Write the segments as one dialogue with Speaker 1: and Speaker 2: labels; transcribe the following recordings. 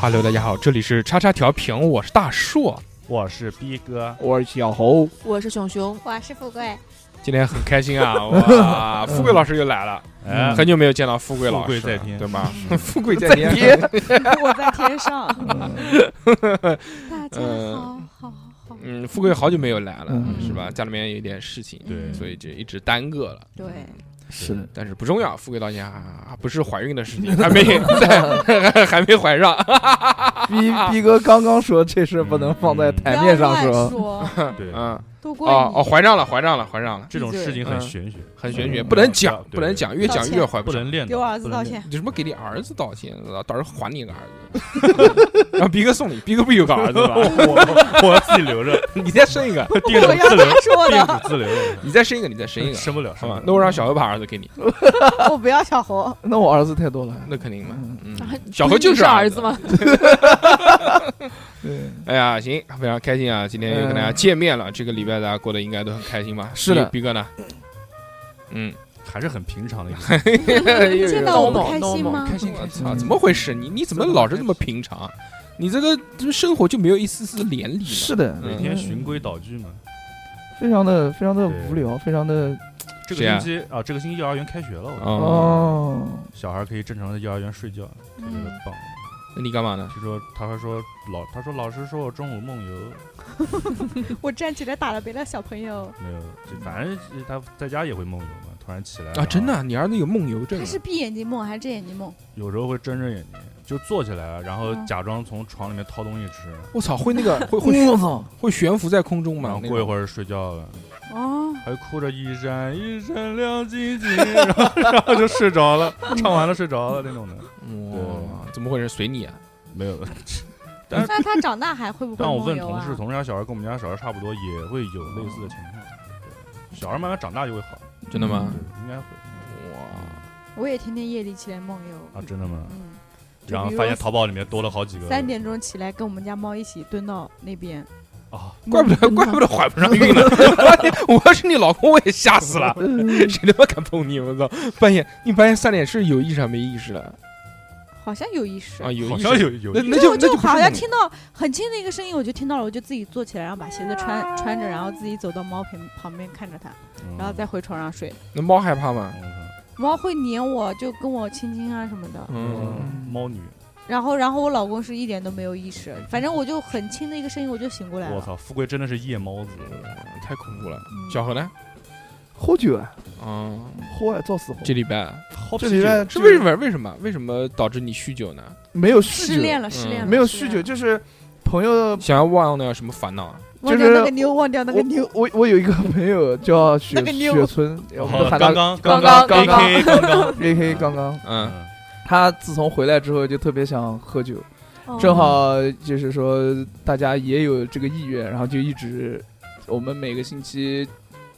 Speaker 1: ，Hello，大家好，这里是叉叉调频，我是大硕。
Speaker 2: 我是逼哥，
Speaker 3: 我是小猴，
Speaker 4: 我是熊熊，
Speaker 5: 我是富贵，
Speaker 1: 今天很开心 啊！哇，富贵老师又来了，
Speaker 2: 哎，
Speaker 1: 很久没有见到富贵老师，
Speaker 2: 富贵在天嗯
Speaker 1: 对吧？
Speaker 3: 富贵在天，
Speaker 4: 我在天 上。
Speaker 5: 大家
Speaker 1: 嗯
Speaker 5: 好好好，
Speaker 1: 嗯，富贵好久没有来了，
Speaker 3: 嗯
Speaker 1: 是吧？家里面有一点事情，
Speaker 2: 对
Speaker 1: 所以就一直耽搁了。
Speaker 4: 对，
Speaker 3: 是的，
Speaker 1: 但是不重要，富贵到现在还不是怀孕的 事情，还没 在还还没怀上，
Speaker 3: 逼逼哥刚刚说这事不能放在台面上说，
Speaker 4: 说，
Speaker 2: 对，
Speaker 1: 嗯，
Speaker 5: 都怪
Speaker 1: 哦
Speaker 5: 你
Speaker 1: 哦，怀上了，怀上了，怀上了，
Speaker 2: 这种事情很玄学，
Speaker 1: 嗯很玄学，
Speaker 3: 嗯
Speaker 1: 不能讲，
Speaker 2: 对
Speaker 1: 不能讲，越
Speaker 4: 道
Speaker 1: 讲
Speaker 4: 歉
Speaker 1: 越怀
Speaker 2: 不
Speaker 1: 上。
Speaker 2: 能练的，
Speaker 4: 给我儿子道歉
Speaker 2: 不。
Speaker 1: 你什么给你儿子道歉，到时候还你个儿子， 然后逼哥送你，逼哥不有个儿子 吗？
Speaker 2: 能练的。我我自己留 着，
Speaker 1: 你再生一个，
Speaker 2: 电子
Speaker 4: 我要
Speaker 2: 自
Speaker 4: 他
Speaker 2: 留，
Speaker 4: 说
Speaker 2: 电
Speaker 4: 的，
Speaker 2: 子自留 着，
Speaker 1: 你再生一个，你再生一个，
Speaker 2: 生不了，
Speaker 1: 啊好
Speaker 2: 生不
Speaker 1: 吧
Speaker 2: 了？
Speaker 1: 那我让小何把儿子给你，
Speaker 4: 我不要小 猴，
Speaker 3: 那我儿子太多了，
Speaker 1: 那肯定嘛。
Speaker 5: 啊
Speaker 1: 嗯，
Speaker 4: 嗯
Speaker 1: 小何就是
Speaker 4: 是
Speaker 6: 啊
Speaker 4: 儿
Speaker 1: 子
Speaker 4: 子？吗？
Speaker 3: 对，
Speaker 1: 哎呀，行，非常开心啊！今天又跟大家见面
Speaker 5: 嗯
Speaker 1: 了，这个礼拜大家过得应该都很开心吧？
Speaker 3: 是的
Speaker 1: 逼逼哥呢？嗯，
Speaker 2: 还是很平常的一个。
Speaker 5: 见
Speaker 1: 见
Speaker 5: 到我
Speaker 4: 懂
Speaker 5: 不开
Speaker 4: 懂
Speaker 5: 心
Speaker 4: 懂
Speaker 5: 吗？
Speaker 1: 开心，我操，
Speaker 3: 嗯
Speaker 1: 怎么回事？你你怎么老是这么平常？你这个这生活就没有一丝丝连理呢？
Speaker 3: 是的，
Speaker 1: 嗯
Speaker 2: 每天循规蹈 矩嘛。
Speaker 3: 非常的非常的无聊，非常的
Speaker 2: 这
Speaker 1: 谁啊
Speaker 2: 个星期啊，这个星期幼儿园开学了，我
Speaker 1: 哦，
Speaker 3: 哦，
Speaker 2: 小孩可以正常的幼儿园睡觉，特别
Speaker 4: 嗯
Speaker 2: 的棒。
Speaker 1: 那你干嘛呢？
Speaker 2: 听说他还说老，他说老师说我中午梦游，
Speaker 4: 我站起来打了别的小朋友，
Speaker 2: 没有，就反正他在家也会梦游嘛，突然起来
Speaker 1: 啊，真的啊，你儿子有梦游症啊？
Speaker 5: 他是闭眼睛梦还是睁眼睛梦？
Speaker 2: 有时候会睁着眼睛就坐起来，然后
Speaker 5: 嗯
Speaker 2: 假装从床里面掏东西吃，
Speaker 1: 我操，会那个会会
Speaker 3: 我操，
Speaker 1: 会悬浮在空中
Speaker 2: 然
Speaker 1: 吗
Speaker 2: 后？过一会儿睡觉了，
Speaker 5: 哦，
Speaker 2: 还哭着一闪一闪亮晶晶，然后然后就睡着了，唱完了睡着了那种的，
Speaker 1: 儿，哇，怎么回事？随你啊！
Speaker 2: 没有。但是
Speaker 5: 那他长大还会不会
Speaker 2: 但我
Speaker 5: 梦
Speaker 2: 问
Speaker 5: 游
Speaker 2: 同
Speaker 5: 啊
Speaker 2: 事，？同事家小孩跟我们家小孩差不多，也会有类似的情况。对，小孩慢慢长大就会好，
Speaker 1: 真的吗
Speaker 2: 对？，应该会
Speaker 1: 嗯哇，
Speaker 5: 我也天天夜里起来梦游，
Speaker 2: 啊，真的吗？
Speaker 5: 嗯，就
Speaker 2: 然后
Speaker 5: 比如
Speaker 2: 发现
Speaker 5: 说
Speaker 2: 淘宝里面多了好几个
Speaker 4: 三点钟起来跟我们家猫一起蹲到那边，
Speaker 2: 啊，
Speaker 1: 怪不得怪不得怀不上孕呢！ 我要是你老公，我也吓死了。谁他妈敢碰你？我操！半夜你半夜三点是有意识还没意识了
Speaker 4: 好像有意识
Speaker 1: 啊？。有
Speaker 2: 好
Speaker 1: 意
Speaker 2: 像
Speaker 1: 识，
Speaker 2: 有有
Speaker 1: 那那
Speaker 4: 就
Speaker 1: 就那就不是
Speaker 4: 好像
Speaker 1: 你
Speaker 4: 听到很轻的一个声音，我就听到了，我就自己坐起来，然后把鞋子穿穿着，然后自己走到猫旁旁边看着它，
Speaker 2: 嗯
Speaker 4: 然后再
Speaker 3: 嗯
Speaker 4: 回床上睡。
Speaker 1: 那猫害怕吗？
Speaker 4: 猫会黏我，就跟我亲亲啊什么的。
Speaker 1: 嗯，
Speaker 2: 嗯猫女，
Speaker 4: 然后，然后我老公是一点都没有意识，反正我就很轻的一个声音我就醒
Speaker 5: 啊
Speaker 4: 过来
Speaker 2: 我
Speaker 4: 了。
Speaker 2: 操，富贵真的是夜猫子，
Speaker 1: 太恐怖了。
Speaker 4: 嗯
Speaker 1: 小何呢？
Speaker 3: 喝酒啊，
Speaker 1: 嗯，
Speaker 3: 喝啊，造死猴，
Speaker 1: 这礼拜
Speaker 2: 好
Speaker 3: 这里面
Speaker 1: 是为什么？为什么？为什么导致你酗酒呢？
Speaker 3: 没有
Speaker 4: 失
Speaker 3: 酗
Speaker 4: 恋
Speaker 3: 酒，
Speaker 4: 了，失恋了，
Speaker 3: 嗯没有
Speaker 4: 失
Speaker 3: 酗
Speaker 4: 恋
Speaker 3: 酒，
Speaker 4: 了，
Speaker 3: 就是朋友
Speaker 1: 想要忘掉什么烦恼啊？
Speaker 4: 忘
Speaker 3: 就
Speaker 4: 掉那
Speaker 3: 是
Speaker 4: 个妞，忘掉那个妞
Speaker 3: 我，我我有一个朋友叫 雪
Speaker 4: 那个妞
Speaker 3: 雪村，我们都
Speaker 2: 哦
Speaker 3: 喊
Speaker 2: 刚
Speaker 3: 他
Speaker 2: 刚
Speaker 4: 刚
Speaker 2: 刚
Speaker 4: 刚
Speaker 2: A K 刚刚
Speaker 3: A K 刚刚，
Speaker 1: 嗯，
Speaker 2: 嗯
Speaker 3: 他自从回来之后就特别想喝酒，
Speaker 4: 哦
Speaker 3: 正好就是说大家也有这个意愿，然后就一直我们每个星期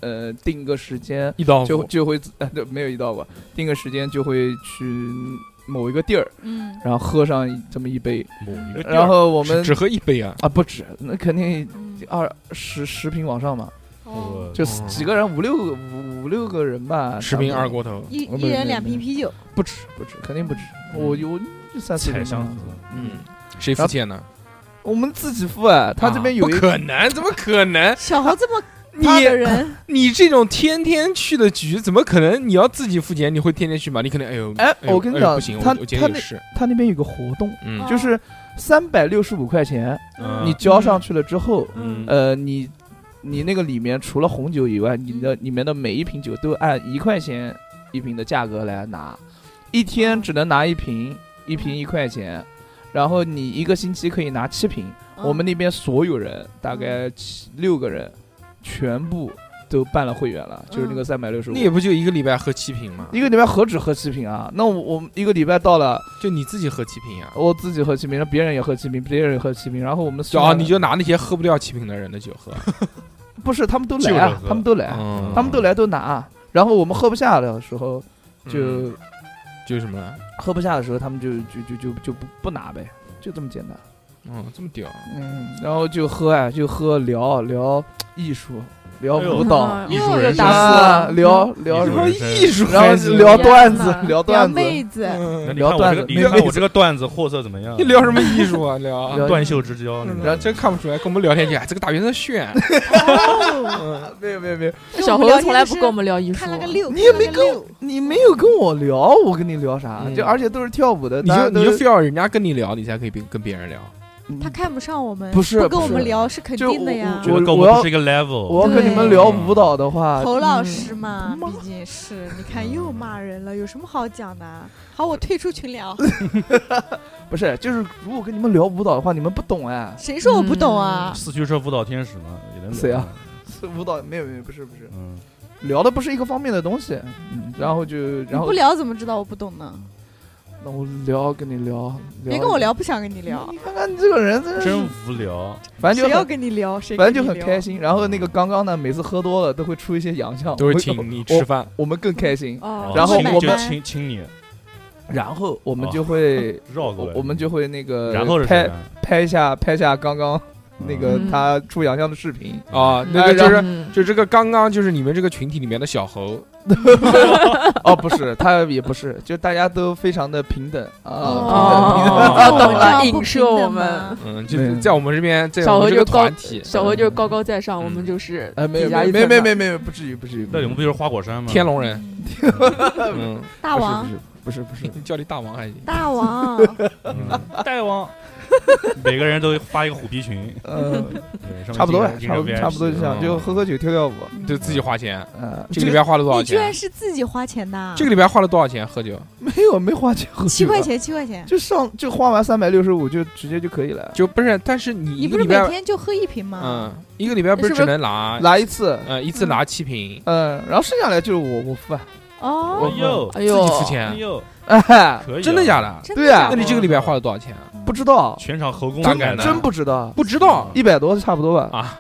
Speaker 3: 呃定个时间，
Speaker 1: 一刀
Speaker 3: 就就会呃对没有遇到过，定个时间就会去某一个地儿，
Speaker 4: 嗯，
Speaker 3: 然后喝上这么一杯，
Speaker 2: 某一个地儿
Speaker 3: 然后我们
Speaker 1: 只喝一杯啊？
Speaker 3: 啊不止，那肯定
Speaker 4: 嗯
Speaker 3: 二十十瓶往上嘛，
Speaker 4: 哦，
Speaker 2: 我
Speaker 3: 就
Speaker 1: 哦
Speaker 3: 几个人五六个五五六个人吧，
Speaker 1: 十瓶
Speaker 3: 差不
Speaker 1: 二
Speaker 3: 多
Speaker 1: 锅头。
Speaker 4: 一
Speaker 3: 我
Speaker 4: 一
Speaker 3: 没
Speaker 4: 人
Speaker 3: 没
Speaker 4: 两
Speaker 3: 没
Speaker 4: 瓶啤 酒，
Speaker 3: 不止不止，肯定不止，我有三四
Speaker 2: 踩
Speaker 3: 瓶
Speaker 2: 箱
Speaker 3: 吧
Speaker 2: 子，
Speaker 1: 嗯，谁付钱呢？
Speaker 3: 我们自己付啊，他这边有
Speaker 1: 啊
Speaker 3: 一
Speaker 1: 不
Speaker 3: 个
Speaker 1: 可能，怎么可能？
Speaker 4: 小猴这么
Speaker 1: 你
Speaker 4: 大的人，
Speaker 1: 你这种天天去的局，怎么可能？你要自己付钱，你会天天去吗？你可能哎呦，
Speaker 3: 哎
Speaker 1: 呦
Speaker 3: 我跟你
Speaker 1: 哎呦
Speaker 3: 讲
Speaker 1: 不行，
Speaker 3: 他
Speaker 1: 我我今
Speaker 3: 他
Speaker 1: 天有
Speaker 3: 那啊
Speaker 1: 事，
Speaker 3: 他那边有个活动，
Speaker 1: 嗯
Speaker 4: 哦
Speaker 3: 就是三百六十五块钱，
Speaker 2: 嗯
Speaker 3: 你交上去了之后，
Speaker 2: 嗯
Speaker 3: 呃，你你那个里面除了红酒以外，你
Speaker 2: 嗯
Speaker 3: 的里面的每一瓶酒都按一块钱一瓶的价格来拿，一天只能拿一瓶，一
Speaker 2: 嗯
Speaker 3: 瓶一块钱。然后你一个星期可以拿七瓶，
Speaker 2: 嗯
Speaker 3: 我
Speaker 4: 嗯
Speaker 3: 们那边所有人大概七六个人，全部都办了会员了，就是
Speaker 2: 嗯
Speaker 3: 那个三百六十五
Speaker 1: 那。也不就一个礼拜喝七瓶吗？
Speaker 3: 一个礼拜何止喝七瓶啊？那我我们一个礼拜到了，
Speaker 1: 就你自己喝七瓶啊呀？
Speaker 3: 我自己喝七瓶，然后别人也喝七瓶，别人也喝七瓶，然后我们
Speaker 1: 就
Speaker 3: 算
Speaker 1: 啊，你就拿那些喝不掉七瓶的人的酒喝，啊
Speaker 3: 不是他们都
Speaker 2: 就
Speaker 3: 来
Speaker 2: 着
Speaker 3: 啊，
Speaker 2: 喝
Speaker 3: 他们都来，
Speaker 1: 嗯
Speaker 3: 他们都来都拿，啊然后我们喝不下的时候就、
Speaker 1: 嗯就什么，
Speaker 3: 喝不下的时候，他们就就就就就不不拿呗，就这么简单。
Speaker 1: 嗯，这么屌，
Speaker 3: 嗯，然后就喝啊，就喝聊聊艺术，聊
Speaker 2: 哎呦
Speaker 3: 舞蹈，
Speaker 2: 艺
Speaker 5: 又
Speaker 2: 术人
Speaker 5: 有
Speaker 2: 生
Speaker 5: 大
Speaker 3: 啊
Speaker 5: 四
Speaker 3: 聊聊
Speaker 2: 艺术
Speaker 3: 什么
Speaker 2: 人
Speaker 1: 艺术
Speaker 3: 然
Speaker 1: 还
Speaker 3: 后
Speaker 1: 行，
Speaker 3: 聊
Speaker 5: 天
Speaker 3: 段子
Speaker 5: 哪，
Speaker 3: 聊
Speaker 5: 表
Speaker 3: 段子，
Speaker 5: 妹子，
Speaker 2: 那
Speaker 1: 嗯
Speaker 2: 你
Speaker 3: 聊
Speaker 2: 看我
Speaker 3: 段
Speaker 2: 这个，
Speaker 3: 子
Speaker 2: 你看我这个段子货色怎 么样
Speaker 1: 你？聊什么艺术啊？聊
Speaker 3: 聊
Speaker 2: 断袖之交，你
Speaker 1: 嗯
Speaker 2: 们
Speaker 1: 然后真看不出来，跟我们聊天去，哎这个大学生炫，嗯
Speaker 3: 没有没有没有，
Speaker 6: 小猴子从来不跟我们聊艺术
Speaker 4: 看，了个六，
Speaker 3: 你也没
Speaker 4: 看了
Speaker 3: 跟
Speaker 4: 个
Speaker 3: 我，你没有跟我聊，我跟你聊啥？
Speaker 1: 嗯
Speaker 3: 就而且都是跳舞的，
Speaker 1: 你
Speaker 3: 大家
Speaker 1: 就
Speaker 3: 都
Speaker 1: 你就非要人家跟你聊，你才可以跟跟别人聊。
Speaker 3: 嗯
Speaker 4: 他看不上我们，
Speaker 3: 不是
Speaker 4: 跟我
Speaker 3: 不
Speaker 4: 们
Speaker 3: 是
Speaker 4: 聊是肯
Speaker 3: 就
Speaker 4: 定的呀
Speaker 3: 我。
Speaker 2: 觉得跟
Speaker 3: 我
Speaker 2: 们
Speaker 3: 要
Speaker 2: 不是一个 level。
Speaker 3: 我要跟你们聊舞蹈的话，
Speaker 4: 侯
Speaker 6: 嗯
Speaker 4: 老师嘛，
Speaker 3: 妈嗯
Speaker 4: 毕竟是你看又骂人了，有什么好讲的啊？好，我退出群聊。
Speaker 3: 不是就是如果跟你们聊舞蹈的话，你们不懂哎。
Speaker 4: 谁说我不懂啊？
Speaker 6: 嗯
Speaker 2: 四驱车舞蹈天使嘛，也能聊
Speaker 3: 谁啊？是舞蹈没有没有不是不是，
Speaker 2: 嗯，
Speaker 3: 聊的不是一个方面的东西，嗯然后就
Speaker 4: 你
Speaker 3: 然后
Speaker 4: 不聊怎么知道我不懂呢？
Speaker 3: 那我聊跟你聊，
Speaker 4: 别跟我聊，不想跟你聊。
Speaker 3: 你看看你这个人真是，
Speaker 2: 真无聊。
Speaker 3: 反正
Speaker 4: 谁
Speaker 3: 就
Speaker 4: 要
Speaker 3: 很
Speaker 4: 跟你聊？谁
Speaker 3: 反正就
Speaker 4: 跟
Speaker 3: 很
Speaker 4: 你聊
Speaker 3: 开。心。然后那个刚刚呢，每次喝多了都会出一些洋相，
Speaker 1: 都
Speaker 3: 我
Speaker 1: 是
Speaker 3: 们
Speaker 1: 请你吃饭，
Speaker 3: 我们更开心。
Speaker 6: 哦
Speaker 3: 然后
Speaker 2: 亲
Speaker 3: 我
Speaker 2: 啊就
Speaker 4: 们
Speaker 2: 亲亲你
Speaker 3: 然后我们
Speaker 2: 哦
Speaker 3: 就会
Speaker 2: 绕过
Speaker 3: 我
Speaker 2: 来，
Speaker 3: 我们就会那个
Speaker 2: 然后是谁
Speaker 3: 拍
Speaker 2: 啊？
Speaker 3: 拍一下拍一下刚刚
Speaker 2: 嗯
Speaker 3: 那个
Speaker 6: 嗯
Speaker 3: 他出洋相的视频，
Speaker 1: 啊，
Speaker 3: 哎
Speaker 1: 那个就是
Speaker 6: 是
Speaker 1: 就这个刚刚就是你们这个群体里面的小猴，
Speaker 3: 哦不是他也不是，就大家都非常的平等啊，平等
Speaker 6: 哦，
Speaker 3: 平等
Speaker 6: 懂
Speaker 4: 啊
Speaker 6: 了，影射我们。
Speaker 1: 嗯，就
Speaker 3: 对
Speaker 1: 在我们这边，在
Speaker 6: 小
Speaker 1: 我
Speaker 6: 何
Speaker 1: 们这
Speaker 6: 就
Speaker 1: 个
Speaker 6: 高
Speaker 1: 团体，，
Speaker 6: 小何就是高高在上，
Speaker 1: 嗯
Speaker 6: 我们就是
Speaker 3: 哎没有
Speaker 6: 底下一
Speaker 3: 没有
Speaker 6: 层
Speaker 3: 没有
Speaker 6: 的
Speaker 3: 没有没有不至于不至于，
Speaker 2: 那你们不就是花果
Speaker 3: 嗯
Speaker 2: 山吗？
Speaker 1: 天龙人，嗯，
Speaker 4: 大王，
Speaker 3: 不是不是不是
Speaker 1: 叫你大王还行，
Speaker 4: 大王，
Speaker 2: 嗯大王， 每个人都发一个虎皮群，
Speaker 3: 呃
Speaker 2: 对上面
Speaker 3: 差不多吧
Speaker 2: 印着
Speaker 3: 差不
Speaker 2: 印
Speaker 3: 多
Speaker 2: 着
Speaker 3: 差不多就
Speaker 2: VIP
Speaker 3: 这样，就喝喝酒跳跳舞，
Speaker 1: 就自己花钱，
Speaker 3: 呃
Speaker 1: 这个礼拜花了多少
Speaker 4: 你居然
Speaker 1: 钱？
Speaker 4: 是自己花钱的？
Speaker 1: 这个礼拜花了多少钱喝酒？
Speaker 3: 没有没花钱喝酒啊
Speaker 4: 七块钱，七块钱。
Speaker 3: 就上就花完三百六十五就直接就可以了，
Speaker 1: 就不是，但是你
Speaker 4: 你
Speaker 1: 一
Speaker 4: 不
Speaker 1: 个
Speaker 4: 是
Speaker 1: 礼
Speaker 4: 每
Speaker 1: 拜，
Speaker 4: 天就喝一瓶吗？
Speaker 1: 嗯，一个礼拜不
Speaker 6: 是
Speaker 1: 是
Speaker 6: 不是
Speaker 1: 只能拿
Speaker 3: 拿一次，
Speaker 1: 呃一次拿七瓶，
Speaker 3: 嗯，然后剩下来就是我我付啊，
Speaker 4: 哦，
Speaker 2: 哎呦
Speaker 6: 哎
Speaker 1: 自
Speaker 6: 呦，
Speaker 1: 己付
Speaker 2: 哎
Speaker 1: 钱，
Speaker 2: 呦，
Speaker 3: 哎
Speaker 2: 可以啊，
Speaker 1: 真的假的？
Speaker 4: 真的
Speaker 3: 对啊
Speaker 4: 假的
Speaker 1: 那你这个礼拜花了多少钱啊？
Speaker 3: 不知道
Speaker 2: 全场猴 公
Speaker 1: 大
Speaker 2: 大
Speaker 1: 概
Speaker 2: 概
Speaker 1: 呢
Speaker 2: 呢
Speaker 3: 真不知道
Speaker 1: 不知道
Speaker 3: 一百多差不多吧。
Speaker 1: 啊，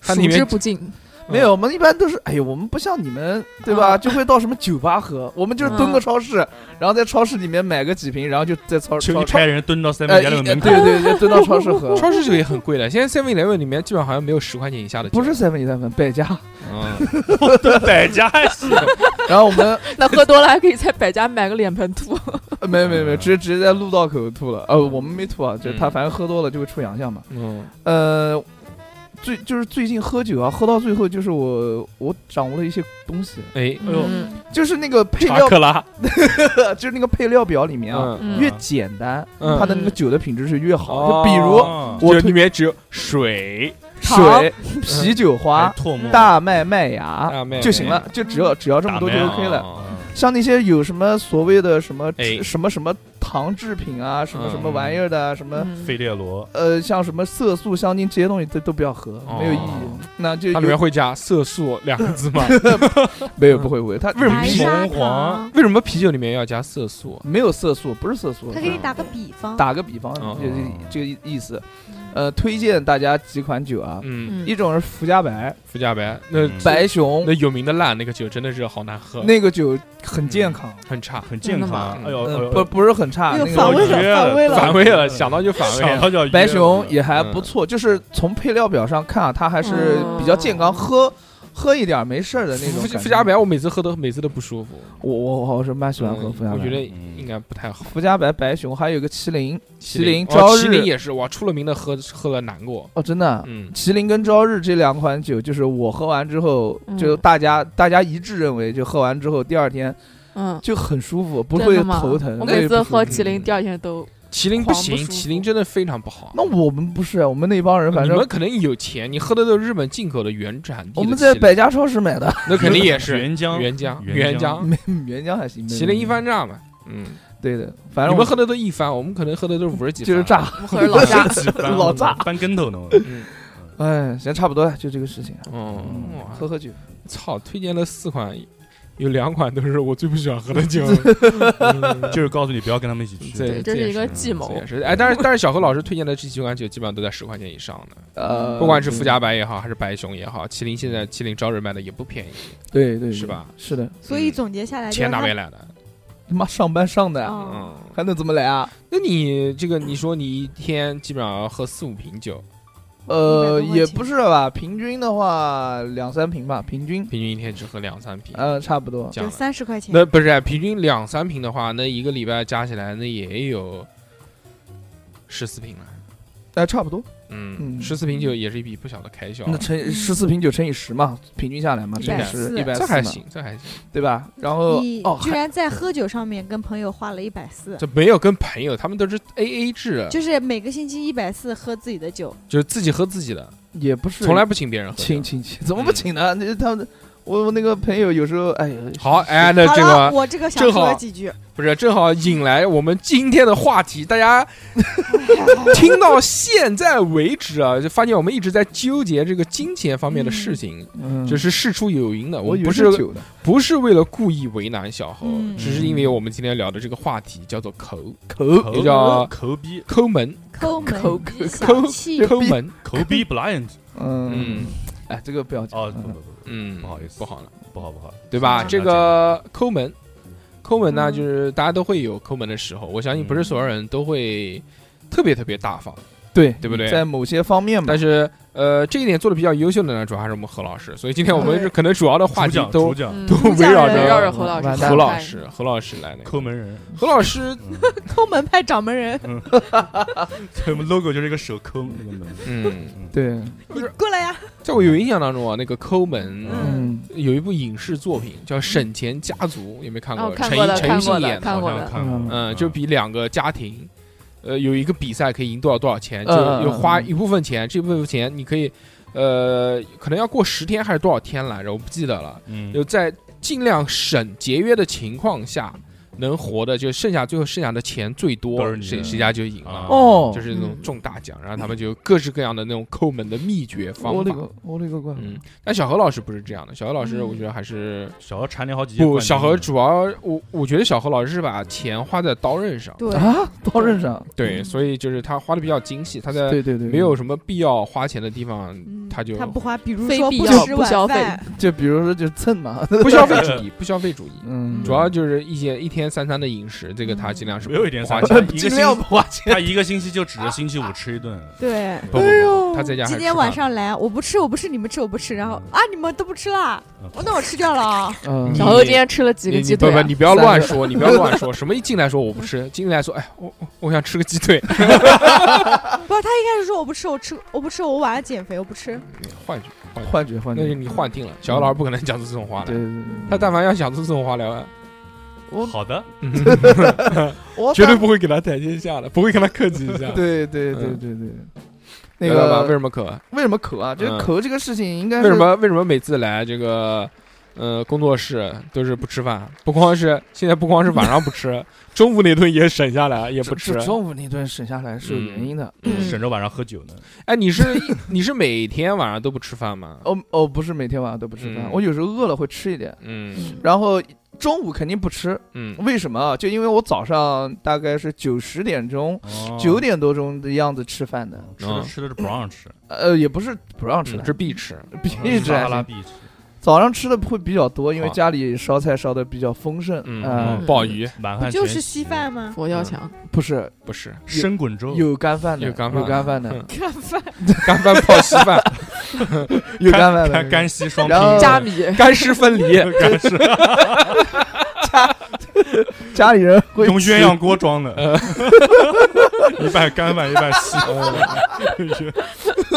Speaker 1: 它
Speaker 6: 数
Speaker 1: 里
Speaker 6: 之
Speaker 1: 面
Speaker 6: 不尽，
Speaker 3: 没有，我们一般都是，哎呦，我们不像你们，对
Speaker 4: 啊
Speaker 3: 吧？就会到什么酒吧喝，我们就是蹲
Speaker 4: 嗯
Speaker 3: 个超市，然后在超市里面买个几瓶，然后就在超
Speaker 2: 求
Speaker 3: 超
Speaker 2: 你
Speaker 3: 超，
Speaker 2: 派人蹲到三
Speaker 3: 呃，
Speaker 2: 面家的
Speaker 3: 一呃对
Speaker 2: 门口，
Speaker 3: 对对，蹲到超市 喝，
Speaker 1: 超市这个也很贵的，现在 Seven Eleven 里面基本上好像没有十块钱以下的酒，
Speaker 3: 不是 seven eleven 百家，
Speaker 1: 嗯，
Speaker 2: 百家还是
Speaker 3: 然后我们
Speaker 6: 那喝多了还可以在百家买个脸盆吐。
Speaker 3: 呃没有没有没有，直接直接在路道口吐了，呃，我们没吐啊，就是他
Speaker 1: 嗯
Speaker 3: 反正喝多了就会出洋相嘛，
Speaker 1: 嗯，
Speaker 3: 呃。最就是最近喝酒啊，喝到最后就是我我掌握了一些东西，
Speaker 1: 哎，
Speaker 2: 呦
Speaker 6: 嗯
Speaker 3: 就是那个配
Speaker 2: 查
Speaker 3: 料，
Speaker 2: 克拉，
Speaker 3: 就是那个配料表里面啊，
Speaker 1: 嗯
Speaker 6: 嗯
Speaker 3: 越简单，
Speaker 1: 嗯
Speaker 3: 它的那个酒的品质是越好。
Speaker 1: 哦
Speaker 3: 就比如
Speaker 2: 哦
Speaker 3: 我
Speaker 1: 就
Speaker 3: 推
Speaker 1: 里面只有水、
Speaker 6: 糖
Speaker 3: 水、啤酒花、
Speaker 2: 哎唾沫
Speaker 3: 大麦麦芽
Speaker 1: 大麦
Speaker 3: 啊就行了，就只要只要这么多就
Speaker 2: 大麦
Speaker 3: OK 了。
Speaker 1: 了。
Speaker 3: 像那些有什么所谓的什么
Speaker 1: 哎
Speaker 3: 什么什么糖制品啊，什么什么
Speaker 1: 嗯
Speaker 3: 玩意儿的，啊什么
Speaker 6: 嗯
Speaker 2: 费列罗，
Speaker 3: 呃，像什么色素、香精这些东西都都不要喝，
Speaker 1: 哦
Speaker 3: 没有意义。那就
Speaker 1: 它里面
Speaker 3: 有
Speaker 1: 会加色素两个 字吗？
Speaker 3: 没有不会不会，它
Speaker 1: 为什么
Speaker 4: 白
Speaker 1: 啤酒
Speaker 4: 砂
Speaker 2: 红黄
Speaker 4: 糖。
Speaker 1: 为什么啤酒里面要加色素？
Speaker 3: 没有色素，啊不是色素
Speaker 4: 他。给你打个比方，
Speaker 3: 打个比方，
Speaker 1: 哦
Speaker 3: 就这个意思。呃，推荐大家几款酒啊，
Speaker 1: 嗯，
Speaker 6: 嗯
Speaker 3: 一种是福加白、
Speaker 1: 福加白那
Speaker 2: 嗯
Speaker 3: 白熊
Speaker 1: 那，嗯有名的烂那个酒真的是好难喝，
Speaker 3: 那个酒很健康，
Speaker 1: 很 差，
Speaker 2: 很健
Speaker 6: 真的吗
Speaker 2: 康，哎呦
Speaker 1: 哦嗯
Speaker 2: 哎
Speaker 3: 呃，
Speaker 2: 呦，
Speaker 3: 不不是很差。
Speaker 4: 哎
Speaker 3: 那
Speaker 4: 呦
Speaker 3: 个
Speaker 4: 反胃
Speaker 2: 我觉
Speaker 4: 了，
Speaker 2: 得
Speaker 4: 反胃
Speaker 1: 反
Speaker 4: 了。
Speaker 1: 胃了，想到就反胃
Speaker 2: 想
Speaker 1: 了。
Speaker 2: 到叫
Speaker 3: 白
Speaker 2: 约
Speaker 3: 熊
Speaker 2: 了
Speaker 3: 也还
Speaker 1: 嗯
Speaker 3: 不错，就是从配料表上看啊，它还是比较健康，
Speaker 6: 嗯
Speaker 3: 喝喝一点没事儿的那种
Speaker 1: 福
Speaker 3: 感觉。
Speaker 1: 福加白，我每次喝都每次都不舒服，
Speaker 3: 我，我我我是蛮喜欢喝
Speaker 1: 嗯
Speaker 3: 福加白。
Speaker 1: 我觉得
Speaker 2: 嗯
Speaker 1: 应该不太好。
Speaker 3: 福加白、白熊还有个麒麟，麒麟
Speaker 1: 哦
Speaker 3: 朝
Speaker 1: 麒麟
Speaker 3: 日
Speaker 1: 也是哇，出了名的喝喝了难过。
Speaker 3: 哦，真的啊。
Speaker 1: 嗯，
Speaker 3: 麒麟跟朝日这两款酒，就是我喝完之后，
Speaker 6: 嗯
Speaker 3: 就大家大家一致认为，就喝完之后第二天
Speaker 6: 嗯，
Speaker 3: 就很舒服，不
Speaker 6: 真
Speaker 3: 会
Speaker 6: 的吗
Speaker 3: 头疼。
Speaker 6: 我
Speaker 3: 那也不
Speaker 6: 每次
Speaker 3: 舒
Speaker 6: 喝
Speaker 3: 服
Speaker 6: 麒麟，第二天都
Speaker 1: 麒麟不
Speaker 6: 狂
Speaker 1: 行
Speaker 6: 不舒，服
Speaker 1: 麒麟真的非常不好。
Speaker 3: 那我们不是，我们那帮人反
Speaker 1: 啊你
Speaker 3: 正
Speaker 1: 们可能有钱，你喝的都是日本进口的原产地的麒麟。
Speaker 3: 我们在百家超市买的，
Speaker 1: 那肯定也是
Speaker 2: 原浆
Speaker 1: 原浆
Speaker 2: 原
Speaker 1: 原
Speaker 2: 浆
Speaker 1: 浆，
Speaker 3: 没原浆还行。没
Speaker 1: 啊麒麟一，番炸嘛。嗯，
Speaker 3: 对的，反
Speaker 1: 你
Speaker 3: 正
Speaker 1: 们
Speaker 3: 我
Speaker 1: 喝的都一番，我们可能喝的都是五十几，啊
Speaker 3: 就是。炸。
Speaker 6: 我喝着 老家
Speaker 3: 老炸
Speaker 2: 翻跟头呢。
Speaker 1: 嗯，
Speaker 3: 哎，行，差不多了，就这个事情啊。
Speaker 1: 哦
Speaker 2: 嗯，
Speaker 1: 哇
Speaker 3: 喝喝酒，
Speaker 1: 操，推荐了四款，有两款都是我最不喜欢喝的 酒。
Speaker 3: 嗯
Speaker 2: 就是告诉你不要跟他们一起去。
Speaker 1: 对这
Speaker 6: 这
Speaker 1: 也
Speaker 6: 是一个
Speaker 2: 是
Speaker 6: 计
Speaker 1: 这
Speaker 6: 谋
Speaker 1: 也。 是，哎，但是但是小何老师推荐的这几款酒基本上都在十块钱以上的，
Speaker 3: 呃，
Speaker 1: 不管是福加白也好，还是白熊也好，麒麟现在麒麟招人卖的也不便宜，
Speaker 3: 对，对对，
Speaker 1: 是？吧？
Speaker 3: 是的，
Speaker 4: 所以总结下来，
Speaker 1: 钱哪
Speaker 4: 就
Speaker 1: 边
Speaker 4: 是
Speaker 1: 来的？
Speaker 3: 他妈上班上
Speaker 4: 他
Speaker 3: 的，
Speaker 4: 哦，
Speaker 1: 嗯，
Speaker 3: 还能怎么来啊？
Speaker 1: 那你这个你说你一天基本上要喝四五瓶酒，
Speaker 3: 呃，
Speaker 5: 500多块
Speaker 3: 也
Speaker 5: 钱
Speaker 3: 不是吧，平均的话两三瓶吧，平均，
Speaker 1: 平均一天只喝两三瓶，
Speaker 3: 呃，差不多。
Speaker 1: 这
Speaker 5: 就
Speaker 1: 样的。
Speaker 5: 三十块钱，
Speaker 1: 那不是啊平均两三瓶的话，那一个礼拜加起来那也有十四瓶了。
Speaker 3: 哎，差不多，
Speaker 1: 嗯，
Speaker 3: 嗯
Speaker 1: 十四瓶酒也是一笔不小的开销，
Speaker 3: 那乘十四瓶酒乘以十嘛，平均下来嘛，乘以十
Speaker 5: 140
Speaker 3: 一百
Speaker 1: 这还
Speaker 3: 四嘛，
Speaker 1: 行，这还行，
Speaker 3: 对吧？然后
Speaker 5: 你
Speaker 3: 哦，
Speaker 5: 居
Speaker 3: 还
Speaker 5: 然在喝酒上面跟朋友花了一百四，
Speaker 1: 这没有跟朋友，他们都是 A A 制，
Speaker 5: 就是每个星期一百四喝自己的酒，
Speaker 1: 就是自己喝自己的，
Speaker 3: 也不是
Speaker 1: 从来不嗯请别人喝酒。
Speaker 3: 请请请，怎么不请呢？ 那他们我我那个朋友有时候，哎呀，
Speaker 1: 好，哎，那
Speaker 5: 好
Speaker 1: 这
Speaker 5: 了，
Speaker 1: 个
Speaker 5: 我这个想
Speaker 1: 正好
Speaker 5: 说几句，
Speaker 1: 不是正好引来我们今天的话题，大 家听到现在为止啊，就发现我们一直在纠结这个金钱方面的事情，
Speaker 3: 嗯，
Speaker 1: 这是事出有因的，我
Speaker 3: 我
Speaker 1: 们
Speaker 3: 以
Speaker 1: 不
Speaker 3: 为
Speaker 1: 是
Speaker 3: 酒的，
Speaker 1: 不是为了故意为难小猴，
Speaker 5: 嗯
Speaker 1: 只是因为我们今天聊的这个话题叫做抠抠，也
Speaker 2: 叫
Speaker 1: 叫
Speaker 2: 抠逼，
Speaker 1: 抠门
Speaker 5: 抠门
Speaker 1: 抠
Speaker 5: 你
Speaker 1: 抠
Speaker 5: 小气，
Speaker 1: 抠门，
Speaker 2: 抠逼 blind。
Speaker 3: 嗯
Speaker 1: 嗯，
Speaker 3: 哎，这个不要紧
Speaker 2: 哦，不不
Speaker 3: 嗯
Speaker 2: 不不
Speaker 1: 嗯，
Speaker 2: 不好意思
Speaker 1: 不好了，
Speaker 2: 不好不好，
Speaker 1: 对吧？
Speaker 5: 嗯
Speaker 1: 这个抠门，抠门呢，
Speaker 5: 嗯
Speaker 1: 就是大家都会有抠门的时候，我相信不
Speaker 2: 嗯
Speaker 1: 是所有人都会特别特别大方，
Speaker 3: 对
Speaker 1: 对不对？
Speaker 3: 在某些方
Speaker 2: 嗯
Speaker 3: 面吧
Speaker 1: 但，是呃，这一点做的比较优秀的呢，主要还是我们何老师。所以今天我们是可能主要的话
Speaker 2: 主
Speaker 1: 题
Speaker 2: 讲
Speaker 1: 都
Speaker 2: 主讲
Speaker 6: 嗯
Speaker 1: 都
Speaker 6: 主讲
Speaker 1: 围绕
Speaker 6: 人
Speaker 1: 着
Speaker 6: 绕着何老师
Speaker 3: 完蛋
Speaker 6: 展开，
Speaker 1: 何老师，何老师来了。
Speaker 2: 抠门人，
Speaker 1: 何老师，
Speaker 2: 嗯
Speaker 5: 抠门派掌门人，
Speaker 2: 我们 logo 就是一个手抠那个门。
Speaker 1: 嗯，
Speaker 3: 对，
Speaker 5: 你过来呀，
Speaker 1: 在我有印象当中啊，那个抠门
Speaker 3: 嗯，
Speaker 1: 有一部影视作品叫《省钱家族》，有没有看过？
Speaker 6: 嗯哦看
Speaker 1: 陈
Speaker 6: 过的
Speaker 1: 陈
Speaker 6: 看
Speaker 1: 奕迅
Speaker 6: 过的
Speaker 1: 演
Speaker 6: 看过
Speaker 2: 好像
Speaker 6: 的
Speaker 2: 看过，
Speaker 1: 嗯，就比两个家庭，呃，有一个比赛可以赢多少多少钱，就
Speaker 3: 嗯嗯
Speaker 1: 有花
Speaker 3: 嗯嗯
Speaker 1: 一部分钱，这部分钱你可以，呃，可能要过十天还是多少天来着，我不记得了。
Speaker 2: 嗯
Speaker 1: 就在尽量省节约的情况下，能活的就剩下最后剩下的钱最多
Speaker 2: 都是，你的
Speaker 1: 谁谁家就赢了。
Speaker 3: 哦
Speaker 1: 就是那种
Speaker 6: 嗯
Speaker 1: 中大奖，然后他们就有各式各样的那种抠门的秘诀
Speaker 3: 我
Speaker 6: 哦
Speaker 1: 方
Speaker 3: 勒
Speaker 1: 法。
Speaker 3: 个我勒个乖，
Speaker 1: 嗯，但小何老师不是这样的，小何老
Speaker 6: 嗯
Speaker 1: 师我觉得还是
Speaker 2: 小何蝉联好几届冠
Speaker 1: 不，
Speaker 2: 军，
Speaker 1: 小何主要我我觉得小何老师是把钱花在刀刃上，
Speaker 5: 对
Speaker 3: 啊， 刀刃上，
Speaker 1: 对，
Speaker 5: 嗯
Speaker 1: 所以就是他花的比较精细，他在
Speaker 3: 对对对，
Speaker 1: 呃没有什么必要花钱的地方，
Speaker 5: 嗯
Speaker 1: 他就
Speaker 5: 他不花，比如
Speaker 6: 非
Speaker 5: 说
Speaker 6: 必
Speaker 5: 不
Speaker 6: 要
Speaker 5: 吃
Speaker 6: 不
Speaker 5: 晚
Speaker 6: 消费
Speaker 5: 饭，
Speaker 3: 就比如说就蹭 嘛，
Speaker 1: 不消 费主义，不消费主义，
Speaker 3: 嗯，
Speaker 1: 主要就是一些一天三餐的饮食，这个他尽量是
Speaker 2: 没有一点
Speaker 1: 花
Speaker 2: 三
Speaker 1: 钱
Speaker 2: 餐，
Speaker 1: 的，
Speaker 2: 一个
Speaker 3: 尽
Speaker 2: 星
Speaker 3: 量不花钱，
Speaker 2: 他一个星期就指着星期五吃一顿。
Speaker 5: 对。
Speaker 1: 不不
Speaker 2: 哎
Speaker 1: 不，他在家还
Speaker 5: 今
Speaker 1: 是
Speaker 5: 天
Speaker 1: 吃
Speaker 5: 晚
Speaker 1: 饭
Speaker 5: 上来，我不吃，我不吃，你们吃，我不吃。然后啊，你们都不吃啦，
Speaker 2: 嗯
Speaker 5: 哦那我吃掉了啊。
Speaker 3: 嗯
Speaker 1: 你
Speaker 6: 小何今天吃了几个
Speaker 1: 你
Speaker 6: 鸡
Speaker 1: 你
Speaker 6: 腿
Speaker 1: 不不，
Speaker 6: 啊？
Speaker 1: 你不要乱说，你不要乱说，什么一进来说我不吃，进来说哎我我我想吃个鸡腿，哎
Speaker 5: 不是，他一开始说我不吃，我吃，我不吃，我晚上减肥，我不吃。
Speaker 1: 幻觉，
Speaker 3: 幻觉幻觉，
Speaker 1: 那就
Speaker 3: 对
Speaker 1: 你幻听了，小何老师不可能讲出这种话
Speaker 3: 对
Speaker 1: 来，
Speaker 3: 对，
Speaker 1: 他但凡要讲出这种话来，
Speaker 3: 我
Speaker 2: 好的，
Speaker 1: 嗯
Speaker 3: 我
Speaker 1: 绝对不会给他台阶下的，不会跟他客气一下。
Speaker 3: 对对对
Speaker 1: 嗯
Speaker 3: 对对，那
Speaker 1: 明白吧，为
Speaker 3: 个
Speaker 1: 什么渴？
Speaker 3: 为什么渴啊？这
Speaker 1: 嗯
Speaker 3: 个渴这个事情应该
Speaker 1: 为
Speaker 3: 是
Speaker 1: 什么为什么每次来这个呃工作室都是不吃饭？不光是现在不光是晚上不 吃，中午那顿也省下来也
Speaker 3: 也
Speaker 1: 不吃。啊
Speaker 3: 中午那顿省下来是有原因的。
Speaker 1: 嗯
Speaker 2: 省着晚上喝酒呢。
Speaker 1: 哎，你是你是每天晚上都不吃饭吗？
Speaker 3: 哦哦，不是每天晚上都不吃饭
Speaker 1: 嗯，
Speaker 3: 我有时候饿了会吃一点，
Speaker 1: 嗯
Speaker 3: 然后中午肯定不吃，
Speaker 1: 嗯，
Speaker 3: 为什么啊？就因为我早上大概是九十点钟。
Speaker 1: 哦
Speaker 3: 九点多钟的样子吃饭的，
Speaker 2: 吃的吃的是不让吃，
Speaker 3: 呃，也不是不让吃
Speaker 1: 嗯
Speaker 3: 了，
Speaker 1: 这必吃。
Speaker 3: 必须吃
Speaker 2: 撒哈
Speaker 3: 还
Speaker 2: 拉
Speaker 3: 行。
Speaker 2: 必吃，
Speaker 3: 早上吃的会比较多，因为
Speaker 1: 好
Speaker 3: 家里烧菜烧的比较丰盛。
Speaker 1: 嗯，
Speaker 3: 呃
Speaker 1: 嗯鲍鱼
Speaker 2: 满汉
Speaker 5: 就
Speaker 2: 全
Speaker 5: 是稀饭吗？
Speaker 6: 佛 跳墙，
Speaker 3: 不是
Speaker 1: 不是
Speaker 2: 席、生滚粥、
Speaker 3: 有干饭的，
Speaker 1: 有干饭
Speaker 3: 有干 饭的，
Speaker 1: 嗯
Speaker 5: 干饭
Speaker 1: 干饭泡稀饭，
Speaker 3: 有干饭
Speaker 2: 干
Speaker 3: 的，
Speaker 2: 干稀双拼
Speaker 3: 然。后
Speaker 6: 加米
Speaker 1: 干湿分 离。
Speaker 2: 干是
Speaker 3: 家里人 会
Speaker 2: 用
Speaker 3: 吃
Speaker 2: 鸳鸯锅装的，一半干饭一半稀 饭，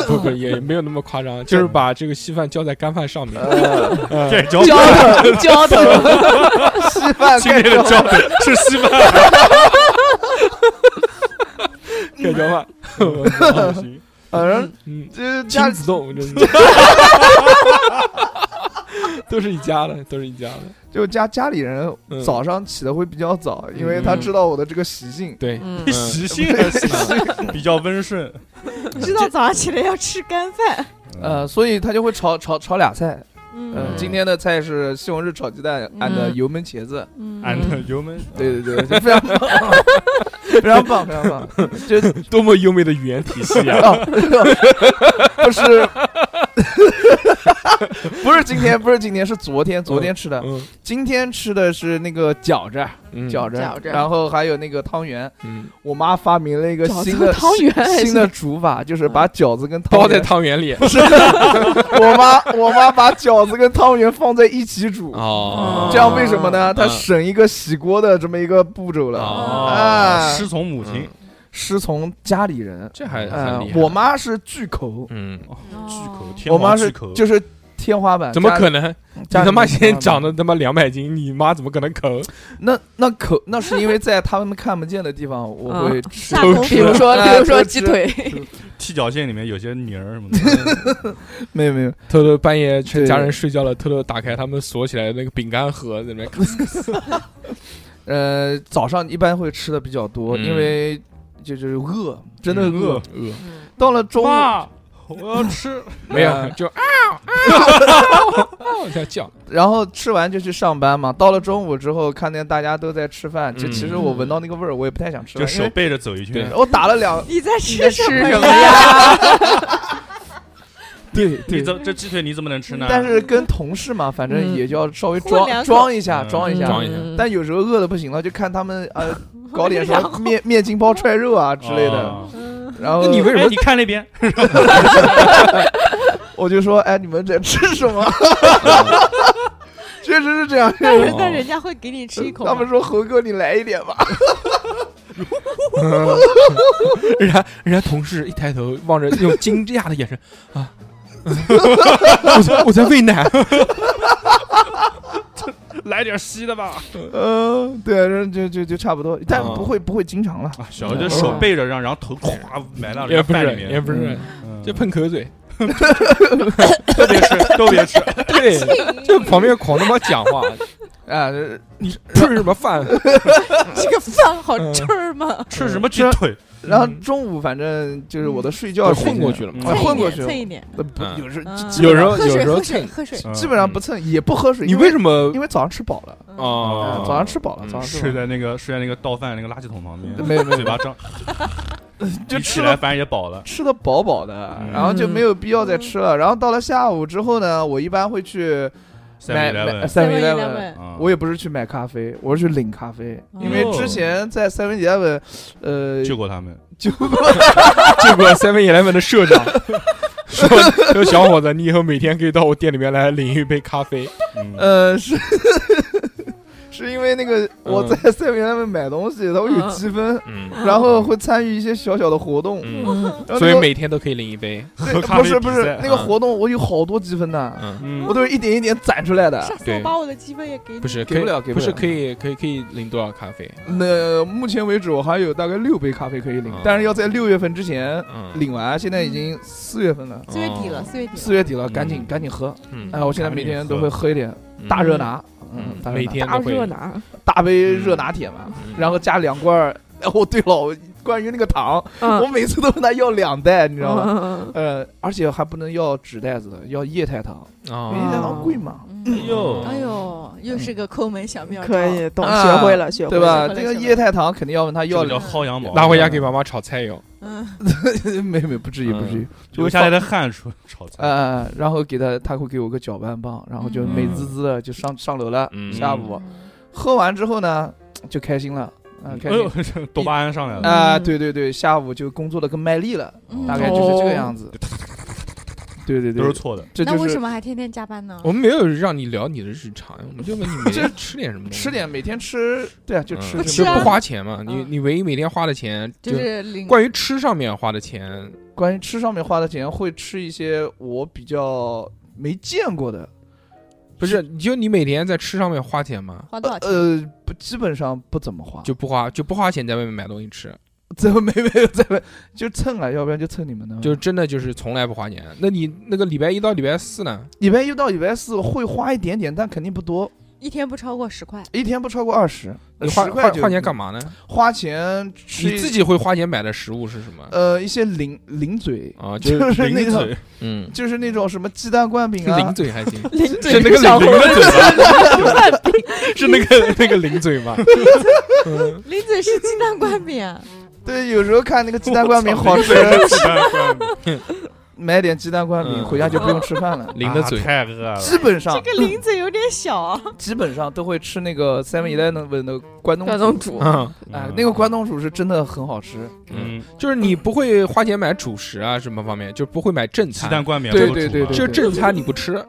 Speaker 1: 不不，也也没有那么夸张，就是把这个稀饭浇在干饭上面。
Speaker 3: 呃
Speaker 1: 嗯
Speaker 2: 盖浇
Speaker 6: 浇头浇头，
Speaker 3: 稀饭
Speaker 2: 今天
Speaker 3: 盖
Speaker 2: 的
Speaker 3: 浇
Speaker 2: 浇头是稀饭。
Speaker 1: 盖浇饭，
Speaker 3: 嗯，
Speaker 1: 嗯，
Speaker 3: 这家
Speaker 1: 亲子 洞，真的都是一家的，都是一家的。
Speaker 3: 就家家里人
Speaker 1: 嗯
Speaker 3: 早上起的会比较早，因为他知道我的这个习性。
Speaker 1: 对，
Speaker 6: 嗯，
Speaker 2: 习性还行 比较温顺，
Speaker 1: 嗯
Speaker 5: 知道早上起来要吃干饭。
Speaker 2: 嗯
Speaker 3: 呃，所以他就会炒炒炒俩菜。呃，
Speaker 5: 嗯
Speaker 6: 嗯
Speaker 3: 今天的菜是西红柿炒鸡蛋，
Speaker 5: 嗯
Speaker 3: 按的油焖茄子。
Speaker 5: 嗯
Speaker 2: 俺的油焖，
Speaker 1: 啊
Speaker 3: 对对对，就非常棒， 非常棒，非常棒。就
Speaker 1: 多么 优美的语言体系啊！
Speaker 3: 啊，不是， 不是今天，不是今天，是昨天，昨天吃的。
Speaker 1: 嗯
Speaker 3: 今天吃的是那个饺子，
Speaker 1: 嗯
Speaker 3: 饺子，
Speaker 6: 饺子
Speaker 3: 然后还有那个汤圆。
Speaker 1: 嗯，
Speaker 3: 我妈发明了一个
Speaker 6: 饺子
Speaker 3: 新的
Speaker 6: 汤圆还
Speaker 3: 新
Speaker 6: 是嗯
Speaker 3: 新的煮法，就是把饺子跟汤
Speaker 1: 包
Speaker 3: 圆
Speaker 1: 在汤 圆里
Speaker 3: 不是， 我妈我妈把饺子跟汤圆放在一起煮，
Speaker 1: 哦
Speaker 3: 这样为什么呢？
Speaker 1: 嗯啊
Speaker 3: 她省一个洗锅的这么一个步骤了，
Speaker 2: 哦
Speaker 3: 哎，
Speaker 2: 师从母亲，
Speaker 3: 师从家里人。
Speaker 1: 这还
Speaker 3: 嗯
Speaker 1: 很厉，害。
Speaker 3: 我妈是巨口，
Speaker 1: 嗯，
Speaker 5: 哦
Speaker 2: 巨口，天
Speaker 3: 我妈
Speaker 2: 皇巨
Speaker 3: 是
Speaker 2: 口，
Speaker 3: 就是天花板，
Speaker 1: 怎么
Speaker 3: 呃家
Speaker 1: 可能？
Speaker 3: 你
Speaker 1: 你他妈现在长得他妈两百斤，你妈怎么可能抠？
Speaker 3: 那那口，那是因为在他们看不见的地方，我
Speaker 5: 嗯
Speaker 3: 会吃
Speaker 4: 下。 口
Speaker 1: 都
Speaker 6: 比
Speaker 1: 吃
Speaker 6: 如说，
Speaker 3: 哎
Speaker 6: 比如说
Speaker 3: 多
Speaker 6: 鸡
Speaker 3: 吃
Speaker 6: 腿，
Speaker 2: 踢脚线里面有些泥儿什么
Speaker 3: 嗯
Speaker 2: 的，
Speaker 3: 没有没有，
Speaker 1: 偷偷半夜趁
Speaker 3: 对
Speaker 1: 家人睡觉了，偷偷打开他们锁起来的那个饼干盒，在那边看。
Speaker 3: 呃，早上一般会吃的比较多，
Speaker 1: 嗯
Speaker 3: 因为就就是饿，真的
Speaker 2: 嗯
Speaker 3: 饿
Speaker 2: 饿。
Speaker 1: 呃
Speaker 3: 到了中午，
Speaker 2: 妈，我要吃，
Speaker 1: 没有
Speaker 3: 嗯
Speaker 1: 就 啊啊啊啊在叫，
Speaker 3: 然后吃完就去上班嘛。到了中午之后，看见大家都在吃饭，就
Speaker 1: 嗯
Speaker 3: 其实我闻到那个味儿，我也不太想 吃
Speaker 2: 就
Speaker 3: 饭，因
Speaker 2: 手
Speaker 3: 为
Speaker 2: 背着走一圈
Speaker 1: 对，
Speaker 3: 我打了两，
Speaker 5: 你在 吃
Speaker 6: 在
Speaker 5: 什
Speaker 6: 吃
Speaker 5: 么
Speaker 6: 什么
Speaker 5: 呀？
Speaker 1: 对
Speaker 2: 你怎这鸡腿你怎么能吃呢？
Speaker 3: 但是跟同事嘛，反正
Speaker 6: 嗯
Speaker 3: 也要稍微
Speaker 5: 混
Speaker 3: 装
Speaker 5: 两口
Speaker 3: 装一下，
Speaker 2: 嗯
Speaker 3: 装一下。
Speaker 1: 装一下
Speaker 6: 嗯
Speaker 3: 但有时候饿的不行了，就看他们呃 搞点什么面面
Speaker 4: 嗯
Speaker 3: 筋包踹肉啊之类的。
Speaker 2: 哦。
Speaker 3: 然后
Speaker 1: 那你为什
Speaker 2: 哎
Speaker 1: 么
Speaker 2: 你看那边？
Speaker 3: 我就说，哎，你们在吃什 么？ 确实是这样。
Speaker 4: 但是
Speaker 1: 哦
Speaker 4: 但人家会给你吃一口
Speaker 3: 他
Speaker 4: 吗
Speaker 3: 们，说猴哥，你来一点吧。
Speaker 1: 人家人家同事一抬头望着用惊讶的眼神啊，嗯我在我在喂奶，
Speaker 2: 来点稀的吧。
Speaker 3: 嗯，对，然后就就就差不
Speaker 1: 哦
Speaker 3: 多，但不会不会经常了。
Speaker 1: 啊
Speaker 2: 啊小何就手背着，让然后头咵埋到人
Speaker 1: 也
Speaker 2: 家
Speaker 1: 不
Speaker 2: 饭里
Speaker 1: 是也
Speaker 2: 面，
Speaker 1: 不是，
Speaker 2: 嗯
Speaker 1: 就喷口水，
Speaker 2: 都别吃，都别吃。
Speaker 1: 对，就旁边狂他妈讲话，
Speaker 3: 啊，
Speaker 1: 你吃什么饭？
Speaker 4: 这个饭好吃吗？
Speaker 2: 吃什么鸡腿？
Speaker 3: 然后中午反正就是我的睡觉
Speaker 1: 嗯
Speaker 3: 时间
Speaker 1: 混过去了嘛
Speaker 3: 哎
Speaker 4: 蹭一
Speaker 3: 混过
Speaker 4: 点
Speaker 3: 去了
Speaker 4: 蹭。一点。
Speaker 3: 呃不
Speaker 1: 嗯
Speaker 3: 有时候
Speaker 4: 嗯
Speaker 3: 基
Speaker 1: 有时候
Speaker 5: 喝
Speaker 1: 有
Speaker 5: 水，
Speaker 1: 时候
Speaker 5: 喝水，
Speaker 1: 蹭，
Speaker 5: 喝水。
Speaker 2: 嗯
Speaker 3: 基本上不蹭，也不喝水。
Speaker 1: 你
Speaker 3: 因为
Speaker 1: 为什么
Speaker 3: 因为早上吃饱了，
Speaker 1: 哦
Speaker 3: 嗯早上吃饱了，
Speaker 1: 嗯
Speaker 3: 早上
Speaker 2: 睡
Speaker 3: 吃饱了。
Speaker 2: 在那个睡在那个倒饭那个垃圾桶旁边，
Speaker 3: 没有没有
Speaker 2: 嘴巴 张，
Speaker 3: 就
Speaker 2: 一
Speaker 3: 吃
Speaker 2: 起来
Speaker 3: 了
Speaker 2: 反正也饱了。
Speaker 3: 吃的饱饱的，
Speaker 2: 嗯
Speaker 3: 然后就没有必要再吃了。然后到了下午之后呢，我一般会去买
Speaker 2: Seven
Speaker 3: 买
Speaker 2: Eleven，嗯
Speaker 3: Seven
Speaker 4: Eleven
Speaker 3: 我也不是去买咖啡，我是去领咖啡，
Speaker 4: 哦
Speaker 3: 因为之前在 Seven Eleven，呃，
Speaker 2: 救过他们，
Speaker 3: 就
Speaker 1: 见过 Seven Eleven 的社 长。说说小伙子，你以后每天可以到我店里面来领一杯咖啡。
Speaker 2: 嗯，
Speaker 3: 呃 是是因为那个我在 Seven Eleven 买东西，它会有积分，
Speaker 1: 嗯
Speaker 3: 然后会参与一些小小的活动，
Speaker 1: 嗯，
Speaker 3: 然后那个
Speaker 1: 所以每天都可以领一杯。
Speaker 2: 喝
Speaker 3: 对
Speaker 2: 咖
Speaker 3: 不
Speaker 2: 啡
Speaker 3: 是
Speaker 2: 比
Speaker 3: 不是
Speaker 2: 赛
Speaker 3: 那个
Speaker 1: 嗯
Speaker 3: 活动，我有好多积分呢，
Speaker 1: 嗯，
Speaker 2: 嗯
Speaker 3: 我，都是一点一点攒出来的。
Speaker 4: 下次
Speaker 1: 对
Speaker 4: 我把我的积分也给你。
Speaker 1: 不是，
Speaker 3: 给
Speaker 1: 可以
Speaker 3: 不了给不
Speaker 1: 不是
Speaker 3: 了
Speaker 1: 可以可以可以领多少咖啡？
Speaker 3: 那目前为止，我还有大概六杯咖啡可以领
Speaker 1: 嗯，
Speaker 3: 但是要在六月份之前
Speaker 1: 嗯，
Speaker 3: 领完。啊现在已经四月份了，
Speaker 4: 四月底了，
Speaker 1: 哦
Speaker 4: 四月底了。
Speaker 3: 四月底了，赶
Speaker 1: 嗯
Speaker 3: 紧赶紧喝！
Speaker 1: 嗯
Speaker 3: 哎，我现在每天都会喝一点
Speaker 1: 嗯
Speaker 3: 大热拿，
Speaker 1: 嗯
Speaker 3: 嗯，大热拿
Speaker 1: 每天
Speaker 6: 大
Speaker 1: 都会
Speaker 6: 热拿，
Speaker 3: 大杯热拿铁嘛，
Speaker 1: 嗯
Speaker 3: 然后加两罐儿。 哦，对了，我关于那个糖， 我
Speaker 6: 嗯，
Speaker 3: 每次都问他要两袋，你知道吗？
Speaker 6: 嗯，
Speaker 3: 呃，而且还不能要纸袋子的，要液态糖，因为液
Speaker 1: 啊，
Speaker 3: 态糖贵嘛，
Speaker 4: 嗯，
Speaker 2: 哟
Speaker 4: 哎呦，又是个抠门小妙招。
Speaker 6: 可以懂，
Speaker 3: 啊
Speaker 6: 学会了，学会
Speaker 3: 对
Speaker 6: 了，
Speaker 3: 吧？
Speaker 4: 是的
Speaker 3: 这
Speaker 4: 是
Speaker 3: 个
Speaker 4: 的
Speaker 3: 液态糖肯定要问他要
Speaker 2: 这个叫
Speaker 3: 两，
Speaker 2: 薅羊毛，
Speaker 1: 拿回家给妈妈炒菜用。
Speaker 4: 嗯，
Speaker 3: 没没不至于不至于，就
Speaker 2: 留
Speaker 3: 会
Speaker 2: 下来
Speaker 3: 放
Speaker 2: 的汗出炒菜。
Speaker 3: 呃，然后给他，他会给我个搅拌棒，然后就美滋滋的就上上楼了。
Speaker 1: 嗯
Speaker 3: 下午喝完之后呢，就开心了，嗯，开
Speaker 2: 哎呦
Speaker 3: 心，
Speaker 2: 多巴胺上来了，
Speaker 3: 啊，
Speaker 6: 嗯
Speaker 3: 对对对，下午就工作的更卖力了，
Speaker 4: 嗯
Speaker 3: 大
Speaker 5: 哦
Speaker 3: 概就是这个样子。对对
Speaker 2: 都是
Speaker 3: 对，
Speaker 2: 错的。
Speaker 3: 这
Speaker 5: 那
Speaker 3: 就
Speaker 5: 为什
Speaker 3: 是
Speaker 5: 么还天天加班呢？
Speaker 1: 我们没有让你聊你的日常，我们就问你每天吃点什么东西，
Speaker 3: 吃点每天吃，对啊，就吃
Speaker 1: 嗯
Speaker 3: 这
Speaker 1: 就
Speaker 3: 么
Speaker 4: 啊
Speaker 1: 不花钱嘛。你
Speaker 4: 嗯
Speaker 1: 你唯一每天花的钱
Speaker 4: 就是领
Speaker 1: 关于吃上面花的钱，
Speaker 3: 关于吃上面花的钱，会吃一些我比较没见过的，
Speaker 1: 不是你就你每天在吃上面花钱吗？
Speaker 4: 花多少钱？
Speaker 3: 呃，不基本上不怎么花，
Speaker 1: 就不花就不花钱在外面买东西吃，
Speaker 3: 怎么没没有在外就蹭了，要不然就蹭你们的嘛，
Speaker 1: 就真的就是从来不花钱。那你那个礼拜一到礼拜四呢？
Speaker 3: 礼拜一到礼拜四会花一点点，但肯定不多，
Speaker 4: 一天不超过十块。
Speaker 3: 一天不超过二十。
Speaker 1: 你花
Speaker 3: 10
Speaker 1: 花
Speaker 3: 块就
Speaker 1: 花钱干？嘛呢？
Speaker 3: 花钱吃
Speaker 1: 你自己会花钱买的食物是什么？
Speaker 3: 呃一些零零嘴，
Speaker 1: 啊，就
Speaker 3: 就是是那
Speaker 2: 零
Speaker 3: 种
Speaker 2: 嘴，
Speaker 1: 嗯，
Speaker 3: 就是那种什么鸡蛋灌饼
Speaker 1: 零
Speaker 3: 啊，
Speaker 1: 嘴还行，
Speaker 6: 零
Speaker 1: 是那个
Speaker 6: 小
Speaker 1: 零
Speaker 6: 红
Speaker 1: 零的嘴 吗？是那个那个零嘴 吗？嗯
Speaker 4: 林子是鸡蛋灌饼啊，
Speaker 3: 对，有时候看那个鸡蛋灌饼好吃，
Speaker 2: 零嘴跟鸡蛋灌饼
Speaker 3: 买点鸡蛋灌饼，
Speaker 1: 嗯
Speaker 3: 回家就不用吃饭 了。
Speaker 1: 林的嘴
Speaker 2: 啊太饿了，
Speaker 3: 基本上
Speaker 5: 这个林子有点小啊，
Speaker 3: 基本上都会吃那个 Seven Eleven 的关东
Speaker 6: 各种煮，
Speaker 1: 嗯
Speaker 3: 哎、
Speaker 2: 嗯
Speaker 3: 那个关东煮是真的很好吃。
Speaker 2: 嗯，
Speaker 1: 就是你不会花钱买主食啊，什么方面就不会买正
Speaker 2: 鸡
Speaker 1: 餐。
Speaker 2: 蛋灌饼
Speaker 3: 对
Speaker 2: 都
Speaker 3: 对
Speaker 2: 煮
Speaker 3: 对
Speaker 2: 嘛
Speaker 3: 对
Speaker 1: 就是正餐你不吃，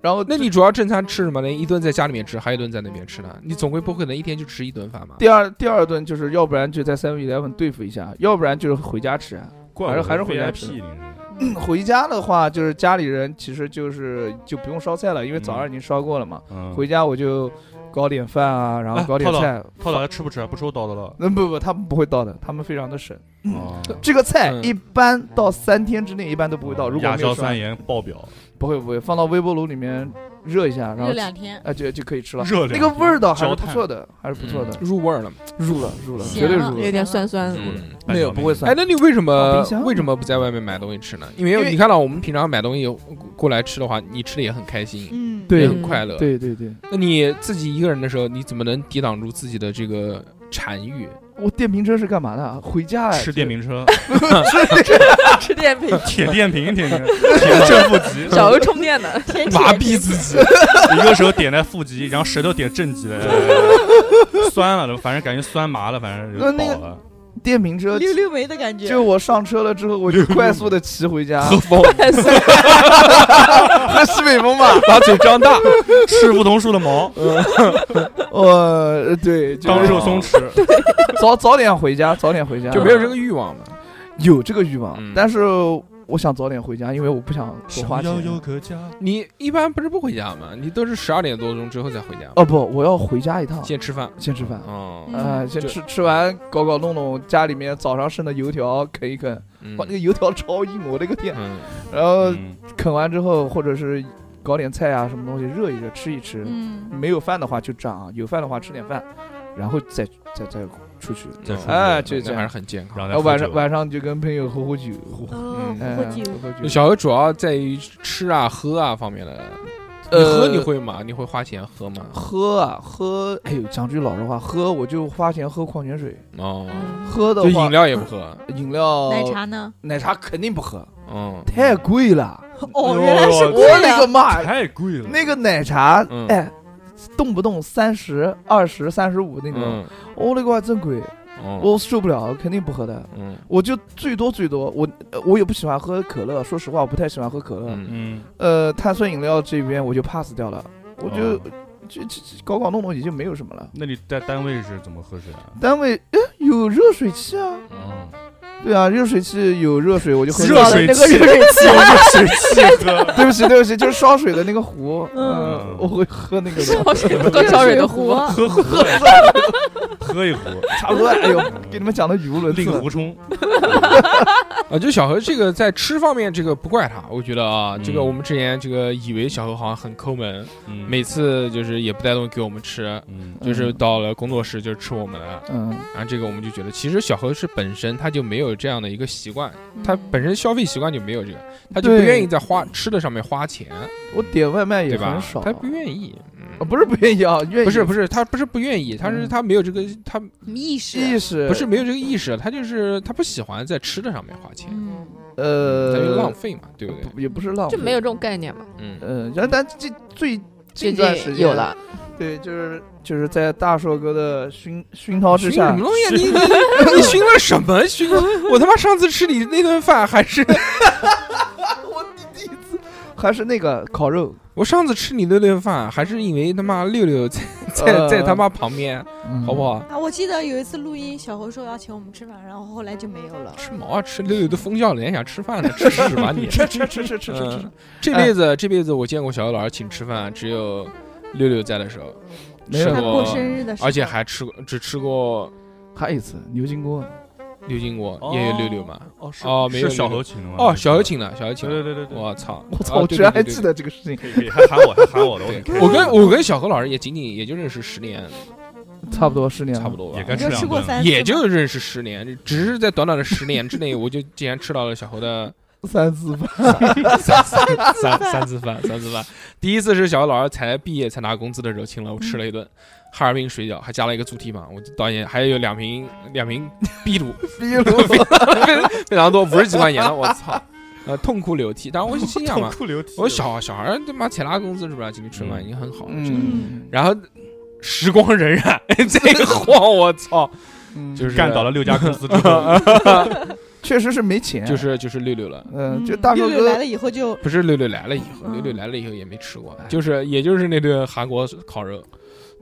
Speaker 3: 然后
Speaker 1: 那你主要正餐吃什么呢？一顿在家里面吃，还有一顿在那边吃呢。你总归不可能一天就吃一顿饭吧？
Speaker 3: 第二第二顿就是要不然就在 Seven Eleven 对付一下，要不然就是回家吃。啊
Speaker 2: 怪
Speaker 3: 还是
Speaker 2: 我
Speaker 3: 还是回家
Speaker 2: VIP
Speaker 3: 吃
Speaker 2: 你是
Speaker 3: 回家的话，就是家里人其实就是就不用烧菜了，因为早上已经烧过了嘛。
Speaker 2: 嗯，
Speaker 3: 回家我就搞点饭啊，然后
Speaker 2: 哎
Speaker 3: 搞点
Speaker 2: 泡
Speaker 3: 菜。
Speaker 2: 泡老吃不吃？不收刀的了。
Speaker 3: 嗯，不不，他们不会到的，他们非常的省。
Speaker 2: 哦
Speaker 3: 这个菜
Speaker 1: 嗯
Speaker 3: 一般到三天之内一般都不会到，如果
Speaker 2: 亚
Speaker 3: 没
Speaker 2: 硝
Speaker 3: 有烧
Speaker 2: 酸盐爆表，
Speaker 3: 不会不会，放到微波炉里面热一下，然后
Speaker 4: 热两天，
Speaker 3: 啊就就可以吃了。
Speaker 2: 热
Speaker 3: 那
Speaker 2: 量
Speaker 3: 个味儿道还是
Speaker 2: 焦
Speaker 3: 不
Speaker 2: 炭哎嗯
Speaker 3: 错的，还是不错的，
Speaker 1: 嗯入味儿了。
Speaker 3: 入了入了，
Speaker 4: 咸
Speaker 3: 绝对
Speaker 4: 了
Speaker 3: 入
Speaker 6: 有
Speaker 3: 了。
Speaker 6: 点酸酸的。
Speaker 1: 嗯
Speaker 2: 半
Speaker 3: 没有
Speaker 2: 小时
Speaker 3: 不会酸
Speaker 1: 哎，那你为什
Speaker 3: 放
Speaker 1: 么
Speaker 3: 冰箱
Speaker 1: 为什么不在外面买东西吃呢？因
Speaker 3: 因
Speaker 1: 为
Speaker 3: 为
Speaker 1: 你看到我们平常买东西过来吃的话，你吃的也很开心，
Speaker 5: 嗯，
Speaker 1: 也
Speaker 3: 对
Speaker 1: 很快乐。
Speaker 3: 对对对，
Speaker 1: 那你自己一个人的时候，你怎么能抵挡住自己的这个馋欲？
Speaker 3: 我哦电瓶车是干嘛的啊？回家来
Speaker 2: 吃电，瓶 车，
Speaker 6: 吃电瓶，
Speaker 2: 铁电瓶，铁电 瓶，铁正负极，
Speaker 6: 小时候充电的，
Speaker 1: 麻痹自己。
Speaker 2: 一个手点在负极，然后舌头点正极了，酸了，反正感觉酸麻了，反正就
Speaker 3: 那
Speaker 2: 饱
Speaker 3: 那
Speaker 2: 了。
Speaker 3: 电瓶车
Speaker 5: 溜溜梅的感觉，
Speaker 3: 就我上车了之后，我就快速的骑回 家，
Speaker 1: 风，
Speaker 3: 喝西北风嘛。
Speaker 1: 把嘴张大，
Speaker 2: 吃梧桐树的毛
Speaker 3: 呃，对，就
Speaker 2: 当
Speaker 3: 是
Speaker 2: 肉松吃，
Speaker 3: 早早点回家，早点回家，
Speaker 1: 就没有这个欲望嘛。
Speaker 3: 有这个欲望
Speaker 1: 嗯，
Speaker 3: 但是我想早点回家，因为我不想多花钱。
Speaker 2: 个家，
Speaker 1: 你一般不是不回家吗？你都是十二点多钟之后才回家吗，
Speaker 3: 哦不，我要回家一趟，
Speaker 1: 先吃饭。
Speaker 3: 先吃饭。
Speaker 1: 哦，
Speaker 3: 啊，先
Speaker 1: 就
Speaker 3: 吃吃完搞搞弄弄，家里面早上剩的油条啃一啃，
Speaker 1: 嗯
Speaker 3: 哇，那个油条超硬，我的个天！
Speaker 1: 嗯，
Speaker 3: 然后
Speaker 2: 嗯
Speaker 3: 啃完之后，或者是搞点菜啊，什么东西热一热，吃一吃。
Speaker 5: 嗯，
Speaker 3: 没有饭的话就这样啊，有饭的话吃点饭，然后再再再出去。
Speaker 2: 再说
Speaker 3: 哎就这
Speaker 1: 这
Speaker 3: 样
Speaker 1: 嗯还是很健康。
Speaker 2: 然
Speaker 3: 然后
Speaker 2: 后
Speaker 3: 呃晚
Speaker 2: 再
Speaker 3: 上
Speaker 2: 喝酒。
Speaker 3: 晚上就跟朋友喝喝酒，
Speaker 1: 嗯
Speaker 3: 哎
Speaker 5: 喝酒
Speaker 3: 喝喝酒。
Speaker 1: 小何主要在于吃啊、喝啊方面的。你喝
Speaker 3: 呃
Speaker 1: 你会吗？你会花钱喝吗？
Speaker 3: 喝啊喝，哎呦，讲句老实话，喝我就花钱喝矿泉水，
Speaker 1: 哦，
Speaker 3: 喝的
Speaker 1: 就
Speaker 3: 话
Speaker 1: 饮料也不喝。
Speaker 3: 饮料
Speaker 4: 奶茶呢？
Speaker 3: 奶茶肯定不喝，
Speaker 1: 嗯，
Speaker 3: 太贵了。
Speaker 5: 哦，原来是
Speaker 2: 我
Speaker 3: 我勒个妈！
Speaker 2: 太贵了，
Speaker 3: 那个奶茶，
Speaker 1: 嗯
Speaker 3: 哎，动不动三十二十三十五那种，
Speaker 1: 嗯，
Speaker 3: 我勒个妈真贵，
Speaker 1: 嗯
Speaker 3: 我受不了，肯定不喝的。
Speaker 1: 嗯
Speaker 3: 我就最多最多，我呃我也不喜欢喝可乐，说实话，我不太喜欢喝可乐。
Speaker 1: 嗯，
Speaker 2: 嗯，
Speaker 3: 呃，碳酸饮料这边我就 pass 掉了，我就、
Speaker 2: 哦
Speaker 3: 就就就搞搞弄弄已经没有什么了。
Speaker 2: 那你在单位是怎么喝水啊？
Speaker 3: 单位哎有热水器啊，
Speaker 1: 嗯
Speaker 3: 对啊，热水器有热水， 我就喝
Speaker 2: 热水
Speaker 6: 那个
Speaker 2: 器
Speaker 6: 热水器，
Speaker 2: 水器喝，
Speaker 3: 对不起，对不起，就是烧水的那个壶，
Speaker 2: 嗯
Speaker 3: 嗯，我会喝那个的，
Speaker 6: 烧水喝烧水的壶，
Speaker 2: 喝喝喝喝一壶，嗯
Speaker 3: 差不多。哎呦，给你们讲的语无伦次
Speaker 2: 令
Speaker 3: 了。
Speaker 2: 狐冲，
Speaker 1: 啊，就小何这个在吃方面，这个不怪他，我觉得啊，这个
Speaker 2: 嗯
Speaker 1: 我们之前这个以为小何好像很抠门，
Speaker 2: 嗯
Speaker 1: 每次就是也不带东西给我们吃，
Speaker 2: 嗯
Speaker 1: 就是到了工作室就吃我们的，
Speaker 3: 嗯，
Speaker 1: 然后这个我们就觉得，其实小何是本身他就没有这样的一个习惯，
Speaker 5: 嗯
Speaker 1: 他本身消费习惯就没有这个，他就不
Speaker 3: 对
Speaker 1: 愿意在花吃的上面花钱，
Speaker 3: 我点外卖
Speaker 1: 对
Speaker 3: 也
Speaker 1: 吧
Speaker 3: 很少，？
Speaker 1: 他不愿意，嗯
Speaker 3: 啊，不是不愿意啊，愿意
Speaker 1: 不是不
Speaker 3: 是
Speaker 1: 是，他不是不愿意，他是
Speaker 3: 嗯
Speaker 1: 他没有这个，他
Speaker 4: 意识，
Speaker 3: 意识，
Speaker 1: 不是没有这个意识，他就是他不喜欢在吃的上面花钱，
Speaker 4: 嗯，
Speaker 1: 他就
Speaker 3: 呃
Speaker 1: 浪费嘛，对不对？
Speaker 3: 不也不是浪费，
Speaker 6: 就没有这种概念嘛？
Speaker 1: 嗯，
Speaker 3: 呃，然后但这最
Speaker 6: 最
Speaker 3: 近段时
Speaker 6: 近
Speaker 3: 间
Speaker 6: 有，了，
Speaker 3: 对，就是就是在大硕哥的熏熏陶之
Speaker 1: 熏什
Speaker 3: 下
Speaker 1: 么，东西啊？你你 你熏了什么？熏了我他妈上次吃你那顿饭还是
Speaker 3: 还是那个烤肉，
Speaker 1: 我上次吃你那顿饭还是因为他妈六六在 在
Speaker 3: 呃嗯
Speaker 1: 在他妈旁边，好不？好？
Speaker 5: 啊，我记得有一次录音，小侯说要请我们吃饭，然后后来就没有了。
Speaker 1: 吃毛啊！吃六六都疯笑了，你还想吃饭呢？吃屎吧 你！
Speaker 3: 嗯吃吃吃吃吃吃吃
Speaker 1: 嗯，这辈子这辈子我见过小何老师请吃饭，只有六六在的时候，
Speaker 3: 没
Speaker 1: 吃
Speaker 3: 有
Speaker 5: 他
Speaker 1: 过
Speaker 5: 过生，日的时候，
Speaker 1: 而且还吃过只吃过
Speaker 3: 还有一次牛筋锅，啊
Speaker 1: 牛筋锅，也有六六嘛。
Speaker 2: 哦是
Speaker 1: 哦没有
Speaker 2: 是小何请的吗？
Speaker 1: 哦，小何请的，小何请
Speaker 2: 对，
Speaker 1: 的
Speaker 2: 对。对对对，
Speaker 1: 我操！
Speaker 3: 我操，我
Speaker 1: 啊
Speaker 3: 居然还记。
Speaker 1: 对对对对
Speaker 3: 得这个事情，
Speaker 2: 可以可以，还喊我，还喊我的，我
Speaker 1: 对
Speaker 2: 很开心
Speaker 1: 我跟我跟小何老师也仅仅也就认识十年，
Speaker 3: 差不多十
Speaker 2: 啊
Speaker 3: 年了，
Speaker 1: 差不多吧
Speaker 2: 也，该
Speaker 5: 你就吃过
Speaker 2: 呃
Speaker 5: 三次吗，
Speaker 1: 也就认识十年，只是在短短的十年之内，我就竟然吃到了小何的
Speaker 3: 三次吧。
Speaker 1: 三三三次饭，三次饭。第一次是小何老师才毕业才拿工资的时候，请了我吃了一
Speaker 2: 嗯
Speaker 1: 顿哈尔滨水饺，还加了一个猪蹄膀，我导演还有两 瓶两瓶秘鲁，
Speaker 3: 比如
Speaker 1: 非常多，五十几块钱，我操！呃，痛哭流涕。但我心想
Speaker 2: 痛
Speaker 1: 嘛，
Speaker 2: 哭流涕。
Speaker 1: 我小小孩儿他妈钱拉工资是吧？请你吃饭已经很好了。这个
Speaker 3: 嗯，
Speaker 1: 然后时光荏 苒，哎这一晃我操，
Speaker 3: 嗯
Speaker 1: 就是
Speaker 2: 干倒了六家公司之后，
Speaker 3: 确实是没钱，
Speaker 1: 就是就是六六了。
Speaker 3: 嗯，就大
Speaker 4: 六
Speaker 3: 寿
Speaker 4: 六来
Speaker 3: 哥
Speaker 4: 了以后就
Speaker 1: 不是六六来了以后，
Speaker 6: 嗯
Speaker 1: 六六来了以后也没吃过，啊就是也就是那顿韩国烤肉，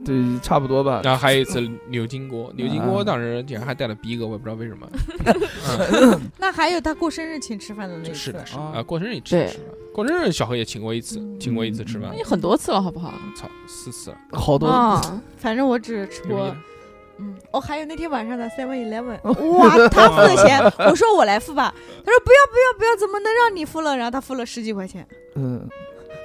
Speaker 3: 对差不多吧，
Speaker 1: 然后还有一次牛筋锅，牛筋锅
Speaker 3: 嗯
Speaker 1: 当时竟然还带了逼格，我也不知道为什么。
Speaker 4: 那还有他过生日请吃饭的那一次
Speaker 1: 是的，，是的
Speaker 3: 啊
Speaker 1: 啊，嗯过生日也吃
Speaker 6: 对
Speaker 1: 吃饭，过生日小何也请过一次，请过一次吃饭
Speaker 6: 那，你很多次了，好不好？
Speaker 1: 操，四次了，
Speaker 3: 好多
Speaker 6: 啊，
Speaker 4: 反正我只吃
Speaker 1: 牛逼
Speaker 4: 过
Speaker 1: 了，
Speaker 5: 嗯，哦，还有那天晚上的 Seven Eleven，
Speaker 4: 哇，他付的钱，我说我来付吧，他说不要不要不要，怎么能让你付了？然后他付了十几块钱，
Speaker 3: 嗯，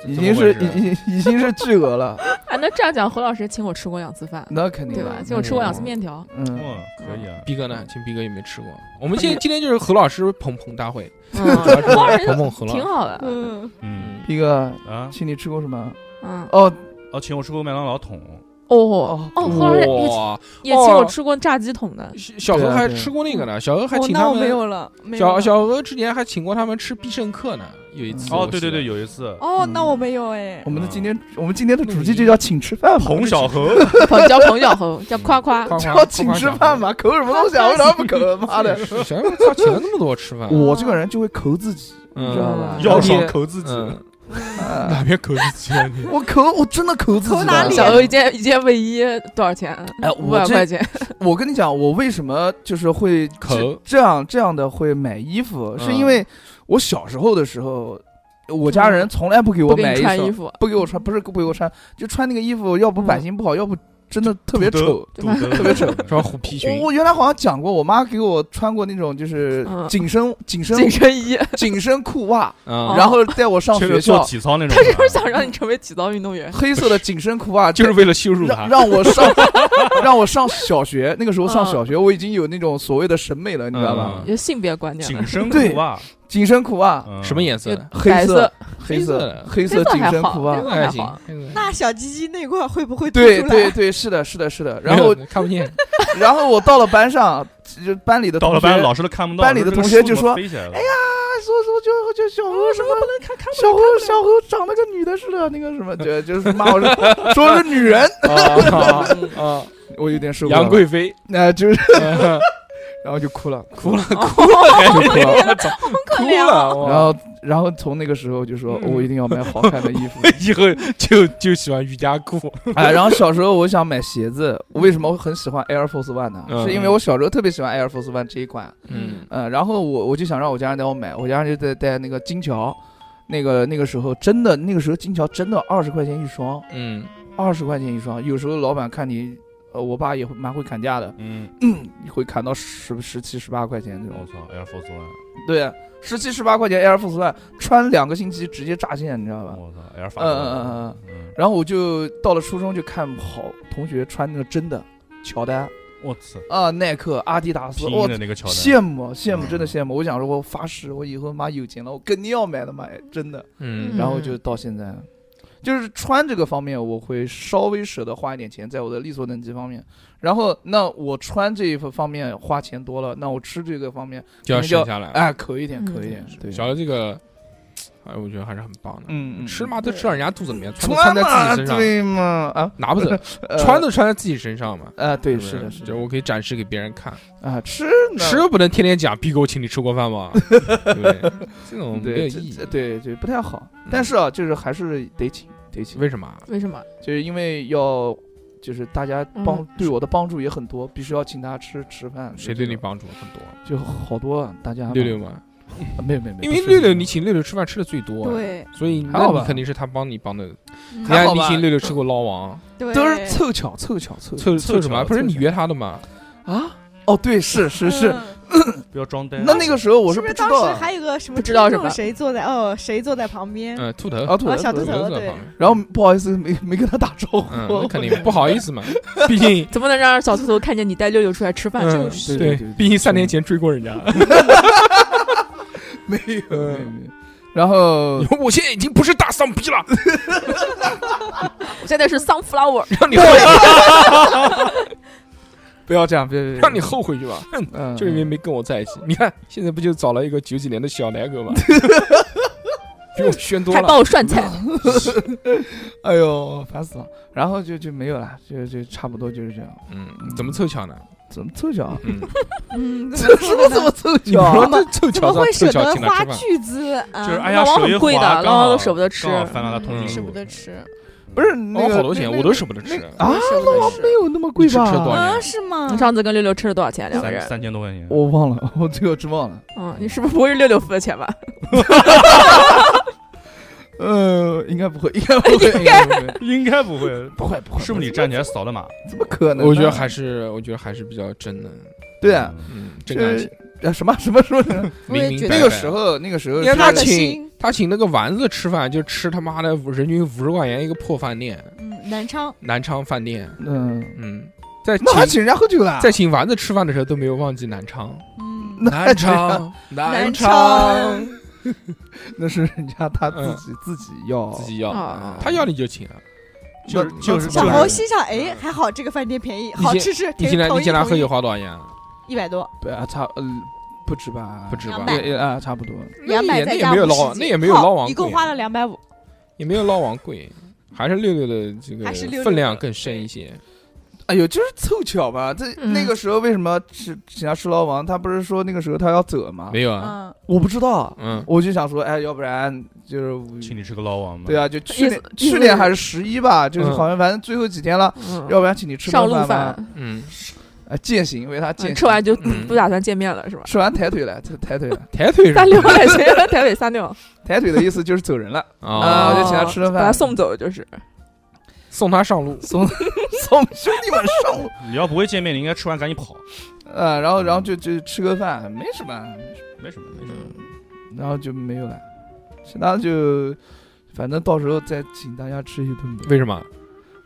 Speaker 3: 已
Speaker 1: 怎
Speaker 3: 经
Speaker 1: 么回
Speaker 3: 是
Speaker 1: 事啊
Speaker 3: 已经已经是巨额了，
Speaker 6: 啊，那这样讲，何老师请我吃过两次饭，
Speaker 3: 嗯那肯定
Speaker 6: 对
Speaker 3: 的
Speaker 6: 吧？请我吃过两次，面条，
Speaker 3: 嗯嗯，
Speaker 2: 嗯，可以啊。
Speaker 1: 逼哥呢？请逼哥也没吃过。我们今天今天就是何老师捧捧大会，
Speaker 6: 嗯，
Speaker 1: 主要是
Speaker 6: 何老师
Speaker 1: 捧捧何
Speaker 6: 挺
Speaker 1: 老师。
Speaker 6: 好的，
Speaker 5: 哦
Speaker 4: 嗯，
Speaker 2: 嗯
Speaker 1: 嗯，
Speaker 3: 皮哥，
Speaker 2: 啊，
Speaker 3: 请你吃过什么？
Speaker 6: 嗯，
Speaker 3: 哦，
Speaker 2: 哦，请我吃过麦当劳桶，
Speaker 6: 哦哦，何老师也
Speaker 1: 哇，
Speaker 6: 也请我吃过炸鸡桶的，
Speaker 1: 小小何
Speaker 3: 对啊
Speaker 1: 还
Speaker 3: 对啊
Speaker 1: 吃过那个呢，小何还
Speaker 5: 哦，
Speaker 1: 请
Speaker 5: 那
Speaker 1: 他
Speaker 5: 我没
Speaker 1: 们。
Speaker 5: 有了，没有
Speaker 1: 小
Speaker 5: 了
Speaker 1: 小何之前还请过他们吃必胜客呢，有一次。
Speaker 2: 哦，对对对，，有一次
Speaker 5: 哦，
Speaker 3: 嗯
Speaker 5: 那我没有哎
Speaker 3: 我，们的今天我们今天的主题就叫请吃饭嘛，
Speaker 2: 彭小猴，
Speaker 6: 捧叫捧小猴，叫夸 夸，
Speaker 1: 夸
Speaker 3: 叫请吃饭
Speaker 1: 吧。
Speaker 3: 嘛，口什么东西啊？为什么不口？妈 的，
Speaker 1: 小何操，请了那么多吃饭，
Speaker 3: 我这个人就会抠自己，你知道
Speaker 1: 嗯，
Speaker 3: 吧？
Speaker 2: 要爽抠自己，
Speaker 1: 嗯，
Speaker 3: 啊
Speaker 1: 哪边口自己了你？
Speaker 3: 我抠，我真的抠自己
Speaker 5: 抠哪
Speaker 3: 的
Speaker 5: 里
Speaker 6: 小猴一件一件卫衣多少钱？啊
Speaker 3: 哎
Speaker 6: 五
Speaker 3: 我
Speaker 6: 百
Speaker 3: 这
Speaker 6: 块钱。
Speaker 3: 我跟你讲，我为什么就是会
Speaker 1: 抠
Speaker 3: 这这样这样的会买衣服，
Speaker 1: 嗯
Speaker 3: 是因为我小时候的时候，我家人从来不给我
Speaker 6: 不给
Speaker 3: 买
Speaker 6: 你穿衣
Speaker 3: 服，
Speaker 6: 服，
Speaker 3: 不给我穿，不是不给我穿，就穿那个衣服，要不版型不好，要不真的特别丑。
Speaker 2: 肚子
Speaker 3: 特别丑
Speaker 1: 穿虎皮裙
Speaker 3: 我，我原来好像讲过，我妈给我穿过那种就是
Speaker 6: 嗯
Speaker 3: 紧身紧身
Speaker 6: 紧 身衣，
Speaker 3: 紧身裤袜，
Speaker 1: 嗯，
Speaker 3: 然后带我上
Speaker 2: 就
Speaker 3: 学
Speaker 2: 是做
Speaker 3: 校，
Speaker 2: 体操那种
Speaker 6: 他
Speaker 2: 的。
Speaker 6: 就是想让你成为体操运动 员。
Speaker 3: 黑色的紧身裤袜，
Speaker 1: 就是为了羞辱
Speaker 3: 让
Speaker 1: 他。
Speaker 3: 让我上 让我上小学，那个时候上小学，我已经有那种所谓的审美了，你知道吧？
Speaker 1: 嗯
Speaker 6: 有性别观念了
Speaker 2: 紧，身裤袜，
Speaker 3: 紧身裤袜，
Speaker 2: 嗯
Speaker 1: 什么颜色
Speaker 6: 有
Speaker 1: 的？
Speaker 3: 黑
Speaker 6: 白
Speaker 3: 色
Speaker 6: 色、
Speaker 3: 黑
Speaker 1: 色
Speaker 3: 色
Speaker 1: 的
Speaker 3: 黑
Speaker 6: 黑色
Speaker 3: 紧
Speaker 6: 还
Speaker 3: 身
Speaker 6: 好
Speaker 3: 裤袜
Speaker 6: 黑色，
Speaker 1: 还
Speaker 6: 还
Speaker 1: 行
Speaker 6: 好，
Speaker 1: 黑色
Speaker 5: 那小鸡鸡那块会不会凸
Speaker 3: 对
Speaker 5: 出
Speaker 3: 对
Speaker 5: 来？
Speaker 3: 对，是的，是的，是的。然后
Speaker 1: 没有看不见，
Speaker 3: 然后我到了班上，就班里的
Speaker 2: 到了
Speaker 3: 同
Speaker 2: 班
Speaker 3: 学
Speaker 2: 老师都看不到，
Speaker 3: 班里的
Speaker 2: 这个
Speaker 3: 同学
Speaker 2: 书
Speaker 3: 就
Speaker 2: 怎
Speaker 3: 说
Speaker 2: 么飞起来了，哎呀，
Speaker 3: 哎说说就就小
Speaker 6: 嗯
Speaker 3: 猴什么不能看看小猴小猴长得跟女的似的，那个什么就就是骂 我说说我是女人，
Speaker 1: 啊啊啊！
Speaker 3: 我有点受不了
Speaker 1: 杨
Speaker 3: 了。
Speaker 1: 贵妃
Speaker 3: 那、就是
Speaker 1: 嗯
Speaker 3: 然后就哭了，
Speaker 1: 哭了，哦
Speaker 3: 就哭了。
Speaker 1: 哭了，哇
Speaker 3: 然后然后从那个时候就说、
Speaker 1: 嗯
Speaker 3: 我一定要买好看的衣服。
Speaker 1: 以后就就喜欢瑜伽裤，
Speaker 3: 哎，然后小时候我想买鞋子，我为什么我很喜欢 Air Force One 呢？
Speaker 1: 嗯
Speaker 3: 是因为我小时候特别喜欢 Air Force One 这一款。
Speaker 1: 嗯
Speaker 3: 嗯，然后我我就想让我家人带我买，我家人就在带那个金桥，那个那个时候真的那个时候金桥真的二十块钱一双，
Speaker 1: 嗯，
Speaker 3: 二十块钱一双，有时候老板看你，呃，我爸也会蛮会砍价的，
Speaker 2: 嗯，
Speaker 3: 会砍到十十七十八块钱这
Speaker 2: 我
Speaker 3: 种。
Speaker 2: 操，Air Force One，
Speaker 3: 对，啊十七十八块钱 Air Force One 穿两个星期直接炸线，你知道吧？
Speaker 2: 我操，Air
Speaker 3: 嗯嗯
Speaker 2: Force，
Speaker 3: 嗯嗯。
Speaker 2: 嗯，
Speaker 3: 然后我就到了初中就看好同学穿那个真的乔丹
Speaker 2: 我操，
Speaker 3: 啊、耐克、阿迪达斯，
Speaker 2: 拼
Speaker 3: 我
Speaker 2: 音的那个乔丹，嗯
Speaker 3: 羡慕羡慕，真的羡慕。我想说，我发誓，我以后妈有钱了，我肯定要买的买，妈真的。
Speaker 1: 嗯
Speaker 6: 嗯
Speaker 3: 然后就到现在，就是穿这个方面，我会稍微舍得花一点钱，在我的力所能及方面。然后，那我穿这一方面花钱多了，那我吃这个方面，
Speaker 1: 就要省下来。
Speaker 3: 哎，可一点，
Speaker 6: 嗯
Speaker 3: 可一点。对，
Speaker 1: 小的这个，哎，我觉得还是很棒的。
Speaker 3: 嗯，嗯嗯
Speaker 1: 吃？嘛都吃到人家肚子里面，穿都
Speaker 3: 穿
Speaker 1: 穿在自己身
Speaker 3: 嘛
Speaker 1: 上，
Speaker 3: 对嘛？啊，
Speaker 1: 拿不走，
Speaker 3: 呃
Speaker 1: 穿都穿在自己身上嘛。
Speaker 3: 啊，对，
Speaker 1: 不
Speaker 3: 是的，是
Speaker 1: 就
Speaker 3: 的
Speaker 1: 我可以展示给别人看，
Speaker 3: 啊，吃呢
Speaker 1: 吃不能天天讲逼哥，请你吃过饭 吗？对不对？这种没有
Speaker 3: 嗯对
Speaker 1: 意义嗯
Speaker 3: 这。对对不太好。但是啊，就是还是得请得请，
Speaker 1: 为什么？
Speaker 6: 为什么？
Speaker 3: 就是因为要。就是大家帮
Speaker 6: 嗯
Speaker 3: 对我的帮助也很多，必须要请他吃吃饭。
Speaker 1: 谁
Speaker 3: 就
Speaker 1: 对
Speaker 3: 这
Speaker 1: 你
Speaker 3: 种
Speaker 1: 帮助很多？
Speaker 3: 就好多啊大家
Speaker 1: 六六嘛，
Speaker 3: 啊没有没有，没
Speaker 1: 因
Speaker 3: 有
Speaker 1: 为
Speaker 3: 不是
Speaker 1: 六六你请六六吃饭吃的最多，，
Speaker 5: 对嗯
Speaker 1: 所以
Speaker 3: 还
Speaker 1: 那
Speaker 3: 好
Speaker 1: 你
Speaker 3: 吧
Speaker 1: 肯定是他帮你帮的。你
Speaker 3: 还
Speaker 1: 看
Speaker 3: 好
Speaker 1: 你
Speaker 3: 吧
Speaker 1: 请六六吃过捞王，啊
Speaker 5: 对，
Speaker 3: 都是凑巧凑巧凑
Speaker 1: 凑
Speaker 2: 凑
Speaker 1: 凑什么？
Speaker 2: 巧
Speaker 1: 不是
Speaker 3: 凑
Speaker 1: 你
Speaker 3: 巧
Speaker 1: 约他的吗？
Speaker 3: 啊！哦，对，是是是。
Speaker 5: 嗯
Speaker 2: 不要装呆。
Speaker 3: 那那个时候我
Speaker 5: 是
Speaker 3: 不
Speaker 5: 不
Speaker 3: 知
Speaker 5: 嗯是当
Speaker 3: 道
Speaker 5: 时
Speaker 3: 啊，
Speaker 5: 还有个什么
Speaker 6: 不知道
Speaker 5: 听
Speaker 6: 什
Speaker 5: 众
Speaker 6: 么
Speaker 5: 谁坐在哦谁坐在旁边？
Speaker 1: 嗯，秃头，
Speaker 3: 啊土
Speaker 5: 啊
Speaker 3: 人
Speaker 5: 小
Speaker 1: 秃
Speaker 5: 秃
Speaker 1: 头在
Speaker 5: 头
Speaker 1: 旁
Speaker 5: 对
Speaker 1: 边。
Speaker 3: 然后不好意思没没跟他打招呼，
Speaker 1: 嗯，那肯定不好意 思嘛，毕竟
Speaker 6: 怎么能让小秃头看见你带六六出来吃饭？这
Speaker 1: 嗯
Speaker 6: 种事
Speaker 3: 对
Speaker 1: 对
Speaker 3: 对对，
Speaker 1: 毕竟三年前追过人家，
Speaker 3: 没有没有
Speaker 1: 嗯
Speaker 3: 没有。然后
Speaker 1: 我现在已经不是大丧逼 了，
Speaker 6: 我现在是 sunflower，
Speaker 1: 让你后悔。
Speaker 3: 不要这样，别别别，
Speaker 1: 让你后悔去吧。哼，
Speaker 3: 嗯，
Speaker 1: 就因为没跟我在一起。你看现在不就找了一个九几年的小奶狗 吗？比我炫多
Speaker 6: 还
Speaker 1: 了。
Speaker 6: 帮我涮菜，
Speaker 3: 哎呦，烦死了。然后就就没有了，就就差不多就是这样。
Speaker 1: 嗯，怎么凑巧呢？
Speaker 3: 怎么凑巧啊？
Speaker 1: 嗯，
Speaker 5: 嗯，
Speaker 3: 这什么怎么凑
Speaker 1: 你
Speaker 3: 巧
Speaker 1: 说
Speaker 3: 啊？
Speaker 1: 这凑
Speaker 5: 怎
Speaker 1: 巧
Speaker 5: 么
Speaker 1: 上
Speaker 5: 会
Speaker 1: 凑
Speaker 5: 舍
Speaker 1: 巧
Speaker 5: 得
Speaker 1: 请他
Speaker 5: 花
Speaker 1: 吃饭，
Speaker 5: 巨资啊？
Speaker 2: 就是哎呀，
Speaker 6: 老王
Speaker 2: 手一
Speaker 6: 很贵的
Speaker 2: 滑，
Speaker 6: 老王都
Speaker 2: 刚好
Speaker 6: 舍不得吃
Speaker 2: 刚好翻到他同
Speaker 1: 嗯
Speaker 2: 一
Speaker 5: 舍
Speaker 2: 路
Speaker 5: 不得吃，嗯
Speaker 3: 不是那
Speaker 1: 哦，
Speaker 3: 个
Speaker 1: 好多钱，我都舍不得吃。
Speaker 3: 啊，
Speaker 5: 舍不得
Speaker 3: 没
Speaker 5: 吃
Speaker 3: 有那么贵吧？
Speaker 1: 你吃吃多少
Speaker 5: 啊？是吗
Speaker 6: 你？上次跟六六吃了多少钱？两个
Speaker 2: 三
Speaker 6: 人，
Speaker 2: 三千多块钱。
Speaker 3: 我忘了，我最后真忘了。
Speaker 6: 嗯，你是不是不会是六六付的钱吧？
Speaker 3: 呃，应该不会，应 该不会，应该不会，
Speaker 2: 应该不会，
Speaker 3: 不会，不会，
Speaker 2: 是不是你站起来扫的码？
Speaker 3: 怎么可能呢？
Speaker 1: 啊我觉得还是，我觉得还是比较真的，
Speaker 3: 对啊，
Speaker 1: 嗯，真感情，
Speaker 3: 呃什么什么 什么？
Speaker 5: 我也
Speaker 1: 明明
Speaker 5: 觉
Speaker 1: 白
Speaker 5: 得
Speaker 1: 白
Speaker 3: 那个时。候，那个时候
Speaker 1: 你看
Speaker 3: 呃是
Speaker 1: 他
Speaker 5: 的
Speaker 1: 请
Speaker 5: 心
Speaker 1: 他请那个丸子吃饭，就吃他妈的人均五十块钱一个破饭店，
Speaker 5: 嗯，南昌
Speaker 1: 南昌饭店，
Speaker 3: 嗯，
Speaker 1: 嗯，在
Speaker 3: 那还
Speaker 1: 请
Speaker 3: 请人家喝酒了？
Speaker 1: 在请丸子吃饭的时候都没有忘记南昌，
Speaker 5: 嗯，
Speaker 3: 那
Speaker 1: 南
Speaker 3: 这样，
Speaker 1: 昌，
Speaker 5: 南
Speaker 1: 昌，
Speaker 3: 那是人家他自己自己要
Speaker 1: 自己要
Speaker 6: 哦，
Speaker 1: 他要你就请啊，
Speaker 2: 就是
Speaker 3: 那
Speaker 2: 就是
Speaker 5: 小
Speaker 2: 就是
Speaker 5: 猴心想，哎，还好这个饭店便宜，
Speaker 1: 你
Speaker 5: 好
Speaker 1: 先
Speaker 5: 吃是
Speaker 1: 你请他你请他喝酒
Speaker 5: 酒
Speaker 1: 花多少钱啊？
Speaker 5: 一百多，
Speaker 3: 不啊差嗯不止吧？
Speaker 1: 不止吧
Speaker 5: 两？百
Speaker 3: 也也啊差不多。
Speaker 5: 两百
Speaker 1: 也
Speaker 5: 再
Speaker 1: 那也
Speaker 5: 加
Speaker 1: 没有
Speaker 5: 50
Speaker 1: 捞，啊
Speaker 5: 斤
Speaker 1: 那也没有捞
Speaker 5: 好
Speaker 1: 王贵，
Speaker 5: 一共花了两百五，
Speaker 1: 也没有捞王贵，还是六六的这个
Speaker 5: 还是六六的
Speaker 1: 分量更深一些。
Speaker 3: 哎呦，就是凑巧吧。这
Speaker 6: 嗯
Speaker 3: 那个时候为什么请请他吃老王？他不是说那个时候他要走吗？
Speaker 1: 没有啊，
Speaker 5: 嗯，
Speaker 3: 我不知道，
Speaker 1: 嗯，
Speaker 3: 我就想说，哎，要不然就是
Speaker 2: 请你吃个捞王嘛。
Speaker 3: 对
Speaker 2: 啊，
Speaker 3: 啊，就去
Speaker 6: 意
Speaker 3: 年
Speaker 6: 思意
Speaker 3: 去
Speaker 6: 思
Speaker 3: 年
Speaker 6: 是
Speaker 3: 还是十一吧，就是
Speaker 1: 嗯
Speaker 3: 好像反正最后几天了，
Speaker 6: 嗯，
Speaker 3: 要不然请你吃
Speaker 6: 上
Speaker 3: 顿
Speaker 6: 路
Speaker 3: 饭吧
Speaker 6: 饭。，
Speaker 1: 嗯，
Speaker 3: 啊，践行为他践
Speaker 6: 嗯
Speaker 3: 行，
Speaker 6: 吃完就不
Speaker 1: 嗯
Speaker 6: 不打算见面了是吧？
Speaker 3: 吃完抬腿了，抬抬腿了，
Speaker 1: 抬腿是吧
Speaker 6: 三六了，谁了？台北三六
Speaker 3: 抬腿的意思就是走人了啊，
Speaker 6: 哦
Speaker 1: 啊，
Speaker 3: 我就请他吃顿
Speaker 6: 把他
Speaker 3: 饭，
Speaker 6: 送走就是。
Speaker 1: 送他上路，
Speaker 3: 送 送兄弟们上 路
Speaker 2: 你要不会见面，你应该吃完赶紧跑。
Speaker 3: 啊，然后然后就就吃个饭，没什么，
Speaker 2: 没什么，没什么。
Speaker 3: 嗯，然后就没有了，其他就反正到时候再请大家吃一顿呗，
Speaker 1: 为什么？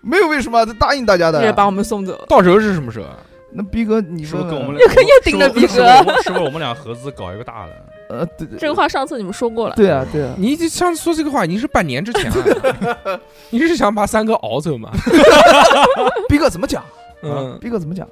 Speaker 3: 没有为什么，这答应大家
Speaker 6: 也把我
Speaker 3: 的。
Speaker 6: 们送走，
Speaker 1: 到时候是什么时候啊？
Speaker 3: 那逼哥，你
Speaker 2: 是不
Speaker 3: 说
Speaker 2: 是跟我们
Speaker 6: 又又盯着逼哥。
Speaker 2: 是不是我们俩合资搞一个大的？
Speaker 3: 呃，对对
Speaker 6: 这个话上次你们说过了，
Speaker 3: 对啊对啊，
Speaker 1: 你这上次说这个话已经是半年之前了， 你是想把三哥熬走吗？
Speaker 3: 逼哥怎么讲？啊
Speaker 1: 嗯，
Speaker 3: 逼哥怎么讲？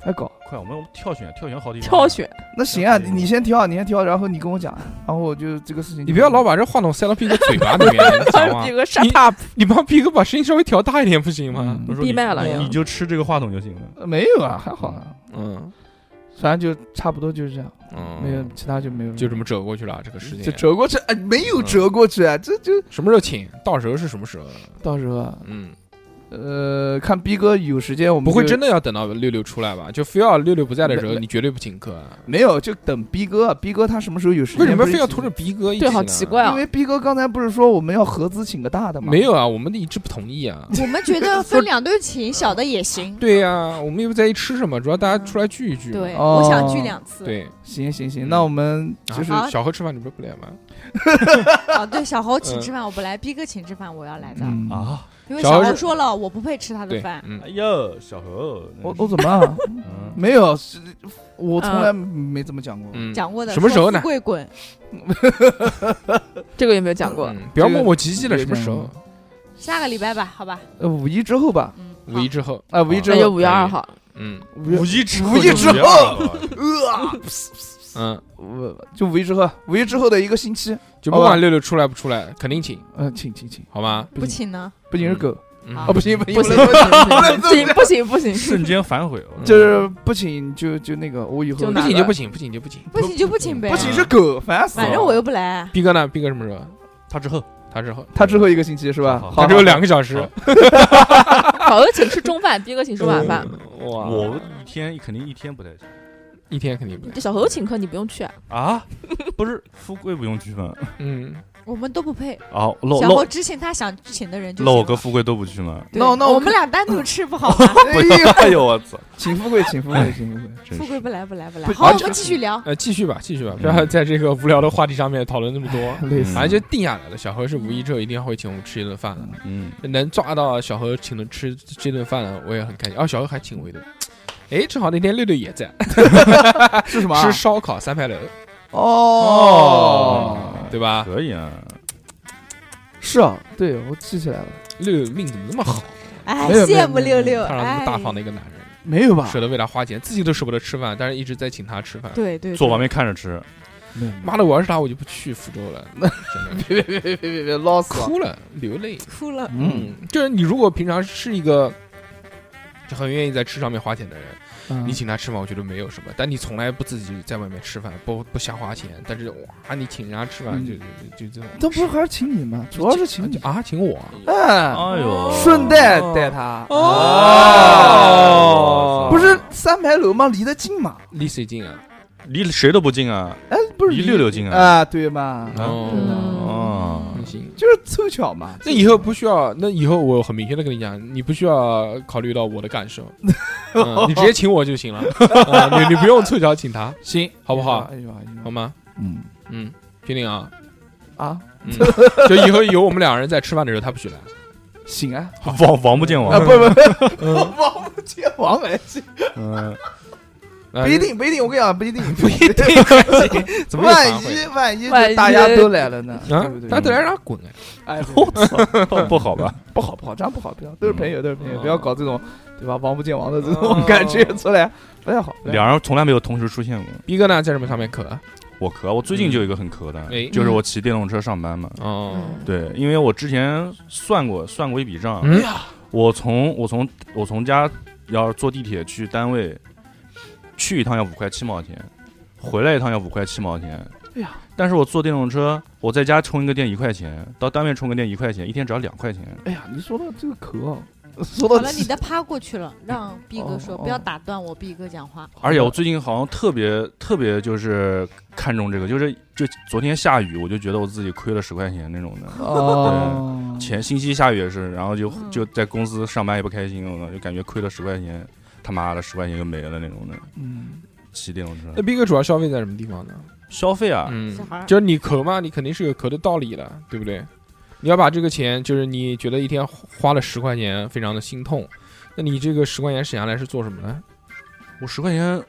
Speaker 3: 还搞？
Speaker 2: 快，我们我们挑选挑选好地方。
Speaker 6: 挑选
Speaker 3: 那行啊，
Speaker 2: 可以
Speaker 3: 你先挑，你先挑，然后你跟我讲，啊然后我就这个事情就。
Speaker 1: 你不要老把这话筒塞到逼哥嘴巴里面，你讲话
Speaker 6: 逼，哥 shut up，
Speaker 1: 你帮逼哥把声音稍微调大一点不行吗？
Speaker 3: 嗯
Speaker 2: 我说
Speaker 6: 闭
Speaker 2: 你
Speaker 6: 麦了
Speaker 2: 你
Speaker 6: 呀
Speaker 2: 你就吃这个话筒就行了。
Speaker 3: 呃没有啊，还好啊，
Speaker 1: 嗯
Speaker 3: 反正就差不多就是这样，
Speaker 1: 嗯，
Speaker 3: 没有其他就没有了，
Speaker 1: 就这么折过去了。这个事情
Speaker 3: 就折过去，哎，没
Speaker 1: 嗯
Speaker 3: 有折过去啊，这就
Speaker 1: 什么时候请？到时候是什么时候？
Speaker 3: 到时候啊，
Speaker 1: 嗯，
Speaker 3: 呃，看逼哥有时间，我们
Speaker 1: 不会
Speaker 3: 就
Speaker 1: 真的要等到六六出来吧？就非要六六不在的时候，
Speaker 3: 没
Speaker 1: 你绝对不请客啊？
Speaker 3: 没有，就等逼哥，啊逼哥他什么时候有时间？
Speaker 1: 为什么
Speaker 3: 不是
Speaker 1: 非要
Speaker 3: 一起
Speaker 1: 拖着？逼哥一起？
Speaker 6: 对，好奇。怪
Speaker 3: 因
Speaker 6: 啊
Speaker 3: 为！逼哥刚才不是说我们要合资请个大的吗？
Speaker 1: 没有啊，我们一致不同意啊。
Speaker 6: 嗯
Speaker 5: 我们觉得分两顿请，小的也行。
Speaker 1: 对呀、我们又不在意吃什么，主要大家出来聚一聚。
Speaker 5: 对，
Speaker 3: 哦
Speaker 5: 我想聚两次。
Speaker 1: 对，
Speaker 3: 行行行，
Speaker 1: 嗯
Speaker 3: 那我们就是
Speaker 1: 啊小何吃饭你不是不来吗？
Speaker 5: 啊，对，小猴请吃饭，我不来；逼哥请吃饭，我要来的。
Speaker 3: 嗯，
Speaker 2: 啊！
Speaker 5: 因为
Speaker 1: 小
Speaker 5: 小
Speaker 1: 猴
Speaker 5: 猴
Speaker 1: 是
Speaker 5: 说了，我不配吃他的
Speaker 1: 对，
Speaker 5: 饭。
Speaker 1: 嗯
Speaker 2: 哎，呦，小何，那
Speaker 3: 我
Speaker 2: 是
Speaker 3: 我怎么 啊？
Speaker 2: 嗯
Speaker 3: 没有，是我
Speaker 6: 嗯
Speaker 3: 从来没这么讲过。
Speaker 1: 嗯，
Speaker 5: 讲过的，
Speaker 1: 什么时候呢
Speaker 5: 说富贵滚，
Speaker 6: 这个有没有讲过？
Speaker 1: 嗯不要磨磨唧唧的，什么时候？
Speaker 5: 下个礼拜吧，好吧。
Speaker 3: 呃，五一之后吧，
Speaker 5: 嗯，
Speaker 1: 五一
Speaker 5: 好
Speaker 1: 之后，
Speaker 3: 啊五一之
Speaker 6: 那
Speaker 3: 后
Speaker 6: 就五月二，号，
Speaker 1: 嗯
Speaker 3: 五一
Speaker 2: 五一之
Speaker 3: 五一之
Speaker 2: 就
Speaker 3: 后
Speaker 2: 五一了
Speaker 3: 呃，
Speaker 1: 嗯，
Speaker 3: 我就五一之后，五一之后的一个星期，
Speaker 1: 就不管六六出来不出来，肯定请，
Speaker 3: 嗯，请请请，
Speaker 1: 好吗？
Speaker 5: 不请呢？
Speaker 3: 不仅是狗
Speaker 1: 嗯
Speaker 5: 啊
Speaker 3: 啊，不行不行
Speaker 6: 不行
Speaker 3: 能
Speaker 6: 不行不行不行不行，
Speaker 2: 瞬间反悔了。
Speaker 3: 就是不请就就那个，我以后
Speaker 6: 就嗯
Speaker 1: 不
Speaker 6: 拿
Speaker 1: 请就不请，不请就不请。
Speaker 5: 不请就不请呗
Speaker 3: 不。请是狗，烦死了。
Speaker 5: 反正我又不来，
Speaker 1: 逼哥呢？逼哥什么时候？
Speaker 2: 他之后
Speaker 1: 他之后，
Speaker 3: 他之后一个星期是吧？
Speaker 2: 好
Speaker 1: 他
Speaker 3: 好
Speaker 1: 只有两个小时，
Speaker 2: 好
Speaker 6: 好的请吃中饭，逼哥请吃晚饭。
Speaker 1: 嗯哇，
Speaker 2: 我一天肯定一天不太行
Speaker 1: 一天肯定不来。
Speaker 6: 这小何请客你不用去啊，
Speaker 2: 啊， 不是富贵不用聚分
Speaker 1: 嗯，
Speaker 5: 我们都不配。
Speaker 2: 啊，搂
Speaker 5: 小猴
Speaker 2: 搂
Speaker 5: 只请他想请的人就行
Speaker 2: 搂
Speaker 5: 了。
Speaker 2: 跟富贵都不去吗？
Speaker 5: 对
Speaker 3: 那那我
Speaker 5: 我们俩单独吃不好吗？
Speaker 3: 哎呦
Speaker 2: 哎呦我操，
Speaker 3: 请富贵，请富
Speaker 1: 哎
Speaker 3: 贵，请富贵。
Speaker 2: 真
Speaker 5: 富
Speaker 2: 是
Speaker 5: 贵不来，不来，不来
Speaker 1: 不。
Speaker 5: 好，
Speaker 1: 而
Speaker 5: 我
Speaker 1: 且
Speaker 5: 们继续聊。
Speaker 1: 呃，继续吧，继续吧，
Speaker 2: 嗯
Speaker 1: 不要在这个无聊的话题上面讨论那么多。
Speaker 3: 累死
Speaker 1: 反正就定下来了，小何是五一之后一定会请我们吃一顿饭的。
Speaker 2: 嗯，
Speaker 1: 能抓到小何请了吃这顿饭了，我也很开心。哦，小何还请我一顿，哎，正好那天六六也在
Speaker 3: 是什么啊？
Speaker 1: 吃烧烤三牌楼，
Speaker 3: 哦，
Speaker 1: 对吧？
Speaker 2: 可以啊，
Speaker 3: 是啊，对我记起来了。
Speaker 1: 六六命怎么那么好，
Speaker 5: 哎
Speaker 3: 没有，没有
Speaker 5: 羡慕六六，
Speaker 1: 看上那
Speaker 5: 哎
Speaker 1: 么，大方的一个男人。
Speaker 3: 没有吧？
Speaker 1: 舍得为他花钱，自己都舍不得吃饭，但是一直在请他吃饭。
Speaker 4: 对对，
Speaker 2: 坐
Speaker 4: 对
Speaker 2: 旁边看着吃，
Speaker 3: 没有没有
Speaker 1: 妈的，我要是他，我就不去福州了，真的
Speaker 3: 别别别别别别捞死了！
Speaker 1: 哭了，流泪。
Speaker 4: 哭了。
Speaker 3: 嗯，
Speaker 1: 就是你如果平常是一个就很愿意在吃上面花钱的人，嗯你
Speaker 3: 你
Speaker 1: 请他吃饭，我觉得没有什么。但你从来不自己在外面吃饭，不不瞎花钱，但是哇，你请人家吃饭
Speaker 3: 嗯
Speaker 1: 就就就这种，
Speaker 3: 都不是还是请你吗？主要是请你
Speaker 1: 就，啊请我啊，
Speaker 3: 嗯，
Speaker 2: 哎呦，
Speaker 3: 顺带带他，
Speaker 2: 哦
Speaker 3: 不是三牌楼吗？离得近嘛？
Speaker 1: 离谁近啊？
Speaker 2: 离谁都不近啊，
Speaker 3: 哎，不是
Speaker 2: 离六六近啊，
Speaker 3: 啊，嗯对嘛？
Speaker 1: 哦，
Speaker 2: 哦，
Speaker 1: 那行。
Speaker 3: 就是凑巧嘛。哎
Speaker 1: 那以后不需要，那以后我很明确的跟你讲，你不需要考虑到我的感 受，嗯你直接请我就行了，啊你你不用凑巧请他，
Speaker 3: 行，
Speaker 1: 好不好？
Speaker 3: 哎呦哎呦，
Speaker 1: 好吗？
Speaker 3: 嗯
Speaker 1: 嗯，决定 啊，
Speaker 3: 啊，
Speaker 1: 嗯就以后有我们两人在吃饭的时候，他不许来，
Speaker 3: 行啊，
Speaker 2: 王王不见
Speaker 3: 啊
Speaker 2: 王，
Speaker 3: 不不不，
Speaker 1: 嗯
Speaker 3: 王不见王来信，
Speaker 2: 嗯，
Speaker 1: 啊
Speaker 3: 不一，定不一定，我跟你讲不一定
Speaker 1: 不一定， 怎么又反
Speaker 3: 万
Speaker 1: 悔
Speaker 3: 一万一
Speaker 6: 万
Speaker 3: 就
Speaker 6: 一
Speaker 3: 大家都来了呢？
Speaker 1: 啊
Speaker 3: 对不？对？
Speaker 1: 他都来让他滚哎！
Speaker 3: 哎，我操，
Speaker 2: 不不好 吧？
Speaker 3: 不好不好，这样不好，不要，都是朋友，都是朋友，不要搞这种对吧？王不见王的这
Speaker 1: 嗯哦
Speaker 3: 种感觉出来，不太好。不太好
Speaker 2: 两人从来没有同时出现过。
Speaker 1: 逼哥呢，在什么上面咳？
Speaker 2: 我咳，我最近就有一个很咳的
Speaker 1: 哎，
Speaker 2: 嗯就是我骑电动车上班嘛。
Speaker 1: 哦，
Speaker 2: 对，因为我之前算过算过一笔账，
Speaker 1: 嗯
Speaker 2: 我从我从我从家要坐地铁去单位，去一趟要五块七毛钱，回来一趟要五块七毛钱。
Speaker 3: 哎呀！
Speaker 2: 但是我坐电动车，我在家充一个电一块钱，到单位充个电一块钱，一天只要两块钱。
Speaker 3: 哎呀，你说到这个壳啊，说
Speaker 4: 好
Speaker 3: 到
Speaker 4: 了，
Speaker 3: 这
Speaker 4: 你的趴过去了，让毕哥说，
Speaker 3: 哦
Speaker 4: 不要打断我毕哥讲话。
Speaker 2: 而且我最近好像特别特别就是看重这个，就是就昨天下雨，我就觉得我自己亏了十块钱那种
Speaker 3: 嗯
Speaker 2: 的。
Speaker 3: 哦，
Speaker 2: 前星期下雨也是，然后就
Speaker 4: 嗯
Speaker 2: 就在公司上班也不开心，我就感觉亏了十块钱，他妈的十块钱就没了那种的。
Speaker 3: 嗯，
Speaker 2: 骑电动车
Speaker 1: 那逼哥主要消费在什么地方呢？
Speaker 2: 消费啊，
Speaker 1: 呃嗯
Speaker 4: 小孩儿
Speaker 1: 就是你咳嘛，你肯定是有咳的道理的，对不对？你要把这个钱，就是你觉得一天花了十块钱，非常的心痛，那你这个十块钱省下来是做什么呢？
Speaker 2: 我十块钱，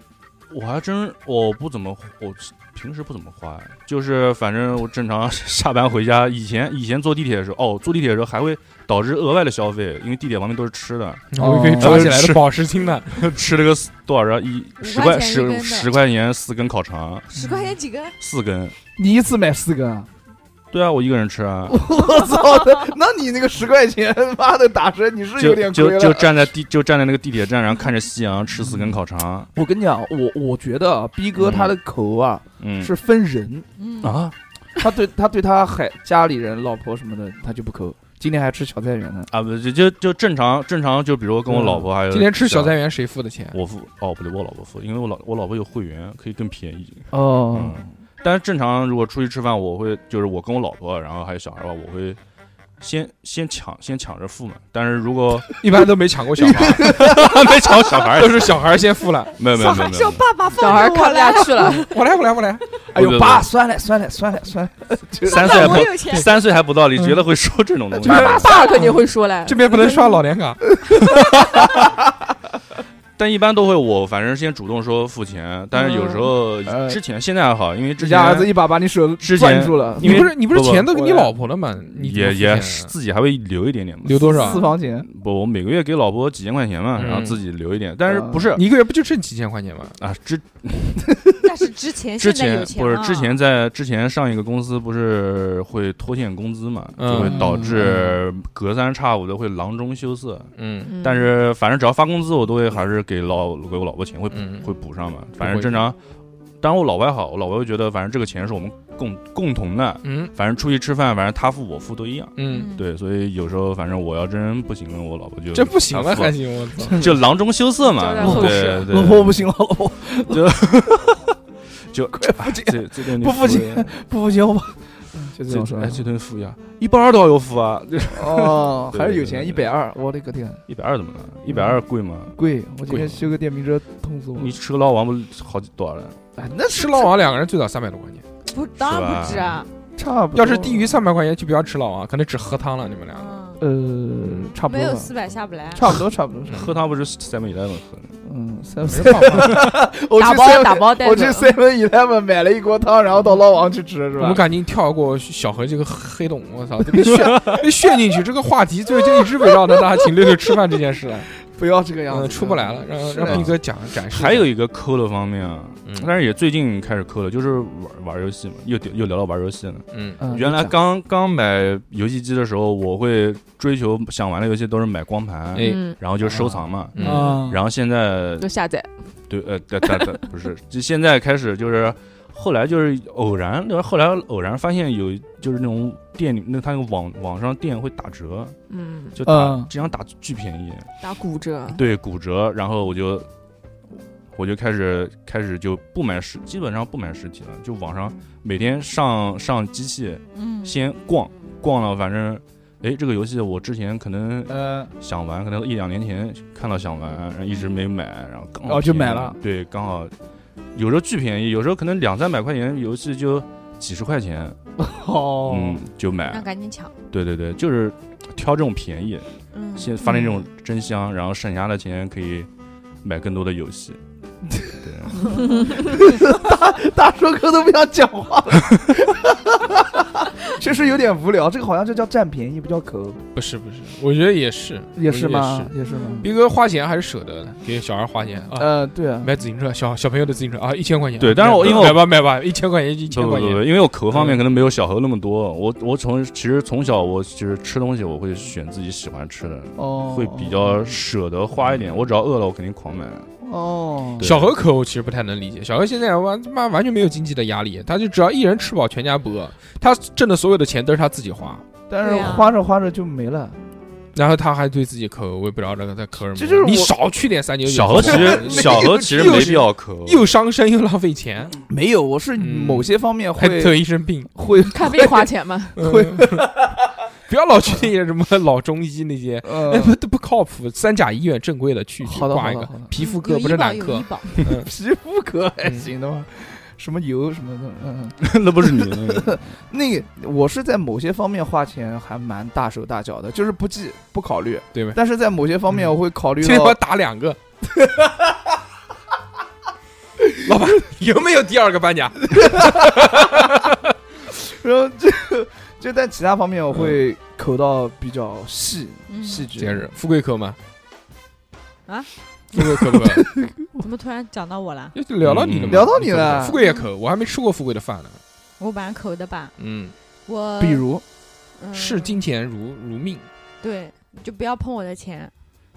Speaker 2: 我还真我不怎么，我平时不怎么花，就是反正我正常下班回家，以前以前坐地铁的时候，哦，坐地铁的时候还会导致额外的消费，因为地铁旁边都是吃的，
Speaker 1: 我可以抓起来的保时清的，
Speaker 2: 吃了个四多少人一十
Speaker 4: 五
Speaker 2: 块
Speaker 4: 块钱一根
Speaker 2: 十
Speaker 4: 的
Speaker 2: 十块钱四根烤肠，
Speaker 4: 十块钱几个？
Speaker 2: 四根，
Speaker 3: 你一次买四 根啊？
Speaker 2: 对啊，我一个人吃啊，
Speaker 3: 我操的，那你那个十块钱，妈的打折，你是有
Speaker 2: 就
Speaker 3: 点亏
Speaker 2: 就
Speaker 3: 了。
Speaker 2: 就站在地就站在那个地铁站，然后看着夕阳吃四根烤肠，
Speaker 3: 我跟你讲，我我觉得啊，逼哥他的口啊、
Speaker 2: 嗯
Speaker 3: 是分人，
Speaker 4: 嗯，
Speaker 2: 啊，
Speaker 3: 他对他对他孩家里人、老婆什么的，他就不抠。今天还吃小菜园呢，
Speaker 2: 啊，不就就就正常正常，就比如跟我老婆还有
Speaker 1: 今天吃小
Speaker 2: 菜，
Speaker 1: 菜园谁付的钱？
Speaker 2: 我付哦不对，我老婆付，因为我老我老婆有会员，可以更便宜。
Speaker 3: 哦
Speaker 2: 嗯，但是正常如果出去吃饭，我会就是我跟我老婆，然后还有小孩的话，我会先先抢先抢着付嘛。但是如果
Speaker 1: 一般都没抢过小孩，
Speaker 2: 没抢小孩
Speaker 1: 都，是小孩先付了。
Speaker 2: 没有没
Speaker 5: 小
Speaker 2: 有没
Speaker 5: 孩
Speaker 2: 有没
Speaker 5: 是我
Speaker 2: 有，
Speaker 5: 爸爸
Speaker 6: 小孩
Speaker 5: 放着
Speaker 6: 看
Speaker 5: 我
Speaker 6: 不下
Speaker 5: 来，
Speaker 6: 去了，
Speaker 1: 我来，我来，我来。
Speaker 3: 哎
Speaker 2: 对
Speaker 3: 呦，
Speaker 2: 对
Speaker 3: 爸，
Speaker 2: 对
Speaker 3: 酸了，酸了，酸了，酸了，
Speaker 2: 三岁还
Speaker 5: 爸爸
Speaker 2: 不
Speaker 5: 我有钱，
Speaker 2: 三岁还不到，你觉得会说这种东西？
Speaker 6: 爸肯定会说嘞。
Speaker 1: 这边不能刷老年卡，
Speaker 2: 但一般都会我反正先主动说付钱，但是有时候
Speaker 1: 嗯
Speaker 3: 呃
Speaker 2: 之前现在还好，因为之
Speaker 3: 这家儿子
Speaker 2: 前
Speaker 3: 一把把你手
Speaker 2: 之前
Speaker 3: 攥住了，
Speaker 2: 因
Speaker 1: 你
Speaker 2: 为
Speaker 1: 不是你不是
Speaker 2: 不不
Speaker 1: 钱都给你老婆了吗？你怎么
Speaker 2: 也
Speaker 1: 付
Speaker 2: 也
Speaker 1: 钱
Speaker 2: 是
Speaker 1: 啊
Speaker 2: 自己还会留一点点嘛。
Speaker 1: 留多少
Speaker 3: 私
Speaker 1: 啊？
Speaker 3: 房钱，
Speaker 2: 不，我每个月给老婆几千块钱嘛，然后
Speaker 1: 嗯
Speaker 2: 自己留一点，但是
Speaker 3: 呃
Speaker 2: 不 是
Speaker 1: 你一个月不就挣几千块钱吗？
Speaker 2: 啊？之
Speaker 4: 但是之前现在
Speaker 2: 之前
Speaker 1: 啊
Speaker 4: 有钱
Speaker 2: 不是
Speaker 4: 了
Speaker 2: 之前在之前上一个公司不是会拖欠工资嘛，就会
Speaker 1: 嗯
Speaker 2: 导致隔三差五的会囊中羞涩。
Speaker 1: 嗯
Speaker 6: 嗯
Speaker 2: 但是反正只要发工资，我都会还是给老给我老婆钱，会补
Speaker 1: 嗯
Speaker 2: 会补上嘛。
Speaker 1: 会
Speaker 2: 反正正常。当然我老外好，我老外会觉得反正这个钱是我们共共同的，
Speaker 1: 嗯
Speaker 2: 反正出去吃饭，反正他付我付都一样。
Speaker 1: 嗯，
Speaker 4: 嗯，
Speaker 2: 对，所以有时候反正我要真不行了，我老婆就
Speaker 1: 这不
Speaker 3: 啊
Speaker 1: 行啊了
Speaker 2: 她付
Speaker 1: 还行，我操！
Speaker 2: 就囊中羞涩嘛
Speaker 6: 交代。后
Speaker 2: 对
Speaker 6: 事
Speaker 2: 对，
Speaker 3: 老婆不行了，老婆
Speaker 2: 就哎
Speaker 3: 不行，
Speaker 2: 这这顿
Speaker 3: 不付钱
Speaker 2: 钱，
Speaker 3: 不付钱，我吧，嗯就这
Speaker 2: 这
Speaker 3: 种说
Speaker 2: 哎，这顿付一下，一百二都要有付啊，
Speaker 3: 哦，
Speaker 2: 对
Speaker 3: 还是有
Speaker 2: 对
Speaker 3: 钱，一
Speaker 2: 对
Speaker 3: 百二，我的个天，
Speaker 2: 一百二怎么了？一百二贵吗？
Speaker 3: 贵！我今
Speaker 1: 贵
Speaker 3: 天修个电瓶车痛死我
Speaker 2: 你
Speaker 3: 了。
Speaker 2: 吃个老王不好几多少了？
Speaker 3: 哎，那
Speaker 1: 吃老王两个人最少三百多块 钱，
Speaker 4: 不，当然不止啊。
Speaker 3: 差不
Speaker 1: 要
Speaker 3: 多，
Speaker 1: 是低于三百块钱就不要吃老王，可能只喝汤了。你们 俩
Speaker 4: 嗯，
Speaker 3: 呃，差不
Speaker 4: 没
Speaker 3: 多
Speaker 4: 有
Speaker 3: 吧，
Speaker 4: 四百下不来。
Speaker 3: 差不多，差不多，
Speaker 2: 喝汤不是 seven eleven 喝的？
Speaker 3: 嗯，三
Speaker 1: 没
Speaker 3: 四
Speaker 1: 人。放过
Speaker 3: 我去
Speaker 6: 打包
Speaker 3: 7-Eleven-
Speaker 6: 打包带
Speaker 3: 我
Speaker 6: 走
Speaker 3: 去 Seven Eleven 买了一锅汤，然后到捞王去吃，是
Speaker 1: 我们
Speaker 3: 吧？
Speaker 1: 赶紧跳过小何这个黑 洞，我操，这被炫被炫进去。这个话题最后就一直围绕着大家请六六吃饭这件事来。
Speaker 3: 不要这个样
Speaker 1: 嗯，
Speaker 3: 子，
Speaker 1: 出不来了，让
Speaker 3: 是啊
Speaker 1: 让
Speaker 2: 的
Speaker 1: 斌哥讲展示。
Speaker 2: 还有一个抠的方面啊，
Speaker 1: 嗯，
Speaker 2: 但是也最近开始抠了，就是玩玩游戏嘛，又又聊到玩游戏了。
Speaker 1: 嗯
Speaker 3: 嗯
Speaker 2: 原来
Speaker 3: 就
Speaker 2: 刚刚买游戏机的时候，我会追求想玩的游戏都是买光盘，
Speaker 1: 哎
Speaker 6: 嗯，
Speaker 2: 然后就收藏嘛。
Speaker 3: 这
Speaker 1: 嗯
Speaker 3: 样啊，
Speaker 2: 然后现在
Speaker 6: 就下载，
Speaker 2: 对呃，对对对，不是，就现在开始就是后来就是偶然，就是后来偶然发现有就是那种店里那他那个网网上店会打折，
Speaker 6: 嗯，
Speaker 2: 就打、
Speaker 3: 嗯
Speaker 2: 这样打巨便宜，
Speaker 6: 打骨折，
Speaker 2: 对骨折，然后我就我就开始开始就不买实，基本上不买实体了，就网上每天上上机器
Speaker 4: 嗯，
Speaker 2: 先逛逛了，反正哎这个游戏我之前可能
Speaker 3: 呃，
Speaker 2: 想玩，可能一两年前看到想玩，然后一直没买，然后刚
Speaker 3: 哦
Speaker 2: 好
Speaker 3: 就
Speaker 2: 便宜
Speaker 3: 买了。
Speaker 2: 对，刚好有时候巨便宜，有时候可能两三百块钱游戏就几十块钱，
Speaker 3: 哦，
Speaker 2: 嗯，就买
Speaker 4: 那。赶紧抢，
Speaker 2: 对对对，就是挑这种便宜，
Speaker 4: 嗯，
Speaker 2: 先发现这种真香，然后省下的钱可以买更多的游戏。对，
Speaker 3: 大硕哥都不想讲话 了，确实有点无聊。这个好像就叫占便宜，不叫抠，
Speaker 1: 不是不是，我觉得也是，
Speaker 3: 也
Speaker 1: 我觉
Speaker 3: 是
Speaker 1: 得
Speaker 3: 吗？
Speaker 1: 是嗯
Speaker 3: 也是吗？
Speaker 1: 斌哥花钱还是舍得的，给小孩花钱啊，
Speaker 3: 呃，对啊，
Speaker 1: 买自行车，小小朋友的自行车啊，一千块钱。
Speaker 2: 对但是我因为我
Speaker 1: 买吧买吧，一千块钱一千
Speaker 2: 不不
Speaker 1: 块
Speaker 2: 不
Speaker 1: 钱
Speaker 2: 不，。因为我口方面
Speaker 1: 嗯
Speaker 2: 可能没有小何那么多。我我从其实从小我其实吃东西我会选自己喜欢吃的，
Speaker 3: 哦，
Speaker 2: 会比较舍得花一点。我只要饿了，我肯定狂买。
Speaker 3: 哦，
Speaker 2: 对
Speaker 1: 小何口我其实不太能理解，小何现在完他妈完全没有经济的压力，他就只要一人吃饱全家不饿，他挣的所有的钱都是他自己花，
Speaker 3: 但是
Speaker 4: 对啊
Speaker 3: 花着花着就没了。
Speaker 1: 然后他还对自己抠，我也不知道这个在抠什么。
Speaker 3: 这就是我
Speaker 1: 你少去点三九九。
Speaker 2: 小何其实小何其实没必要抠，
Speaker 1: 又伤身又浪费钱，
Speaker 3: 没有，我是
Speaker 1: 嗯
Speaker 3: 某些方 面
Speaker 1: 还
Speaker 3: 会
Speaker 1: 得一身病。
Speaker 3: 会
Speaker 6: 看被花 钱嘛，
Speaker 1: 会不要老去那些什么老中医那些，
Speaker 3: 呃
Speaker 1: 那哎不都不靠谱。三甲医院正规的去去
Speaker 3: 好的好
Speaker 1: 挂
Speaker 3: 的
Speaker 1: 一个
Speaker 3: 好的嗯
Speaker 1: 皮肤科，不是男科。
Speaker 4: 科，
Speaker 3: 皮肤科还
Speaker 1: 嗯
Speaker 3: 行的嘛，什么油什么的，嗯，嗯
Speaker 2: 那不是你那个，
Speaker 3: 那个我是在某些方面花钱还蛮大手大脚的，就是不计不考虑，
Speaker 1: 对呗
Speaker 3: 但是在某些方面
Speaker 1: 嗯
Speaker 3: 我会考虑
Speaker 1: 今天我
Speaker 3: 到，
Speaker 1: 打两个。老板，有没有第二个半
Speaker 4: 嗯
Speaker 1: 价？
Speaker 3: 然后这个 就在其他方面我会抠到比较细
Speaker 4: 嗯
Speaker 3: 细
Speaker 1: 节
Speaker 3: 致，
Speaker 1: 日富贵抠吗？
Speaker 4: 啊？
Speaker 1: 富贵抠不抠？
Speaker 4: 怎么突然讲到我了？
Speaker 1: 就聊到你了嘛，
Speaker 2: 嗯
Speaker 3: 聊到你了
Speaker 1: 富贵也抠，我还没吃过富贵的饭呢。
Speaker 4: 我蛮口的吧，
Speaker 1: 嗯，
Speaker 4: 我
Speaker 3: 比如
Speaker 4: 嗯
Speaker 1: 视金钱如如命。
Speaker 4: 对，就不要碰我的钱，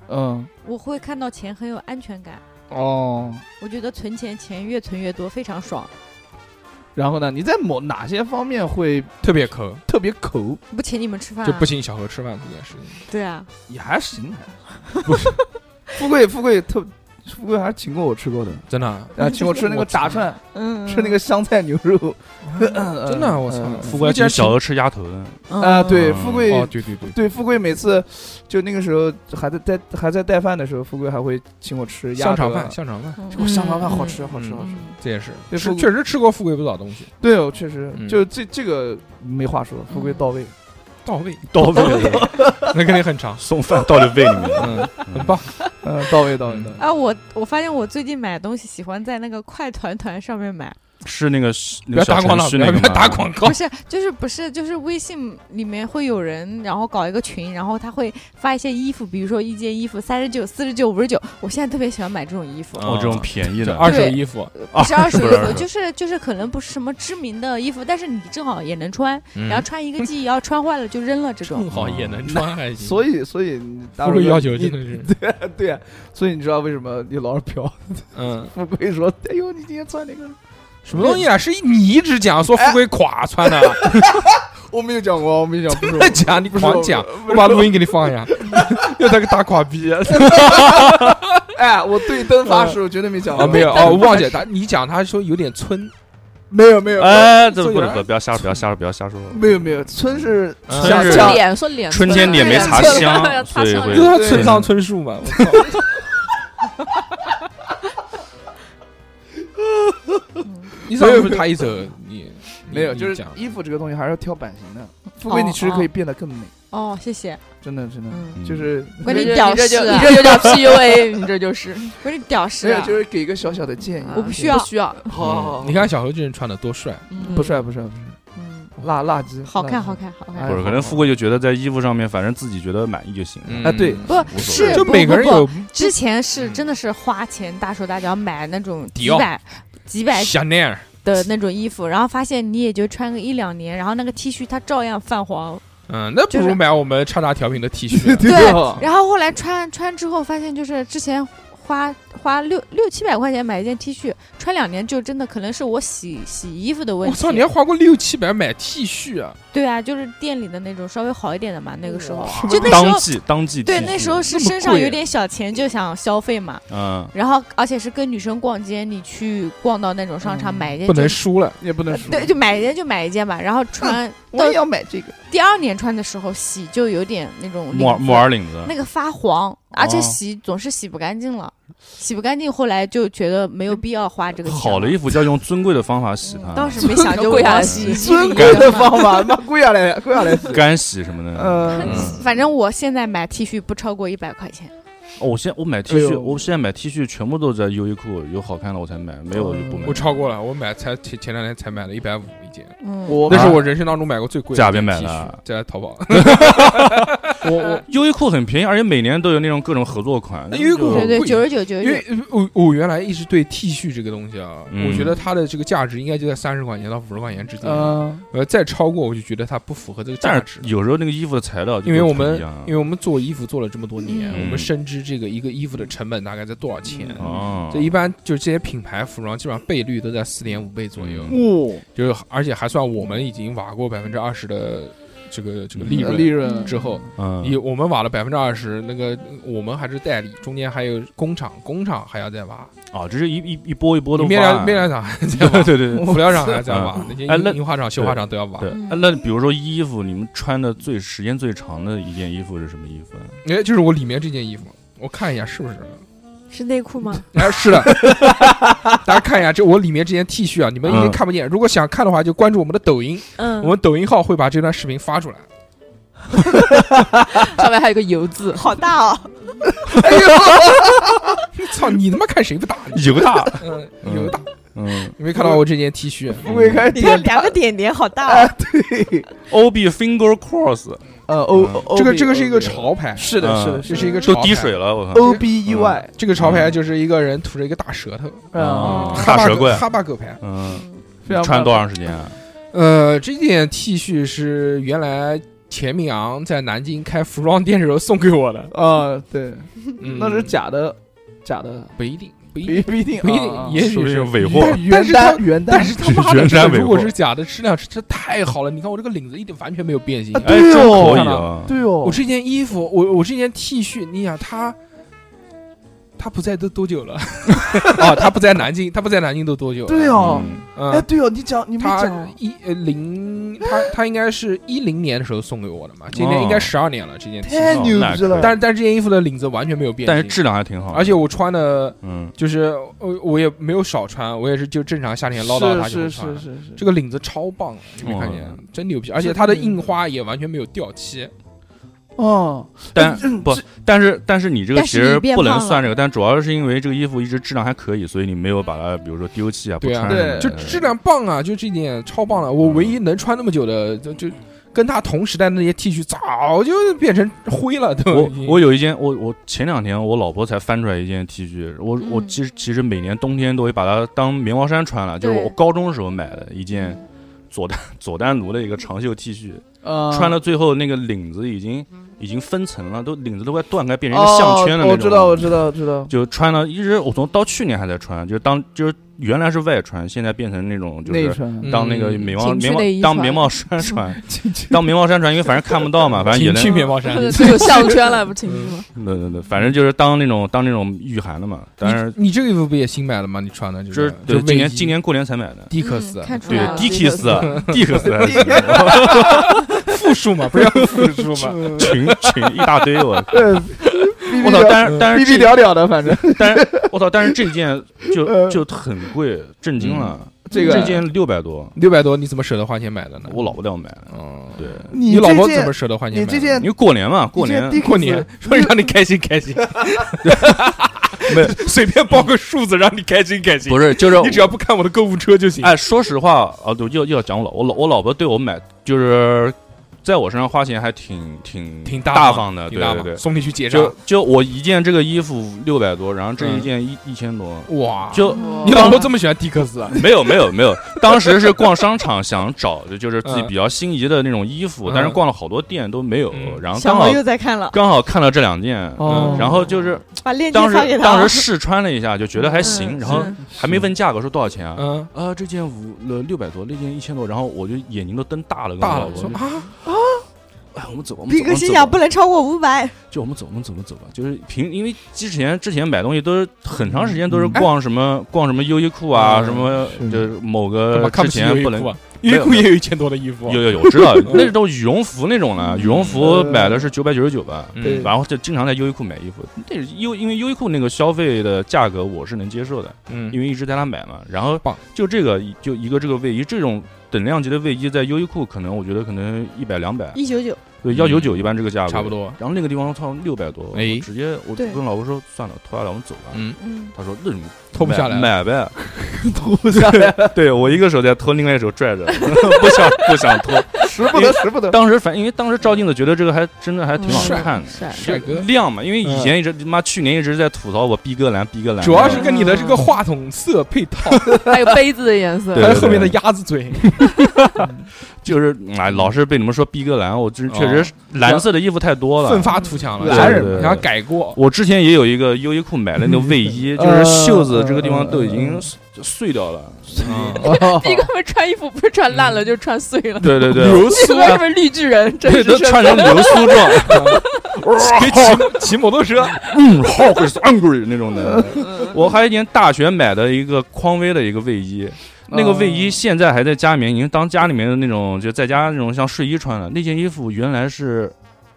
Speaker 3: 嗯
Speaker 4: 我会看到钱很有安全感，
Speaker 3: 哦，
Speaker 4: 我觉得存钱钱越存越多，非常爽。
Speaker 3: 然后呢，你在某哪些方面会
Speaker 1: 特别抠，
Speaker 3: 特别抠？
Speaker 4: 不请你们嗯吃饭、啊、
Speaker 1: 就不请小何吃饭这件事情。
Speaker 4: 对啊，
Speaker 3: 也还行， 不是富贵富贵特富贵还是请过我吃过的，
Speaker 1: 真的啊，
Speaker 3: 啊，请我吃 那个炸串，
Speaker 4: 嗯，
Speaker 3: 吃那个香菜牛肉，
Speaker 1: 真
Speaker 3: 真
Speaker 1: 的
Speaker 3: 嗯
Speaker 1: 啊，我操！
Speaker 2: 富贵
Speaker 1: 竟
Speaker 2: 请
Speaker 1: 然
Speaker 2: 小何吃鸭头呢，
Speaker 4: 嗯
Speaker 3: 啊，对，
Speaker 2: 嗯
Speaker 3: 富
Speaker 1: 哦，
Speaker 3: 贵
Speaker 1: 对对对，
Speaker 3: 对富贵每次就那个时候还在带还在带饭的时候，富贵还会请我吃鸭
Speaker 1: 香肠
Speaker 3: 头啊
Speaker 1: 饭，，哦香肠饭，
Speaker 3: 我
Speaker 4: 嗯
Speaker 3: 香肠饭
Speaker 6: 嗯
Speaker 3: 好吃好吃好吃，
Speaker 4: 嗯
Speaker 1: 这也是
Speaker 3: 对
Speaker 1: 吃
Speaker 3: 富贵
Speaker 1: 确实吃过富贵不少东西，
Speaker 3: 对哦，确实
Speaker 1: 嗯
Speaker 3: 就这这个没话说，富贵到位，
Speaker 1: 到位，
Speaker 2: 到位了，，
Speaker 1: 那肯定很长
Speaker 2: 送饭到了胃里面，
Speaker 1: 嗯，很
Speaker 2: 嗯
Speaker 1: 棒。
Speaker 3: 嗯，到位到位到位，
Speaker 4: 啊，我我发现我最近买东西喜欢在那个快团团上面买，
Speaker 2: 是那个
Speaker 1: 不
Speaker 2: 那
Speaker 1: 要
Speaker 2: 个小
Speaker 1: 打广
Speaker 2: 程
Speaker 1: 告，
Speaker 2: 序
Speaker 1: 不
Speaker 2: 那
Speaker 1: 要
Speaker 2: 个
Speaker 1: 不要
Speaker 2: 吗
Speaker 1: 打广告
Speaker 4: 不，是，就是不是，就是微信里面会有人，然后搞一个群，然后他会发一些衣服，比如说一件衣服三十九、四十九、五十九，我现在特别喜欢买这种衣服，
Speaker 1: 啊
Speaker 2: 哦，这种便宜
Speaker 1: 就
Speaker 2: 的
Speaker 1: 二手
Speaker 4: 对
Speaker 1: 衣服，
Speaker 4: 不是二手
Speaker 2: 不
Speaker 4: 衣
Speaker 2: 是
Speaker 4: 服，就是就是可能不是什么知名的衣服，但是你正好也能穿，
Speaker 1: 嗯
Speaker 4: 然后穿一个季，要穿坏了就扔了这种
Speaker 1: 正。好也能穿，还行。
Speaker 3: 所以所以你大
Speaker 1: 富
Speaker 3: 陆
Speaker 1: 贵
Speaker 3: 哥
Speaker 1: 要求真
Speaker 3: 你
Speaker 1: 的是，
Speaker 3: 对啊，所以你知道为什么你老是嫖？
Speaker 1: 嗯，
Speaker 3: 富贵说，哎呦，你今天穿那个，
Speaker 1: 什么东西啊？是你一直讲说富贵垮穿的，
Speaker 3: 我没有讲过，我没讲，不是我
Speaker 1: 那讲你
Speaker 3: 不是我
Speaker 1: 狂讲，
Speaker 3: 不
Speaker 1: 我
Speaker 3: 是
Speaker 1: 把录音给你放一下，又在个大垮逼啊
Speaker 3: 哎，我对灯发誓，我绝对没讲过
Speaker 1: 嗯没有哦，忘记他，你讲他说有点村，
Speaker 3: 没 有没有
Speaker 2: 哎，这
Speaker 1: 做有
Speaker 2: 不不
Speaker 1: 点
Speaker 2: 不不要瞎说，不要瞎说，不要 瞎说。
Speaker 3: 没有没有，村是
Speaker 1: 嗯
Speaker 3: 家
Speaker 2: 村是
Speaker 3: 家
Speaker 6: 啊脸说脸，啊
Speaker 2: 春天脸没擦香，所以
Speaker 1: 因为
Speaker 2: 会
Speaker 1: 他村上春树嘛，我操，你怎么不是他一走？你你
Speaker 3: 没有，
Speaker 1: 你
Speaker 3: 就是
Speaker 1: 讲
Speaker 3: 衣服这个东西还是要挑版型的。富贵，你其实可以变得更美，
Speaker 4: 哦，谢谢。
Speaker 3: 真的真的，
Speaker 4: 嗯，
Speaker 3: 就是
Speaker 4: 关键
Speaker 6: 你
Speaker 4: 屌
Speaker 6: 这
Speaker 4: 丝
Speaker 6: 就
Speaker 4: 啊
Speaker 6: 你这就叫 PUA，你这就是
Speaker 4: 不是屌丝
Speaker 3: 没有
Speaker 4: 啊，
Speaker 3: 就是给一个小小的建议
Speaker 6: 啊。
Speaker 4: 我不需要
Speaker 6: 不需要，
Speaker 3: 好好好，
Speaker 1: 你看小何这人穿的多帅，
Speaker 4: 嗯
Speaker 3: 不帅不帅不帅，
Speaker 4: 嗯，
Speaker 1: 我
Speaker 3: 辣辣鸡，
Speaker 5: 好
Speaker 3: 辣
Speaker 5: 看，
Speaker 3: 鸡
Speaker 5: 好。看，好看。
Speaker 3: 哎
Speaker 2: 不嗯是，可能富贵就觉得在衣服上面，反正自己觉得满意就行。
Speaker 1: 嗯
Speaker 3: 哎对
Speaker 5: 不
Speaker 2: 无所谓
Speaker 5: 是，
Speaker 1: 就
Speaker 5: 不
Speaker 1: 每个人。
Speaker 5: 不不
Speaker 1: 有
Speaker 5: 之前是
Speaker 1: 嗯
Speaker 5: 真的是花钱大手大脚买那种几
Speaker 1: 迪奥
Speaker 5: 百、几百
Speaker 1: 香奈儿，
Speaker 5: 的那种衣服，然后发现你也就穿个一两年，然后那个 T 恤它照样泛黄。
Speaker 1: 嗯，那不
Speaker 5: 就
Speaker 1: 如
Speaker 5: 是
Speaker 1: 买我们叉叉调频的 T 恤 啊。
Speaker 3: 对的，
Speaker 5: 然后后来穿穿之后发现，就是之前花花六六七百块钱买一件 T 恤，穿两年就真的可能是我洗洗衣服的问
Speaker 1: 我
Speaker 5: 题。
Speaker 1: 操，你还花过六七百买 T 恤啊？
Speaker 5: 对啊，就是店里的那种稍微好一点的嘛，那个时候
Speaker 1: 哇
Speaker 5: 就那时
Speaker 2: 当
Speaker 5: 候。
Speaker 2: 季当季 T
Speaker 5: 对，
Speaker 2: 恤
Speaker 5: 那时候是
Speaker 1: 那么
Speaker 5: 身上
Speaker 1: 贵啊
Speaker 5: 有点小钱就想消费嘛，
Speaker 2: 嗯，
Speaker 5: 然后而且是跟女生逛街，你去逛到那种商场
Speaker 3: 嗯
Speaker 5: 买一件
Speaker 1: 不能
Speaker 5: 哎就
Speaker 1: 输了，
Speaker 3: 也不能输。
Speaker 5: 对，就买一件就买一件吧，然后 穿
Speaker 3: 我也要买这个。
Speaker 5: 第二年穿的时候洗就有点那种
Speaker 2: 木耳
Speaker 5: 领子
Speaker 2: 木耳领子
Speaker 5: 那个发黄，而且洗总是洗不干净了，洗不干净，后来就觉得没有必要花这个钱。
Speaker 2: 好的衣服就要用尊贵的方法洗它，
Speaker 5: 当时没想就
Speaker 6: 贵啊
Speaker 5: 往 洗衣机
Speaker 3: 尊
Speaker 5: 里
Speaker 3: 贵的
Speaker 5: 扔嘛
Speaker 3: 方法，那啊跪下来，跪下来洗。
Speaker 2: 干洗什么的。
Speaker 3: 嗯，
Speaker 1: 嗯
Speaker 5: 反正我现在买 T 恤不超过一百块钱，
Speaker 2: 哦，我现在我买 T
Speaker 3: 哎呦
Speaker 2: 恤，我现在买 T 恤全部都在优衣库，有好看的我才买，没有我就不买。
Speaker 1: 我超过了，我买才前前两天才买了一百五一件，
Speaker 5: 嗯，
Speaker 3: 我啊
Speaker 1: 那是我人生当中买过最贵的
Speaker 2: 假
Speaker 1: 一件
Speaker 2: 别买
Speaker 1: T 恤
Speaker 2: 了，
Speaker 1: 在淘宝。
Speaker 3: 我我
Speaker 2: 优衣库很便宜，而且每年都有那种各种合作款。
Speaker 1: 那优衣库很
Speaker 5: 对
Speaker 2: 就
Speaker 5: 对，
Speaker 1: 贵
Speaker 5: 九十九九十
Speaker 1: 因为呃
Speaker 5: 九，
Speaker 1: 我我原来一直对 T 恤这个东西啊，
Speaker 2: 嗯
Speaker 1: 我觉得它的这个价值应该就在三十块钱到五十块钱之间，
Speaker 3: 嗯，
Speaker 1: 呃，再超过我就觉得它不符合这个
Speaker 2: 但
Speaker 1: 价值
Speaker 2: 是。有时候那个衣服的材料就
Speaker 1: 因为
Speaker 2: 不
Speaker 1: 我
Speaker 2: 太
Speaker 1: 们
Speaker 2: 一样啊
Speaker 1: 因为我们做衣服做了这么多年，
Speaker 5: 嗯
Speaker 1: 我们深知这个一个衣服的成本大概在多少钱。
Speaker 3: 嗯
Speaker 2: 哦，
Speaker 1: 这一般就是这些品牌服装，基本上倍率都在四点五倍左右，
Speaker 2: 嗯
Speaker 3: 哦，
Speaker 1: 就是而且还算我们已经挖过百分之二十的这个这个利
Speaker 3: 呃利
Speaker 1: 润
Speaker 3: 润
Speaker 1: 之后，
Speaker 2: 嗯
Speaker 1: 以我们挖了百分之二十，那个我们还是代理，中间还有工厂，工厂还要再挖，
Speaker 2: 啊，这是一一一波一波的
Speaker 1: 面
Speaker 2: 发
Speaker 1: 料面料厂还在
Speaker 2: 对
Speaker 1: 挖，
Speaker 2: 对对。对
Speaker 1: 辅料厂还在挖
Speaker 2: 啊嗯，
Speaker 1: 那些
Speaker 2: 哎那
Speaker 1: 印印花厂、绣花厂都要挖。
Speaker 2: 对，
Speaker 5: 嗯
Speaker 2: 哎那比如说衣服，你们穿的最时间最长的一件衣服是什么衣服啊？
Speaker 1: 哎，就是我里面这件衣服，我看一下是不是？
Speaker 7: 是内裤吗？
Speaker 1: 哎，是的， 大家看一下，这我里面这件 T 恤啊，你们一定
Speaker 2: 嗯
Speaker 1: 看不见。如果想看的话，就关注我们的抖音，
Speaker 7: 嗯
Speaker 1: 我们抖音号会把这段视频发出来。
Speaker 6: 上面还有个油 字，
Speaker 7: 好大哦，
Speaker 1: 哎呦，哎操你他妈看谁不打你？
Speaker 2: 有大，
Speaker 1: 嗯，有打，
Speaker 2: 嗯
Speaker 1: 你没看到我这件 T 恤？
Speaker 3: 富贵开始
Speaker 7: 你看
Speaker 3: 点
Speaker 7: 两个点点，好大
Speaker 3: 哎
Speaker 7: 哦。
Speaker 3: 对，
Speaker 2: ，O B 嗯 Finger Cross，
Speaker 3: 呃，O
Speaker 2: 嗯
Speaker 3: O
Speaker 1: 这个这个是一个
Speaker 3: OB
Speaker 1: 潮牌，
Speaker 3: 是的，
Speaker 2: 嗯
Speaker 3: 是的，
Speaker 1: 这
Speaker 3: 是
Speaker 1: 是嗯一个
Speaker 2: 都
Speaker 1: 潮
Speaker 2: 滴
Speaker 1: 牌
Speaker 2: 水。了，我
Speaker 1: 哦
Speaker 2: 靠，
Speaker 3: O B E Y
Speaker 1: 这个潮牌就是一个人吐着一个大舌头，
Speaker 3: 啊
Speaker 2: 哦，
Speaker 1: 哈
Speaker 2: 大
Speaker 1: 巴
Speaker 2: 舌
Speaker 1: 狗
Speaker 2: 怪
Speaker 1: 哈巴狗牌。
Speaker 2: 嗯，
Speaker 3: 非常
Speaker 2: 穿多长时间啊？
Speaker 1: 呃，这件 T 恤是原来钱明昂在南京开服装店的时候送给我的，
Speaker 3: 啊？对，
Speaker 1: 嗯
Speaker 3: 那是假的，假的，
Speaker 1: 不一定，不一定
Speaker 3: 不，不一定，
Speaker 1: 不一
Speaker 3: 啊
Speaker 1: 定，
Speaker 3: 啊
Speaker 1: 也
Speaker 2: 说
Speaker 1: 许
Speaker 2: 不定
Speaker 1: 是
Speaker 2: 哎是伪货
Speaker 1: 但
Speaker 3: 原
Speaker 1: 是
Speaker 3: 单
Speaker 1: 它
Speaker 3: 原单
Speaker 1: 但是他 妈的，
Speaker 2: 原
Speaker 1: 这
Speaker 2: 单
Speaker 1: 个
Speaker 2: 伪
Speaker 1: 如果
Speaker 2: 货
Speaker 1: 是假的，质量这太好了。你看我这个领子一点完全没有变形
Speaker 3: 啊，
Speaker 2: 哎，
Speaker 3: 对
Speaker 2: 真
Speaker 3: 哦
Speaker 2: 可以
Speaker 1: 看到
Speaker 2: 啊！
Speaker 3: 对哦，
Speaker 1: 我这件衣服，我我这件 T 恤，你想他，他不在都多久了？ 哦，他不在南京，他不在南京都多久了？
Speaker 3: 对哦，
Speaker 2: 嗯
Speaker 3: 哎
Speaker 1: 嗯，
Speaker 3: 对哦，你讲你没
Speaker 1: 他
Speaker 3: 讲，
Speaker 1: 一呃零，他他应该是一零年的时候送给我的嘛，今年
Speaker 3: 哦
Speaker 1: 应该十二年了这件 T
Speaker 3: 太
Speaker 1: 恤，
Speaker 3: 牛
Speaker 2: 哦
Speaker 3: 逼
Speaker 2: 那可以
Speaker 3: 了，
Speaker 1: 但是但是这件衣服的领子完全没有变
Speaker 2: 但是
Speaker 1: 形
Speaker 2: 质量还挺好，
Speaker 1: 而且我穿的
Speaker 2: 嗯，
Speaker 1: 就是我我也没有少穿，我也是就正常夏天唠叨他就会
Speaker 3: 是是
Speaker 1: 穿
Speaker 3: 是。是是，
Speaker 1: 这个领子超棒，你没看见
Speaker 2: 哦？
Speaker 1: 真牛逼！而且它的印花也完全没有掉漆。
Speaker 3: 哦，
Speaker 2: 但
Speaker 3: 嗯
Speaker 2: 不
Speaker 3: 这，
Speaker 2: 但是但是你这个
Speaker 5: 但
Speaker 2: 其
Speaker 5: 是你
Speaker 2: 实
Speaker 5: 变
Speaker 2: 不能
Speaker 5: 胖了
Speaker 2: 算这个，但主要是因为这个衣服一直质量还可以，所以你没有把它，比如说丢弃啊，不嗯
Speaker 1: 对啊
Speaker 2: 穿什么的，
Speaker 3: 对
Speaker 1: 就质量棒啊，就这点超棒了。我唯一能穿那么久的，就就跟他同时代的那些 T 恤，早就变成灰了，都
Speaker 2: 我
Speaker 1: 已经。
Speaker 2: 我有一件，我我前两天我老婆才翻出来一件 T 恤，我我
Speaker 5: 嗯
Speaker 2: 其实其实每年冬天都会把它当棉毛衫穿了，就是
Speaker 5: 对
Speaker 2: 我高中时候买的一件佐丹佐丹奴的一个长袖 T 恤，
Speaker 3: 呃
Speaker 2: 穿到最后那个领子已经已经分层了，都领子都快断开，变成一个项圈的那
Speaker 3: 哦
Speaker 2: 种。
Speaker 3: 我知道我知道我知道，
Speaker 2: 就穿了，一直我从到去年还在穿，就是当就是原来是外穿，现在变成那种就
Speaker 3: 内
Speaker 2: 是
Speaker 3: 穿
Speaker 1: 嗯
Speaker 2: 当那个棉毛
Speaker 6: 情趣
Speaker 2: 棉毛
Speaker 6: 内衣
Speaker 2: 当
Speaker 6: 穿
Speaker 2: 棉毛衫穿，当棉毛衫穿，因为反正看不到嘛，反正也
Speaker 1: 情
Speaker 2: 能
Speaker 1: 趣棉毛衫。
Speaker 6: 这有项圈了，不情绪吗？
Speaker 2: 对对对，反正就是当那种当那种御寒的嘛。但是
Speaker 1: 你你这个衣服不也新买的吗？你穿的就
Speaker 2: 这
Speaker 1: 是
Speaker 2: 是对
Speaker 1: 就
Speaker 2: 今
Speaker 1: 卫
Speaker 2: 年
Speaker 1: 衣
Speaker 2: 今年过年才买的，
Speaker 1: 迪克斯
Speaker 5: 嗯看出
Speaker 2: 对
Speaker 5: 来 了，
Speaker 2: D
Speaker 6: 迪
Speaker 2: K
Speaker 6: 克
Speaker 2: S
Speaker 6: 斯
Speaker 2: D K S
Speaker 1: 复数嘛，不是要复数嘛？
Speaker 2: 群群一大堆 我。
Speaker 3: 呃，
Speaker 2: 嗯我操！但是但
Speaker 3: 逼
Speaker 2: 是
Speaker 3: 逼
Speaker 2: 这
Speaker 3: 屌屌的，反正
Speaker 2: 但是我操！但是这 件就
Speaker 3: 呃嗯
Speaker 2: 就很贵，震惊了。
Speaker 3: 这 个
Speaker 2: 这件六百多，
Speaker 1: 六百多，你怎么舍得花钱买的呢？
Speaker 2: 我老婆带我买的。
Speaker 1: 嗯，
Speaker 2: 对，
Speaker 3: 你
Speaker 1: 老婆
Speaker 3: 这
Speaker 1: 怎么
Speaker 3: 件
Speaker 1: 舍得花钱
Speaker 3: 你
Speaker 1: 买的？
Speaker 3: 这件
Speaker 2: 因为过年嘛，过
Speaker 3: 你这
Speaker 2: 年
Speaker 3: 件 Dickies-
Speaker 1: 过年，说让你开心开心。
Speaker 2: 没
Speaker 1: 随便报个数字让你开心开心。
Speaker 2: 不是，就是
Speaker 1: 你只要不看我的购物车就行。
Speaker 2: 哎，说实话啊，对，又又要讲我老我老我老婆对我买就是在我身上花钱还挺挺
Speaker 1: 挺大
Speaker 2: 大
Speaker 1: 方
Speaker 2: 方的，
Speaker 1: 你
Speaker 2: 对
Speaker 1: 知道
Speaker 2: 对
Speaker 1: 吗
Speaker 2: 对，
Speaker 1: 送你去结
Speaker 2: 就
Speaker 1: 账。
Speaker 2: 就我一件这个衣服六百多，然后这
Speaker 1: 嗯
Speaker 2: 一件一一千多，
Speaker 1: 哇，
Speaker 2: 就
Speaker 6: 哦
Speaker 1: 你老婆这么喜欢迪克斯啊？
Speaker 2: 没有没有没有，当时是逛商场想找的就是自己比较心仪的那种衣服，
Speaker 1: 嗯
Speaker 2: 但是逛了好多店都没有，
Speaker 1: 嗯
Speaker 2: 然后
Speaker 5: 小
Speaker 2: 刚
Speaker 5: 毛
Speaker 2: 好
Speaker 5: 又在看了，
Speaker 2: 刚好看到这两件，
Speaker 3: 哦
Speaker 2: 然后就是
Speaker 5: 把链接
Speaker 2: 当
Speaker 5: 发给
Speaker 2: 时
Speaker 5: 他。
Speaker 2: 当时试穿了一下，就觉得还行，
Speaker 5: 嗯
Speaker 2: 然后
Speaker 5: 是
Speaker 2: 还没问价格，说多少钱啊？
Speaker 1: 嗯，
Speaker 2: 啊，这件五呃六百多，那件一千多，然后我就眼睛都瞪大了，跟
Speaker 1: 大
Speaker 2: 我老
Speaker 1: 了说
Speaker 2: 婆就，
Speaker 1: 啊，
Speaker 2: 哎，我们走，我们走，
Speaker 5: 逼
Speaker 2: 我
Speaker 5: 哥
Speaker 2: 们
Speaker 5: 心
Speaker 2: 走
Speaker 5: 想
Speaker 2: 吧
Speaker 5: 不能超过五百，
Speaker 2: 就我们走，我们走，我们走吧。就是平，因为之前之前买东西都是很长时间都是逛什么、逛什么优衣库啊，
Speaker 1: 嗯
Speaker 2: 什么
Speaker 3: 是
Speaker 2: 就是某
Speaker 1: 怎么
Speaker 2: 个
Speaker 1: 看
Speaker 2: 之
Speaker 1: 呃不起优
Speaker 2: 前
Speaker 1: 衣
Speaker 2: 不能
Speaker 1: 库 啊？优衣库也有一千多的衣服啊。
Speaker 2: 有有有，我知道那种羽绒服那种的，羽绒服买的是九百九十九吧。
Speaker 1: 嗯
Speaker 3: 对
Speaker 2: 然后就经常在优衣库买衣服，那是优因为优衣库那个消费的价格我是能接受的，
Speaker 1: 嗯
Speaker 2: 因为一直在那买嘛。然后
Speaker 1: 棒
Speaker 2: 就这个就一个这个卫衣，这种等量级的卫衣在优衣库可能我觉得可能一百两百，
Speaker 5: 一九九，
Speaker 2: 对幺九九一般这个价格
Speaker 1: 嗯差不。多。
Speaker 2: 然后那个地方操六百多，
Speaker 1: 哎
Speaker 2: 我直接我
Speaker 5: 对
Speaker 2: 跟老婆说算了，脱下来我们走吧。
Speaker 1: 嗯，
Speaker 5: 嗯，
Speaker 2: 他说那什么
Speaker 1: 脱不下来
Speaker 2: 买买 呗。
Speaker 3: 脱不下来，
Speaker 2: 对我一个手在脱，另外一手拽着， 不想不想脱。
Speaker 3: 使 不得，使不得。
Speaker 2: 当时反因为当时照镜子觉得这个还真的还挺好
Speaker 1: 嗯帅
Speaker 2: 看的，
Speaker 6: 帅
Speaker 1: 帅哥嗯
Speaker 2: 亮嘛。因为以前一直他妈去年一直在吐槽我逼哥蓝逼哥蓝，
Speaker 1: 主要是跟你的这个话筒色配 套，
Speaker 6: 还有杯子的颜色，
Speaker 2: 对
Speaker 1: 还有 后面的鸭子嘴，
Speaker 2: 就是哎老是被你们说逼哥蓝，我真
Speaker 1: 哦
Speaker 2: 确实是蓝色的衣服太多
Speaker 1: 奋
Speaker 2: 了。
Speaker 1: 发图强了，
Speaker 3: 男
Speaker 2: 人嘛
Speaker 1: 人想改 过。
Speaker 2: 我之前也有一个优衣库买的那个卫衣，就是袖子这个地方都已经碎掉了。
Speaker 1: 嗯
Speaker 3: 哦
Speaker 6: 逼哥们穿衣服 不是穿烂了就穿碎 了，
Speaker 2: 对对对，
Speaker 1: 流
Speaker 6: 逼
Speaker 1: 苏
Speaker 6: 哥是不是绿巨人？真
Speaker 2: 对，
Speaker 6: 是
Speaker 2: 都穿成 流苏状，
Speaker 1: 可以嗯 骑骑摩托车，
Speaker 2: 嗯，Hulk is angry 那种的。
Speaker 6: 嗯
Speaker 2: 我还有一年大学买的一个匡威的一个卫衣，那个卫
Speaker 6: 哦
Speaker 2: 衣现在还在家里面，已经当家里面的那种，就在家那种像睡衣穿了。那件衣服原来是。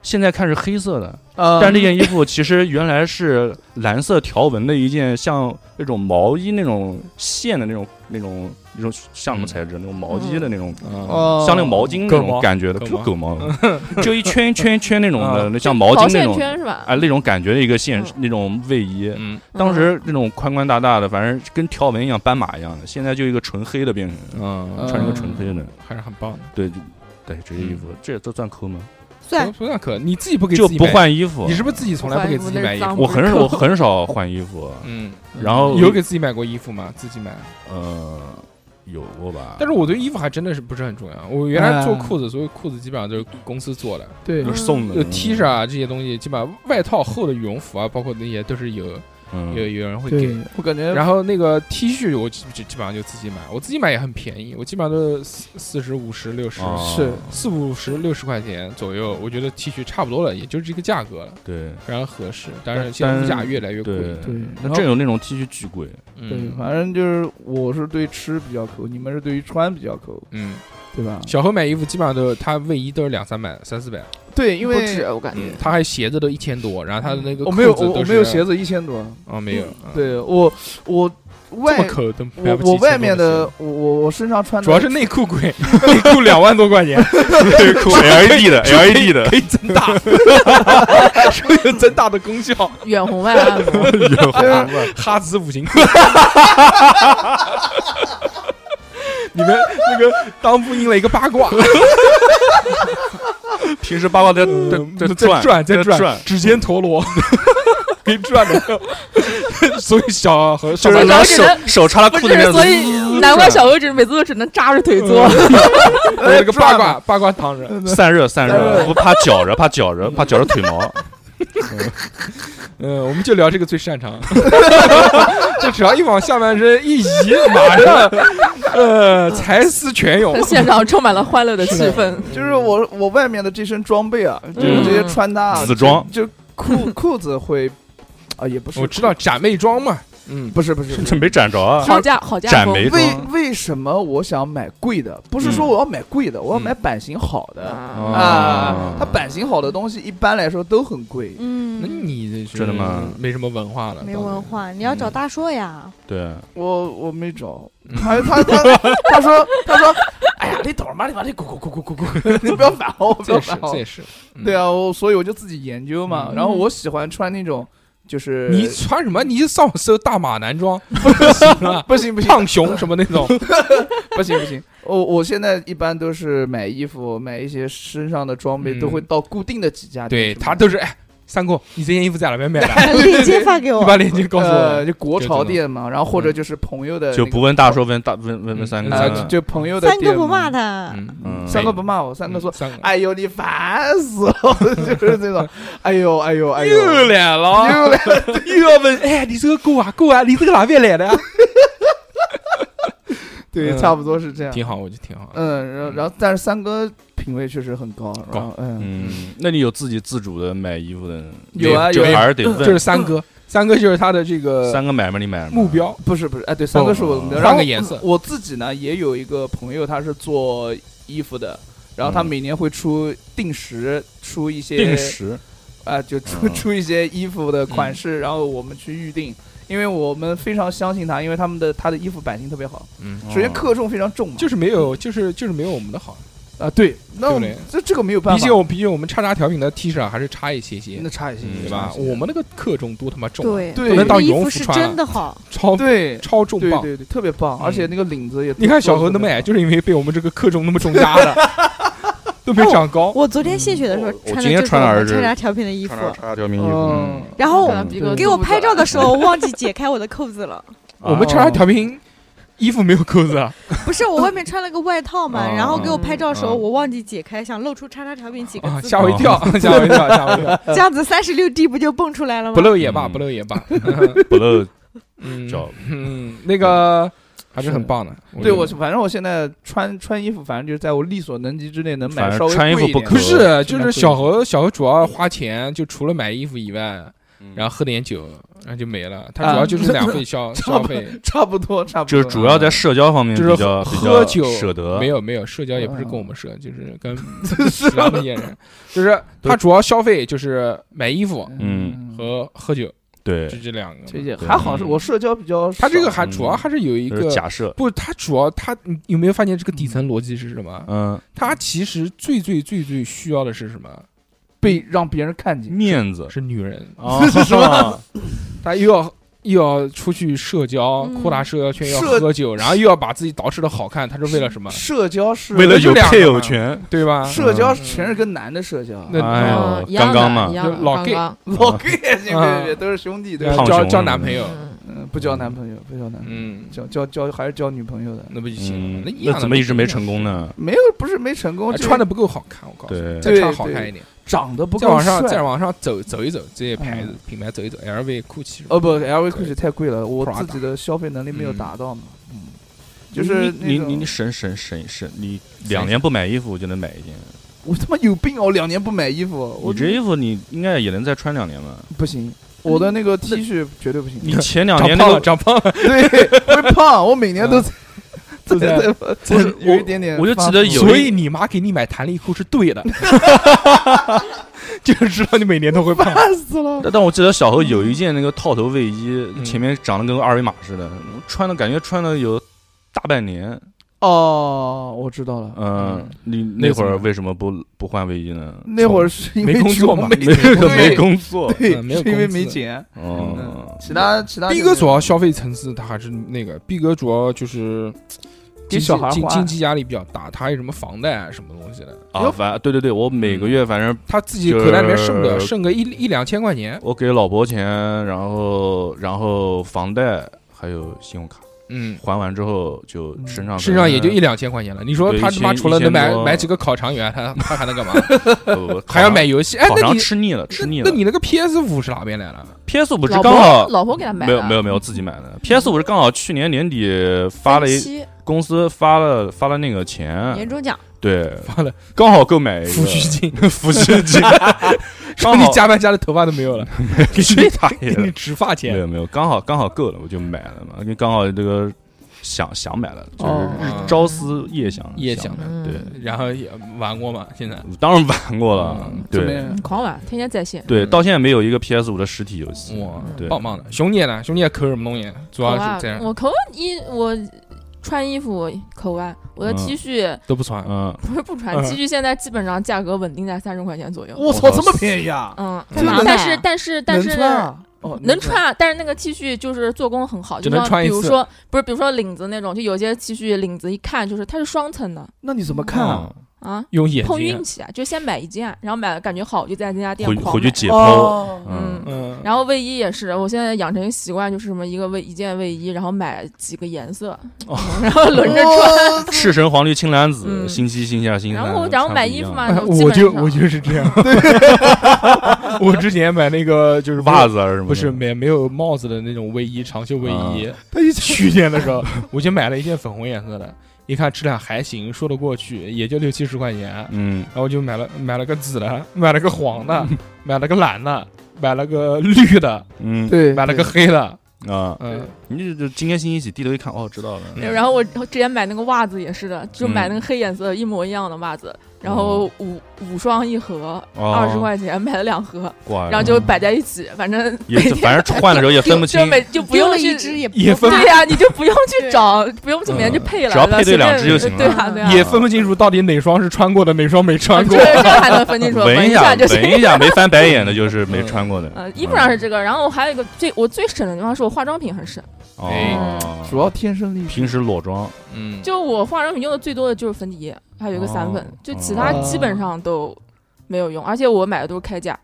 Speaker 2: 现在看是黑色的，
Speaker 3: 啊
Speaker 6: 哦
Speaker 2: 但是那件衣服其实原来是蓝色条纹的一件，像那种毛衣那种线的那种那种那种像什么材质？那种毛衣的那种，
Speaker 3: 哦
Speaker 2: 像那个毛巾那
Speaker 1: 狗毛
Speaker 2: 种感觉的，
Speaker 1: 狗
Speaker 2: 就
Speaker 1: 毛
Speaker 2: 狗毛， 啊就一圈一圈一圈那种的，
Speaker 1: 嗯
Speaker 2: 那像毛巾
Speaker 6: 毛
Speaker 2: 那
Speaker 6: 线
Speaker 2: 种，
Speaker 6: 圈是吧？
Speaker 2: 啊，那种感觉的一个线
Speaker 6: 嗯
Speaker 2: 那种卫衣，
Speaker 1: 嗯，
Speaker 2: 当时那种宽宽大大的，反正跟条纹一样，斑马一样的，现在就一个纯黑的变成，
Speaker 1: 嗯，
Speaker 2: 穿成个纯黑的，
Speaker 1: 还是很棒的，
Speaker 2: 对，就对，这些衣服，这都算抠吗？
Speaker 5: 算
Speaker 1: 不算可，你自己不给
Speaker 2: 就
Speaker 1: 自己
Speaker 2: 不
Speaker 1: 买，
Speaker 2: 换衣服
Speaker 1: 你，是不是自己从来不给自己买衣服？
Speaker 6: 不换衣服
Speaker 2: 我很少我很少换衣服，
Speaker 1: 嗯，
Speaker 2: 然后
Speaker 1: 有给自己买过衣服吗？自己买，
Speaker 2: 呃有过吧，
Speaker 1: 但是我对衣服还真的是不是很重要。我原来做
Speaker 3: 哎
Speaker 1: 裤子，所以裤子基本上都是公司做的，
Speaker 3: 对
Speaker 2: 都是送的
Speaker 1: 就 T 恤，啊这些东西，基本上外套、厚的羽绒服啊，包括那些都是有
Speaker 2: 嗯
Speaker 1: 有有人会给
Speaker 3: 对。，我感觉
Speaker 1: 然后那个 T 恤我基基基本上就自己买，我自己买也很便宜，我基本上都是四四十五十六十
Speaker 2: 啊
Speaker 3: 是
Speaker 1: 四五十六十块钱左右，我觉得 T 恤差不多了，也就是这个价格了，
Speaker 2: 对
Speaker 1: 非常合适。但
Speaker 2: 但
Speaker 1: 是现在物价越来越贵，
Speaker 2: 对
Speaker 3: 对，
Speaker 2: 那
Speaker 3: 然后
Speaker 2: 真有那种 T 恤巨贵，
Speaker 3: 对，
Speaker 1: 嗯
Speaker 3: 反正就是我是对吃比较抠，你们是对于穿比较抠，
Speaker 1: 嗯，
Speaker 3: 对吧？
Speaker 1: 小何买衣服基本上都他卫衣都是两三百、三四百，
Speaker 3: 对，因
Speaker 6: 不止
Speaker 3: 为
Speaker 6: 我感觉，
Speaker 1: 他还鞋子都一千多，然后他的那个
Speaker 3: 嗯哦我没有
Speaker 1: 裤子
Speaker 3: 我
Speaker 1: 都
Speaker 3: 我
Speaker 1: 是
Speaker 3: 没有鞋子一千多，
Speaker 1: 哦，没有，嗯，
Speaker 3: 对我我
Speaker 1: 这么
Speaker 3: 外
Speaker 1: 抠都买
Speaker 3: 我
Speaker 1: 不起
Speaker 3: 我外
Speaker 1: 1000
Speaker 3: 面
Speaker 1: 多
Speaker 3: 的
Speaker 1: 鞋。
Speaker 3: 我我我身上穿的
Speaker 1: 主要是内裤 贵，内裤两万多块钱，
Speaker 2: 对，LED 的 LED 的
Speaker 1: 可以增大，是不是有增大 的功 效？
Speaker 6: 远红外啊按摩，
Speaker 3: 啊
Speaker 1: 哈兹五行裤。你们那个裆部印了一个八卦，
Speaker 2: 平时八卦在
Speaker 1: 嗯
Speaker 2: 在
Speaker 1: 在转
Speaker 2: 转
Speaker 1: 在
Speaker 2: 转
Speaker 1: 转，，指尖陀螺，
Speaker 3: 嗯
Speaker 1: 给转的。所以小和小
Speaker 2: 就
Speaker 1: 白
Speaker 2: 是
Speaker 6: 然
Speaker 2: 拿
Speaker 6: 后只
Speaker 2: 手
Speaker 6: 能
Speaker 2: 手插到
Speaker 6: 不
Speaker 2: 裤子里面
Speaker 6: 是，，所以难怪小何只每次都只能扎着腿
Speaker 1: 嗯
Speaker 6: 坐，
Speaker 1: 有一个
Speaker 3: 哎
Speaker 1: 八卦八卦躺着。
Speaker 2: 散热散
Speaker 3: 散
Speaker 2: 热，
Speaker 3: 热
Speaker 2: 不怕绞着，怕绞着，怕绞着腿毛。
Speaker 1: 嗯，我们就聊这个最擅 长，就只要一往下半身一移，马上呃才思泉涌。
Speaker 6: 现场充满了欢乐的气氛。
Speaker 3: 就是我我外面的这身装备啊，就是
Speaker 6: 嗯
Speaker 3: 这些穿搭啊
Speaker 2: 紫装
Speaker 3: 就就 裤裤子会啊也不是，
Speaker 1: 我知道展妹装嘛，嗯，
Speaker 3: 不是不是不
Speaker 2: 这
Speaker 3: 是。
Speaker 2: 没斩着啊，
Speaker 6: 好价好价
Speaker 2: 斩
Speaker 6: 风
Speaker 2: 没
Speaker 3: 为
Speaker 2: 装。
Speaker 3: 为什么我想买贵的？不是说
Speaker 2: 嗯
Speaker 3: 我要买贵的，我要买
Speaker 1: 嗯
Speaker 3: 版型好的
Speaker 6: 啊
Speaker 2: 哦
Speaker 3: 啊。它版型好的东西一般来说都很贵，
Speaker 1: 那
Speaker 5: 嗯，
Speaker 1: 你这是
Speaker 2: 真的吗
Speaker 1: 没什么文化了，
Speaker 5: 没文化，你要找大硕呀，
Speaker 2: 对，
Speaker 3: 我我没找
Speaker 1: 嗯，
Speaker 3: 他他他他说 他说，哎呀，你等会儿嘛，你把你滚滚滚滚滚滚，你不要烦我，不
Speaker 1: 这
Speaker 3: 要
Speaker 1: 也是
Speaker 3: 烦
Speaker 1: 这
Speaker 3: 我
Speaker 1: 也。是，
Speaker 3: 对啊，我所以我就自己研究嘛，
Speaker 1: 嗯
Speaker 3: 然后我喜欢穿那种就是
Speaker 1: 你穿什么？你就上网搜大码男 装，不行了，
Speaker 3: 不行不行
Speaker 1: 胖熊什么那 种，
Speaker 3: 不行不行，我我现在一般都是买衣服，买一些身上的装备，
Speaker 1: 嗯
Speaker 3: 都会到固定的几家
Speaker 1: 对
Speaker 3: 店去买。
Speaker 1: 他
Speaker 3: 呃
Speaker 1: 都是哎，三哥，你这件衣服在哪边买 的？
Speaker 5: 链接发给
Speaker 1: 你
Speaker 5: 我，
Speaker 1: 把链接告诉
Speaker 3: 呃，
Speaker 1: 我。
Speaker 3: 就国
Speaker 1: 就
Speaker 3: 潮
Speaker 1: 这种
Speaker 3: 店嘛，然后或者就是朋友的那个，
Speaker 2: 就不问大叔，问大问问问三
Speaker 1: 嗯
Speaker 3: 啊，
Speaker 1: 嗯
Speaker 3: 就
Speaker 2: 哥，
Speaker 3: 就朋友的
Speaker 5: 三哥
Speaker 3: 店
Speaker 5: 不
Speaker 3: 嘛
Speaker 5: 骂他，
Speaker 1: 嗯
Speaker 2: 嗯，
Speaker 3: 三哥不骂我，三哥说
Speaker 1: 嗯：“三个
Speaker 3: 哎呦，你烦死了！”就是 这种，哎呦，哎呦，哎呦，
Speaker 1: 又来了，
Speaker 3: 又来
Speaker 1: 又要问，哎，你这个狗啊狗啊，你这个哪边来的啊？
Speaker 3: 对，
Speaker 1: 嗯
Speaker 3: 差不多是这样。
Speaker 1: 挺好，我觉得挺好。
Speaker 3: 嗯，然后然后，但是三哥品味确实很高，然后嗯，
Speaker 2: 嗯，那你有自己自主的买衣服的？
Speaker 3: 有啊
Speaker 2: 就
Speaker 3: 有啊
Speaker 2: 还是得
Speaker 1: 就是
Speaker 2: 问
Speaker 1: 三哥，三哥就是他的这个
Speaker 3: 嗯
Speaker 2: 三个买卖你买了吗
Speaker 1: 目标，
Speaker 3: 不是不是，哎，对，三哥是我的目标。
Speaker 1: 换
Speaker 3: 然后
Speaker 1: 个颜色
Speaker 3: 我自己呢也有一个朋友，他是做衣服的，然后他
Speaker 2: 嗯
Speaker 3: 每年会出定时出一些
Speaker 2: 定时，
Speaker 3: 啊，就出
Speaker 2: 嗯
Speaker 3: 出一些衣服的
Speaker 1: 嗯
Speaker 3: 款式，然后我们去预定，因为我们非常相信他，因为他们的他的衣服版型特别好，
Speaker 1: 嗯，
Speaker 3: 首
Speaker 2: 哦
Speaker 3: 先克重非常重嘛，
Speaker 1: 就是没有，就是就是没有我们的好。
Speaker 3: 啊对，那
Speaker 1: 对不
Speaker 3: 我
Speaker 1: 对
Speaker 3: 这这个没有办
Speaker 1: 毕
Speaker 3: 法
Speaker 1: 竟，我毕竟我们叉叉调频的 T 恤啊还是差一些些
Speaker 3: 那，差一些，
Speaker 2: 嗯
Speaker 1: 对
Speaker 3: 差
Speaker 1: 吧
Speaker 3: 一？些
Speaker 1: 我们那个克重多他妈重啊，
Speaker 5: 对，
Speaker 3: 对
Speaker 1: 不能
Speaker 5: 那
Speaker 1: 当
Speaker 5: 衣
Speaker 1: 羽绒
Speaker 5: 服
Speaker 1: 服
Speaker 5: 是
Speaker 1: 穿啊
Speaker 5: 真的好，
Speaker 1: 超
Speaker 3: 对
Speaker 1: 超重
Speaker 3: 对
Speaker 1: 磅。嗯
Speaker 3: 对对，特别棒，而且那个领子也，
Speaker 1: 你看小何那么矮，，就是因为被我们这个克重那么重压的， 都没长高。
Speaker 5: 我昨天献血的时候
Speaker 2: 我我
Speaker 5: 穿的
Speaker 2: 今天
Speaker 5: 就是
Speaker 2: 穿了
Speaker 5: 我
Speaker 2: 儿
Speaker 5: 们
Speaker 2: 子
Speaker 5: 叉叉调频的衣服
Speaker 2: 穿，着叉吊明衣服
Speaker 3: 嗯
Speaker 2: 嗯，，
Speaker 5: 然后
Speaker 6: 可能逼哥
Speaker 3: 对
Speaker 5: 给我
Speaker 6: 做不
Speaker 5: 拍
Speaker 6: 出来
Speaker 5: 照的时 候忘记解开我的扣子了，
Speaker 3: 哦
Speaker 1: 我们叉叉调频衣服没有扣子啊，
Speaker 5: 不是我外面穿了个外套嘛，
Speaker 1: 哦
Speaker 2: 啊
Speaker 5: 然后给我拍照的时候
Speaker 2: 嗯
Speaker 5: 我忘记解开，想露出叉叉调频几
Speaker 1: 啊
Speaker 5: 个字，
Speaker 1: 哦吓我一跳，
Speaker 3: 哦
Speaker 1: 吓我一跳，吓我一 跳，
Speaker 5: 这样子三十六 D 不就蹦出来了
Speaker 1: 不
Speaker 5: 吗？
Speaker 1: 露也罢，
Speaker 2: 嗯
Speaker 1: 不露也罢，
Speaker 2: 不露
Speaker 1: 嗯
Speaker 2: 脚，
Speaker 1: 嗯，那个还是很棒的。觉
Speaker 3: 对
Speaker 1: 得嗯
Speaker 3: 我是反正我现在穿穿衣服，反正就是在我力所能及之内能
Speaker 2: 反
Speaker 3: 买
Speaker 2: 正
Speaker 3: 稍微
Speaker 2: 穿衣服
Speaker 3: 贵一
Speaker 2: 不
Speaker 3: 点
Speaker 2: 可
Speaker 1: 不
Speaker 3: 的
Speaker 1: 是，就是小
Speaker 3: 贵一
Speaker 1: 何，小何主要花钱，就除了买衣服以外，然后喝点酒，然后就没了。他主要 就是两费消
Speaker 3: 啊差
Speaker 1: 消
Speaker 3: 不
Speaker 1: 费，
Speaker 3: 差不多差不
Speaker 2: 就
Speaker 3: 多，
Speaker 2: 是主要在社交方面
Speaker 1: 就是
Speaker 2: 比较比
Speaker 1: 喝
Speaker 2: 较
Speaker 1: 酒
Speaker 2: 舍得，
Speaker 1: 没有没有，社交也不是跟我们社，就是 跟
Speaker 3: 啊
Speaker 1: 其他的艺人，就是他主要消费就是买衣服
Speaker 2: 嗯
Speaker 1: 和喝酒，
Speaker 2: 对嗯
Speaker 1: 就，这两
Speaker 3: 这
Speaker 1: 个。
Speaker 3: 也还好，是我嗯社交比较少。
Speaker 1: 他这个还主要嗯还是有一
Speaker 2: 这是
Speaker 1: 个
Speaker 2: 假设，
Speaker 1: 不，他主要他你有没有发现这个底层逻辑是什么？
Speaker 2: 嗯，
Speaker 1: 他其实最最最最需要的是什么？
Speaker 3: 被让别人看见，
Speaker 2: 面子
Speaker 1: 是女人。
Speaker 2: 啊，是吧？
Speaker 1: 他又要又要出去社交，
Speaker 3: 嗯
Speaker 1: 扩大社交圈，要
Speaker 3: 社
Speaker 1: 喝酒，然后又要把自己捯饬的好看，他是为了什么？
Speaker 3: 社交是
Speaker 2: 为了嗯
Speaker 1: 这
Speaker 2: 有
Speaker 1: 两个
Speaker 2: 配偶
Speaker 1: 嘛
Speaker 2: 权，
Speaker 1: 对吧？
Speaker 3: 社交全是跟男的社交，
Speaker 1: 那
Speaker 2: 哎
Speaker 6: 嗯
Speaker 2: 呦，
Speaker 6: 一
Speaker 2: 刚
Speaker 6: 样的
Speaker 2: 刚嘛
Speaker 6: 一，样的
Speaker 1: 就老
Speaker 6: 刚
Speaker 1: gay
Speaker 6: 刚
Speaker 3: 老 gay 也行
Speaker 1: 啊
Speaker 3: 对对对，都是兄弟，对
Speaker 1: 对
Speaker 3: 吧
Speaker 2: 嗯胖？
Speaker 1: 交
Speaker 2: 熊
Speaker 1: 交
Speaker 2: 什么
Speaker 1: 男
Speaker 2: 的
Speaker 1: 朋友，
Speaker 6: 嗯
Speaker 3: 嗯，不交男朋友，不交男朋友，
Speaker 1: 嗯，
Speaker 3: 交交交还是交女朋友的。
Speaker 1: 那不就行
Speaker 2: 嗯
Speaker 1: 了？一样
Speaker 2: 那
Speaker 1: 的
Speaker 2: 怎么一直没成功？呢？
Speaker 3: 没有，不是没成功，
Speaker 1: 哎
Speaker 3: 就是
Speaker 1: 穿的不够好看，我告诉你，
Speaker 2: 对
Speaker 1: 再穿好看一点，
Speaker 3: 长得不
Speaker 1: 再
Speaker 3: 够
Speaker 1: 往上再
Speaker 3: 帅。嗯
Speaker 1: 往上走走一走，这些牌子品牌走一走，LV、GUCCI 什么
Speaker 3: 哦不，LV 裤子太贵了，我
Speaker 1: Prada
Speaker 3: 自己的消费能力没有
Speaker 1: 嗯
Speaker 3: 达到嘛。嗯，就是
Speaker 2: 你你
Speaker 3: 那种
Speaker 2: 你你省省省省，你两年不买衣服就能买一件，
Speaker 3: 我他妈有病哦，我两年不买衣服，我
Speaker 2: 你这衣服你应该也能再穿两年吧？
Speaker 3: 不行，我的那个 T 恤绝对不行。
Speaker 2: 嗯你前两
Speaker 1: 长
Speaker 2: 年那
Speaker 1: 胖了，
Speaker 2: 个，
Speaker 1: 长胖了，
Speaker 3: 对，会胖，我每年都在
Speaker 1: 都在
Speaker 3: 在
Speaker 1: 都在
Speaker 3: 有一点点
Speaker 2: 嗯我就记得有一
Speaker 1: 所以你妈给你买弹力裤是对 的， 就知道你每年都会胖。
Speaker 3: 烦死了。
Speaker 2: 但但我记得小何有一件那个套头卫衣，
Speaker 1: 嗯
Speaker 2: 前面长得跟个二维码似的，穿的感觉穿了有大半年。
Speaker 3: 哦，我知道了，
Speaker 2: 嗯
Speaker 1: 嗯，
Speaker 2: 你
Speaker 1: 那
Speaker 2: 那会儿
Speaker 1: 怎么
Speaker 2: 为什么不不换卫衣呢？
Speaker 3: 那会儿是因为
Speaker 1: 没工作嘛
Speaker 3: 穷没
Speaker 1: 没
Speaker 3: 工嗯
Speaker 2: 没工作。
Speaker 3: 对，
Speaker 1: 嗯没有
Speaker 3: 是因为
Speaker 1: 工资
Speaker 3: 没钱。
Speaker 2: 哦，
Speaker 3: 其他其他就
Speaker 1: 逼
Speaker 3: 没有，
Speaker 1: 哥主要消费层次他还是那个，逼哥主要就是经济
Speaker 3: 给小孩
Speaker 1: 经
Speaker 3: 花
Speaker 1: 经济压力比较大，他还有什么房贷啊什么东西的，
Speaker 2: 啊，反对对对，我每
Speaker 1: 嗯
Speaker 2: 个月反正
Speaker 1: 他自己
Speaker 2: 就是
Speaker 1: 口袋里面剩的剩个一一两千块钱，
Speaker 2: 我给老婆钱，然后然后房贷还有信用卡，
Speaker 1: 嗯，
Speaker 2: 还完之后就身上
Speaker 1: 身上也就一两千块钱了。你说
Speaker 2: 对
Speaker 1: 他
Speaker 2: 一
Speaker 1: 他妈
Speaker 2: 千
Speaker 1: 除了
Speaker 2: 一千
Speaker 1: 能买
Speaker 2: 多
Speaker 1: 买几个烤肠圆，他他还能干 嘛？
Speaker 2: 呃
Speaker 1: 还要买游戏？哎，
Speaker 2: 烤
Speaker 1: 那
Speaker 2: 肠
Speaker 1: 你
Speaker 2: 吃腻了，吃腻
Speaker 1: 那
Speaker 2: 了。
Speaker 1: 那你那个 PS 五是哪边来的？
Speaker 2: PS 五是
Speaker 6: 老
Speaker 2: 刚
Speaker 6: 婆
Speaker 2: 好
Speaker 6: 老婆给他买
Speaker 2: 没有
Speaker 6: 的
Speaker 2: 没有没有
Speaker 1: 嗯
Speaker 2: 自己买的，PS 五是刚好去年年底发了一
Speaker 4: 期
Speaker 2: 公司发了发了那个
Speaker 4: 年
Speaker 1: 嗯
Speaker 2: 钱，
Speaker 4: 终奖，
Speaker 2: 对，
Speaker 1: 发了
Speaker 2: 刚好购买一个
Speaker 1: 抚恤金，
Speaker 2: 抚恤金，
Speaker 1: 说你加班加的头发都没有了，给
Speaker 2: 去他
Speaker 1: 你
Speaker 2: 爷
Speaker 1: 给你
Speaker 2: 的！
Speaker 1: 植发
Speaker 2: 没
Speaker 1: 钱。
Speaker 2: 有没有，刚好刚好够了，我就买了嘛，因为刚好这个想想买了，就是
Speaker 1: 哦
Speaker 2: 朝思夜想
Speaker 1: 夜
Speaker 2: 想
Speaker 1: 想
Speaker 2: 的，
Speaker 6: 嗯
Speaker 2: 对。
Speaker 1: 然后也玩过嘛，现在
Speaker 2: 当然玩过了，
Speaker 3: 怎么
Speaker 2: 对
Speaker 3: 样？
Speaker 6: 嗯狂玩，天天在线。
Speaker 2: 对，到现在没有一个 PS 五的实体游戏，
Speaker 1: 哇
Speaker 2: 对，
Speaker 1: 棒棒的。熊姐呢？熊姐抠什么东西？主
Speaker 6: 口
Speaker 1: 要是
Speaker 6: 啊
Speaker 1: 这样，
Speaker 6: 我口一我穿衣服口啊，我的
Speaker 2: 嗯
Speaker 6: T 恤
Speaker 1: 都不穿。
Speaker 2: 嗯，
Speaker 6: 不是不穿
Speaker 1: 嗯
Speaker 6: ，T 恤现在基本上价格稳定在三十块钱左右。
Speaker 3: 我操，这么便宜啊！
Speaker 6: 嗯，
Speaker 4: 在哪
Speaker 6: 但
Speaker 4: 买
Speaker 6: 是
Speaker 4: 啊
Speaker 6: 但是但
Speaker 3: 能
Speaker 6: 是
Speaker 3: 穿啊哦，
Speaker 6: 能穿啊，但是那个 T 恤就是做工很好，
Speaker 1: 只
Speaker 6: 就
Speaker 1: 能
Speaker 6: 像
Speaker 1: 穿一
Speaker 6: 比如
Speaker 1: 次
Speaker 6: 说不是，比如说领子那种，就有些 T 恤领子一看就是它是双层的
Speaker 3: 那你怎么看啊？
Speaker 1: 嗯
Speaker 6: 啊，
Speaker 1: 用眼
Speaker 6: 碰
Speaker 1: 睛
Speaker 6: 运，气啊，就先买一件，然后买了感觉好就在那家店
Speaker 2: 回
Speaker 6: 狂
Speaker 2: 回去
Speaker 6: 买
Speaker 2: 解剖，
Speaker 3: 哦，
Speaker 2: 嗯，
Speaker 1: 嗯，
Speaker 6: 然后卫衣也是，我现在养成习惯就是什么一个卫一件卫衣，然后买几个颜色，嗯
Speaker 2: 哦
Speaker 6: 然后轮着穿。
Speaker 2: 赤橙黄绿青蓝紫，
Speaker 6: 嗯
Speaker 2: 星期星下星期三
Speaker 6: 然后然后买衣服，嘛，
Speaker 1: 哎
Speaker 6: 基
Speaker 1: 我
Speaker 6: 本
Speaker 1: 就
Speaker 6: 上
Speaker 1: 我就是这样， 我之前买那个就是
Speaker 2: 穿不一样袜子啊什么的？
Speaker 1: 不是啊没没有帽子的那种卫衣，长袖卫 衣。
Speaker 3: 他一
Speaker 1: 去年的时候，我就买了一件粉红颜色的，一看质量还行，说得过去，也就六七十块钱。
Speaker 2: 嗯，
Speaker 1: 然后就买了买了个紫的，买了个黄的，买了个蓝的，买了个绿的，
Speaker 2: 嗯
Speaker 3: 对，
Speaker 1: 买了个黑的。
Speaker 2: 嗯啊，
Speaker 1: 嗯，
Speaker 2: 你就就今天星期几低头一看，哦，知道了，
Speaker 1: 嗯
Speaker 6: 然后我之前买那个袜子也是的，就买那个黑颜色一模一样的袜子，然后五五双一盒，
Speaker 2: 哦
Speaker 6: 二十块钱买了两盒，
Speaker 2: 挂
Speaker 6: 然后就摆在一起，反正
Speaker 2: 也
Speaker 6: 每
Speaker 2: 就
Speaker 6: 天
Speaker 2: 反正换的时候也分不清
Speaker 6: 就，每就不
Speaker 4: 丢
Speaker 6: 用
Speaker 4: 了
Speaker 6: 去
Speaker 4: 一只也
Speaker 1: 也分
Speaker 6: 对呀，你就不用去
Speaker 4: 对
Speaker 6: 找，不用去每天去
Speaker 2: 嗯
Speaker 6: 配了，
Speaker 2: 只要配对
Speaker 6: 随便
Speaker 2: 两只就行了
Speaker 6: 对啊，对啊，
Speaker 1: 也分不清楚到底哪双是穿过的，哪双没穿
Speaker 6: 这
Speaker 1: 过。
Speaker 6: 这还能分清楚，
Speaker 2: 闻
Speaker 6: 一
Speaker 2: 下
Speaker 6: 下就行。
Speaker 2: 闻一下，没翻白眼的就是没穿过的，
Speaker 6: 呃，衣服上是这个，然后还有一个最我最省的地方是我化妆品很省，
Speaker 2: 哦，
Speaker 3: 主要天生丽质。
Speaker 2: 平时裸妆，
Speaker 1: 嗯，
Speaker 6: 就我化妆品用的最多的就是粉底液，还有一个散粉
Speaker 2: 哦，
Speaker 6: 就其他基本上都没有用，而且我买的都是开价，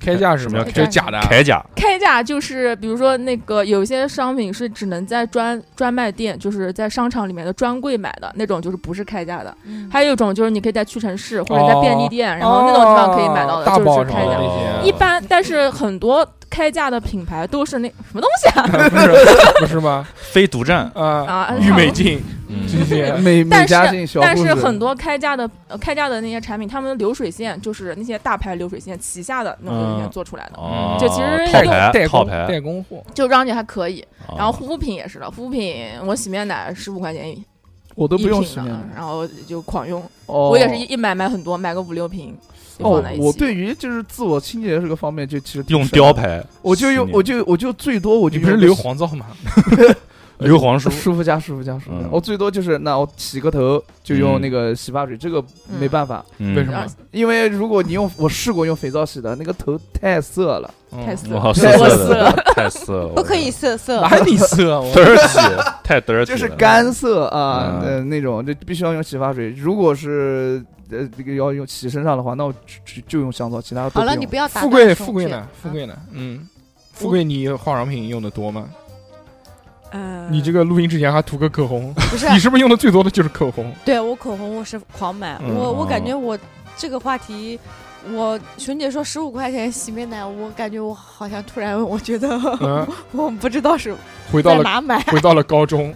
Speaker 1: 开价是什么？
Speaker 2: 开
Speaker 6: 价
Speaker 1: 这假的啊。
Speaker 2: 铠甲，
Speaker 6: 开价就是比如说那个有一些商品是只能在专专卖店，就是在商场里面的专柜买的那种，就是不是开价的。
Speaker 5: 嗯
Speaker 6: 还有一种就是你可以在屈臣氏或者在便利店，然后那种地方可以买到
Speaker 1: 哦哦大
Speaker 6: 的，就
Speaker 1: 宝
Speaker 6: 是
Speaker 1: 什
Speaker 6: 开
Speaker 1: 么的
Speaker 6: 价。
Speaker 1: 那些
Speaker 6: 一般，但是很多开价的品牌都是那什么东西啊
Speaker 1: 不是 不是吗？
Speaker 2: 非独占，
Speaker 1: 啊，
Speaker 6: 啊，
Speaker 1: 郁美净
Speaker 2: 嗯
Speaker 1: 这 些。
Speaker 3: 美美
Speaker 6: 但
Speaker 3: 加进
Speaker 6: 是
Speaker 3: 小
Speaker 6: 但
Speaker 3: 裤
Speaker 6: 是
Speaker 3: 子，
Speaker 6: 很多开价的、呃、开价的那些产品，他们的流水线就是那些大牌流水线旗下的那种流水线
Speaker 2: 嗯
Speaker 6: 做出来的，
Speaker 2: 哦，
Speaker 6: 就其实
Speaker 2: 套
Speaker 6: 用
Speaker 1: 代
Speaker 2: 牌，套
Speaker 1: 工
Speaker 2: 牌，
Speaker 1: 代工货，
Speaker 6: 就让你还可以。
Speaker 2: 哦
Speaker 6: 然后护肤品也是的，护肤品我洗面奶十五块钱一
Speaker 3: 我都
Speaker 6: 一
Speaker 3: 不用洗
Speaker 6: 瓶
Speaker 3: 面
Speaker 6: 的，
Speaker 3: 奶。
Speaker 6: 然后就狂用。
Speaker 3: 哦，
Speaker 6: 啊我也是一一买买很多，买个五六瓶就
Speaker 3: 哦
Speaker 6: 放在一，起。
Speaker 3: 我对于就是自我清洁这个方面，就其实挺
Speaker 2: 用
Speaker 3: 省的
Speaker 2: 雕，牌，
Speaker 3: 我就用，我就我就最多我就
Speaker 1: 你不是
Speaker 3: 用
Speaker 1: 留
Speaker 3: 个
Speaker 1: 黄皂吗？
Speaker 2: 硫磺梳，
Speaker 3: 舒服加舒服加舒服加
Speaker 2: 嗯，
Speaker 3: 我最多就是那我洗个头就用
Speaker 2: 嗯
Speaker 3: 那个洗发水，这个
Speaker 6: 嗯
Speaker 3: 没办法，
Speaker 2: 嗯
Speaker 1: 为什么
Speaker 6: 然后
Speaker 3: 因为如果你用我试过用肥皂洗的，那个头太涩了，
Speaker 6: 太
Speaker 1: 嗯
Speaker 6: 色
Speaker 2: 哇，
Speaker 6: 了，
Speaker 2: 色
Speaker 6: 我
Speaker 2: 色
Speaker 6: 色
Speaker 2: 的
Speaker 6: 了，，
Speaker 2: 太色了，
Speaker 5: 不可以色色，
Speaker 1: 哪里色？啊 我
Speaker 2: dirty，太 dirty 了，
Speaker 3: 就是干涩啊
Speaker 2: 嗯，
Speaker 3: 呃那种就必须要用洗发水。如果是呃这个要用洗身上的话，那我就就就用香皂，其他的都
Speaker 5: 好了，
Speaker 3: 用，
Speaker 5: 你不要打
Speaker 1: 富
Speaker 5: 断
Speaker 1: 贵
Speaker 5: 这种
Speaker 1: 富贵
Speaker 5: 片
Speaker 6: 啊
Speaker 1: 呢？富贵呢？嗯，富贵，你化妆品用的多吗？
Speaker 5: 嗯，
Speaker 1: 你这个录音之前还涂个口红，
Speaker 5: 不是
Speaker 1: 你是不是用的最多的就是口 红？
Speaker 5: 对我口红我是狂买，
Speaker 1: 嗯
Speaker 5: 我我感
Speaker 2: 哦
Speaker 5: 觉我这个话题，我熊姐说十五块钱洗面奶，我感觉我好像突然我觉得
Speaker 1: 嗯，
Speaker 5: 我不知道是
Speaker 1: 回到
Speaker 5: 在
Speaker 1: 了嗯
Speaker 5: 哪买，
Speaker 1: 回到了高中，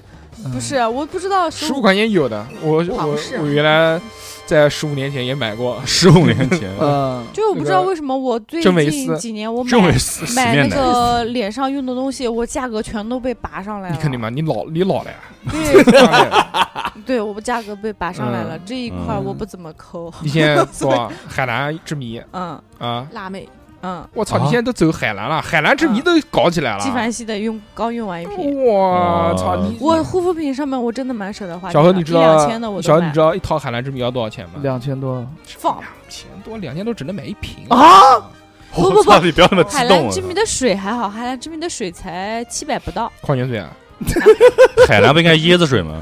Speaker 5: 不是我不知道
Speaker 1: 十
Speaker 5: 十
Speaker 1: 五
Speaker 5: 五
Speaker 1: 块钱有的，我我
Speaker 6: 不啊是
Speaker 1: 我原来在十五年前也买过，
Speaker 2: 十五年前
Speaker 3: 嗯，
Speaker 5: 就是我不知道为什么我最
Speaker 1: 真维
Speaker 5: 近
Speaker 1: 斯
Speaker 5: 几年我
Speaker 2: 认为
Speaker 5: 买
Speaker 2: 是洗
Speaker 5: 买
Speaker 2: 面
Speaker 5: 那
Speaker 2: 奶，
Speaker 5: 个 脸上用的东西，我价格全都被拔上来了。
Speaker 1: 你肯定嘛，你老你老 了呀，
Speaker 5: 对
Speaker 1: 上来
Speaker 5: 对，我价格被拔上来了，
Speaker 1: 嗯
Speaker 5: 这一块儿
Speaker 2: 嗯
Speaker 5: 我不怎么抠。
Speaker 1: 你现在多少？海南之谜
Speaker 5: 嗯
Speaker 1: 啊！
Speaker 6: 辣妹，
Speaker 5: 嗯，
Speaker 1: 我操，
Speaker 2: 啊
Speaker 1: 你现在都走海南了，海南之谜都搞起来了
Speaker 5: 纪。梵希的用刚用完一
Speaker 1: 嗯
Speaker 5: 瓶。
Speaker 1: 我操
Speaker 2: 哦
Speaker 1: 你！
Speaker 5: 我护肤品上面我真的蛮舍得花钱的，
Speaker 1: 小何，你知
Speaker 5: 一
Speaker 1: 道
Speaker 5: 两千的我
Speaker 1: 小何，
Speaker 5: 都
Speaker 1: 你
Speaker 5: 买
Speaker 1: 知。道一套海南之谜要多少钱吗？
Speaker 3: 两千多，
Speaker 5: 放
Speaker 1: 钱多两千多只能买一瓶
Speaker 3: 啊！
Speaker 5: 不不
Speaker 2: 我操，你不要那么
Speaker 5: 海
Speaker 2: 激动
Speaker 5: 蓝
Speaker 2: 啊
Speaker 5: 之！谜的水还好，海蓝之谜的水才七百不到。
Speaker 1: 矿泉水啊，
Speaker 2: 海南不应该椰子水吗？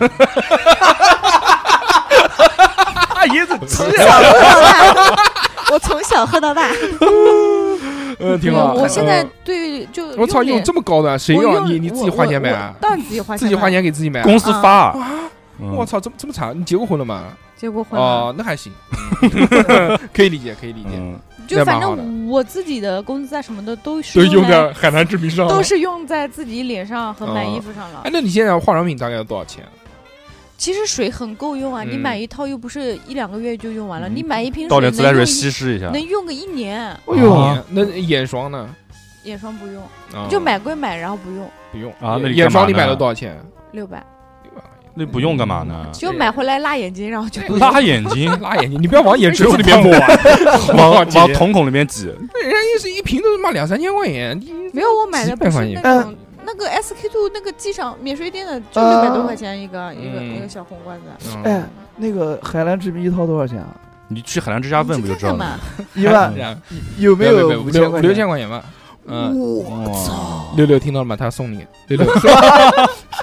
Speaker 1: 啊椰子汁，
Speaker 5: 我从小喝到大，
Speaker 1: 嗯， 挺
Speaker 5: 对
Speaker 1: 好。
Speaker 5: 我现在
Speaker 1: 嗯
Speaker 5: 对就
Speaker 1: 我操，
Speaker 5: 用
Speaker 1: 用
Speaker 5: 脸
Speaker 1: 这么高端，谁
Speaker 5: 我
Speaker 1: 要
Speaker 5: 用
Speaker 1: 你？你自己花钱买啊
Speaker 5: 我我我？当然自己花钱，
Speaker 1: 自己花。钱给自己买啊。
Speaker 2: 公司发，嗯
Speaker 1: 我操，这么这么惨？你结过婚了吗？
Speaker 5: 结果混了，
Speaker 1: 哦，那还行， 可以理解，可以理解。
Speaker 2: 嗯
Speaker 5: 就
Speaker 1: 那
Speaker 5: 反
Speaker 1: 蛮好的
Speaker 5: 正我自己的工资啊什么的 都
Speaker 1: 就是用
Speaker 5: 用在
Speaker 1: 在海南之谜上。
Speaker 5: 都是用在自己脸上和买
Speaker 1: 嗯
Speaker 5: 衣服上了
Speaker 1: 哎，。那你现在化妆品大概要多少钱？
Speaker 5: 其实水很够用啊，你
Speaker 1: 嗯
Speaker 5: 买一套又不是一两个月就用完了，
Speaker 2: 嗯
Speaker 5: 你买一瓶
Speaker 2: 倒点自来
Speaker 5: 能
Speaker 2: 水
Speaker 5: 用
Speaker 2: 稀释一下
Speaker 5: 一，能用个一年。
Speaker 3: 哎呦，
Speaker 2: 啊
Speaker 1: 那眼霜呢？
Speaker 5: 眼霜不用，
Speaker 1: 啊
Speaker 5: 就买归买，然后不用
Speaker 1: 不用
Speaker 2: 啊那你干嘛呢
Speaker 1: 眼霜你买了多少钱？
Speaker 5: 六百，
Speaker 2: 那不用干嘛呢？
Speaker 5: 就买回来辣眼睛，然后就不用
Speaker 2: 拉眼睛，
Speaker 1: 辣眼睛，你不要往眼
Speaker 2: 只
Speaker 1: 珠
Speaker 2: 有
Speaker 1: 子里面抹啊，
Speaker 2: 往
Speaker 1: 往
Speaker 2: 往瞳孔里面挤，
Speaker 1: 人家一是一瓶都他妈两三千块钱，你
Speaker 5: 没有，我买的不是
Speaker 1: 几
Speaker 5: 那
Speaker 1: 百
Speaker 3: 块钱
Speaker 5: 种那个 SK two 那个机场免税店的，就六百多块钱一个一个
Speaker 1: 嗯
Speaker 5: 一个小红罐子，
Speaker 3: 哎，那个海蓝之谜一套多少钱啊？
Speaker 2: 你去海南之家问不
Speaker 5: 你
Speaker 2: 就
Speaker 5: 去
Speaker 2: 知
Speaker 5: 看
Speaker 2: 道
Speaker 5: 看
Speaker 1: 哎
Speaker 2: 了？
Speaker 1: 嗯
Speaker 5: 嘛。
Speaker 3: 一万
Speaker 1: 然后
Speaker 3: 哎有没有
Speaker 1: 五
Speaker 3: 千
Speaker 1: 六
Speaker 3: 块
Speaker 1: 五六千？块钱吧？嗯，
Speaker 2: 我操！
Speaker 1: 六六听到了吗？他送你六六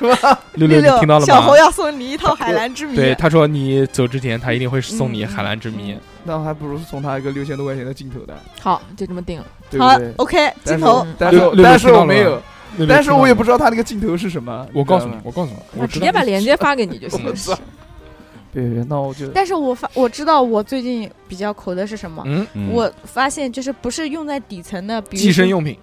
Speaker 1: 六六，
Speaker 5: 六
Speaker 1: 你听到了
Speaker 5: 小侯
Speaker 1: 吗？
Speaker 5: 要送你一套《海蓝之谜》。
Speaker 1: 对，他说你走之前，他一定会送你《海蓝之谜》。
Speaker 3: 那还不如送他一个六千多块钱的镜头呢，
Speaker 6: 好，就这么定了。
Speaker 3: 对
Speaker 5: 好
Speaker 3: 不
Speaker 5: 了
Speaker 3: 对？
Speaker 5: ，OK，
Speaker 3: 但
Speaker 5: 镜
Speaker 3: 是
Speaker 5: 头
Speaker 3: 我
Speaker 6: 嗯
Speaker 3: 但是
Speaker 1: 六
Speaker 3: 我
Speaker 1: 六
Speaker 3: 但是
Speaker 1: 听到了
Speaker 3: 我没
Speaker 1: 吗
Speaker 3: 有，
Speaker 1: 六六
Speaker 3: 但是
Speaker 1: 听到
Speaker 3: 我也
Speaker 1: 了
Speaker 3: 不知道他那个镜头是什么。
Speaker 1: 我告诉你
Speaker 3: 知道，吗，
Speaker 1: 我告诉你，我
Speaker 6: 我直
Speaker 1: 知
Speaker 6: 接
Speaker 1: 道
Speaker 6: 把链接发给你就行了。
Speaker 3: 别别，那我就
Speaker 5: 但是我发我知道我最近比较抠的是什么，
Speaker 1: 嗯，
Speaker 2: 嗯
Speaker 5: 我发现就是不是用在底层的，比如
Speaker 1: 寄生
Speaker 5: 说
Speaker 1: 用品，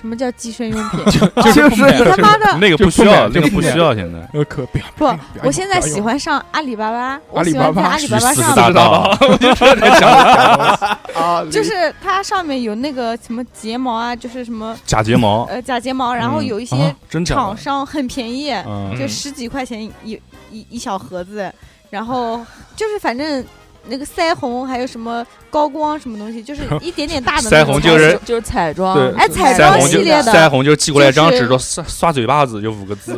Speaker 5: 什么叫寄生用 品？
Speaker 3: 就是
Speaker 1: 不买
Speaker 5: 你他妈的
Speaker 2: 那个
Speaker 1: 就
Speaker 2: 不
Speaker 1: 不
Speaker 2: 需
Speaker 1: 买
Speaker 2: 要，
Speaker 1: 就
Speaker 2: 那个
Speaker 1: 不
Speaker 2: 不
Speaker 1: 买
Speaker 2: 需要。现在
Speaker 1: 呃，可不要
Speaker 5: 不
Speaker 1: 不要用，
Speaker 5: 我现在
Speaker 1: 不要
Speaker 5: 喜
Speaker 1: 用
Speaker 5: 欢上阿里巴巴，我
Speaker 1: 阿里
Speaker 5: 喜
Speaker 1: 巴
Speaker 5: 欢在
Speaker 1: 巴
Speaker 5: 阿里巴巴
Speaker 2: 去
Speaker 5: 上
Speaker 2: 四大
Speaker 5: 面，
Speaker 2: 道，
Speaker 3: 啊，
Speaker 5: 就是它上面有那个什么睫毛啊，就是什么
Speaker 2: 假睫毛，
Speaker 5: 呃假睫 毛，然后
Speaker 1: 哦嗯
Speaker 5: 有一些
Speaker 2: 啊，真假
Speaker 5: 厂
Speaker 2: 的？
Speaker 5: 商很便宜，
Speaker 2: 嗯
Speaker 5: 就十几块钱一一一一小盒子，然后就是反正。那个腮红还有什么高光什么东 西，就是一点点大的那
Speaker 2: 腮
Speaker 5: 种
Speaker 2: 红就是
Speaker 6: 就是彩妆，
Speaker 2: 对
Speaker 5: 哎彩
Speaker 2: 腮
Speaker 5: 妆
Speaker 2: 红
Speaker 5: 系
Speaker 2: 就
Speaker 5: 列的
Speaker 2: 腮红就是寄过来一张
Speaker 5: 就是
Speaker 2: 纸，说刷刷嘴巴子就五个字。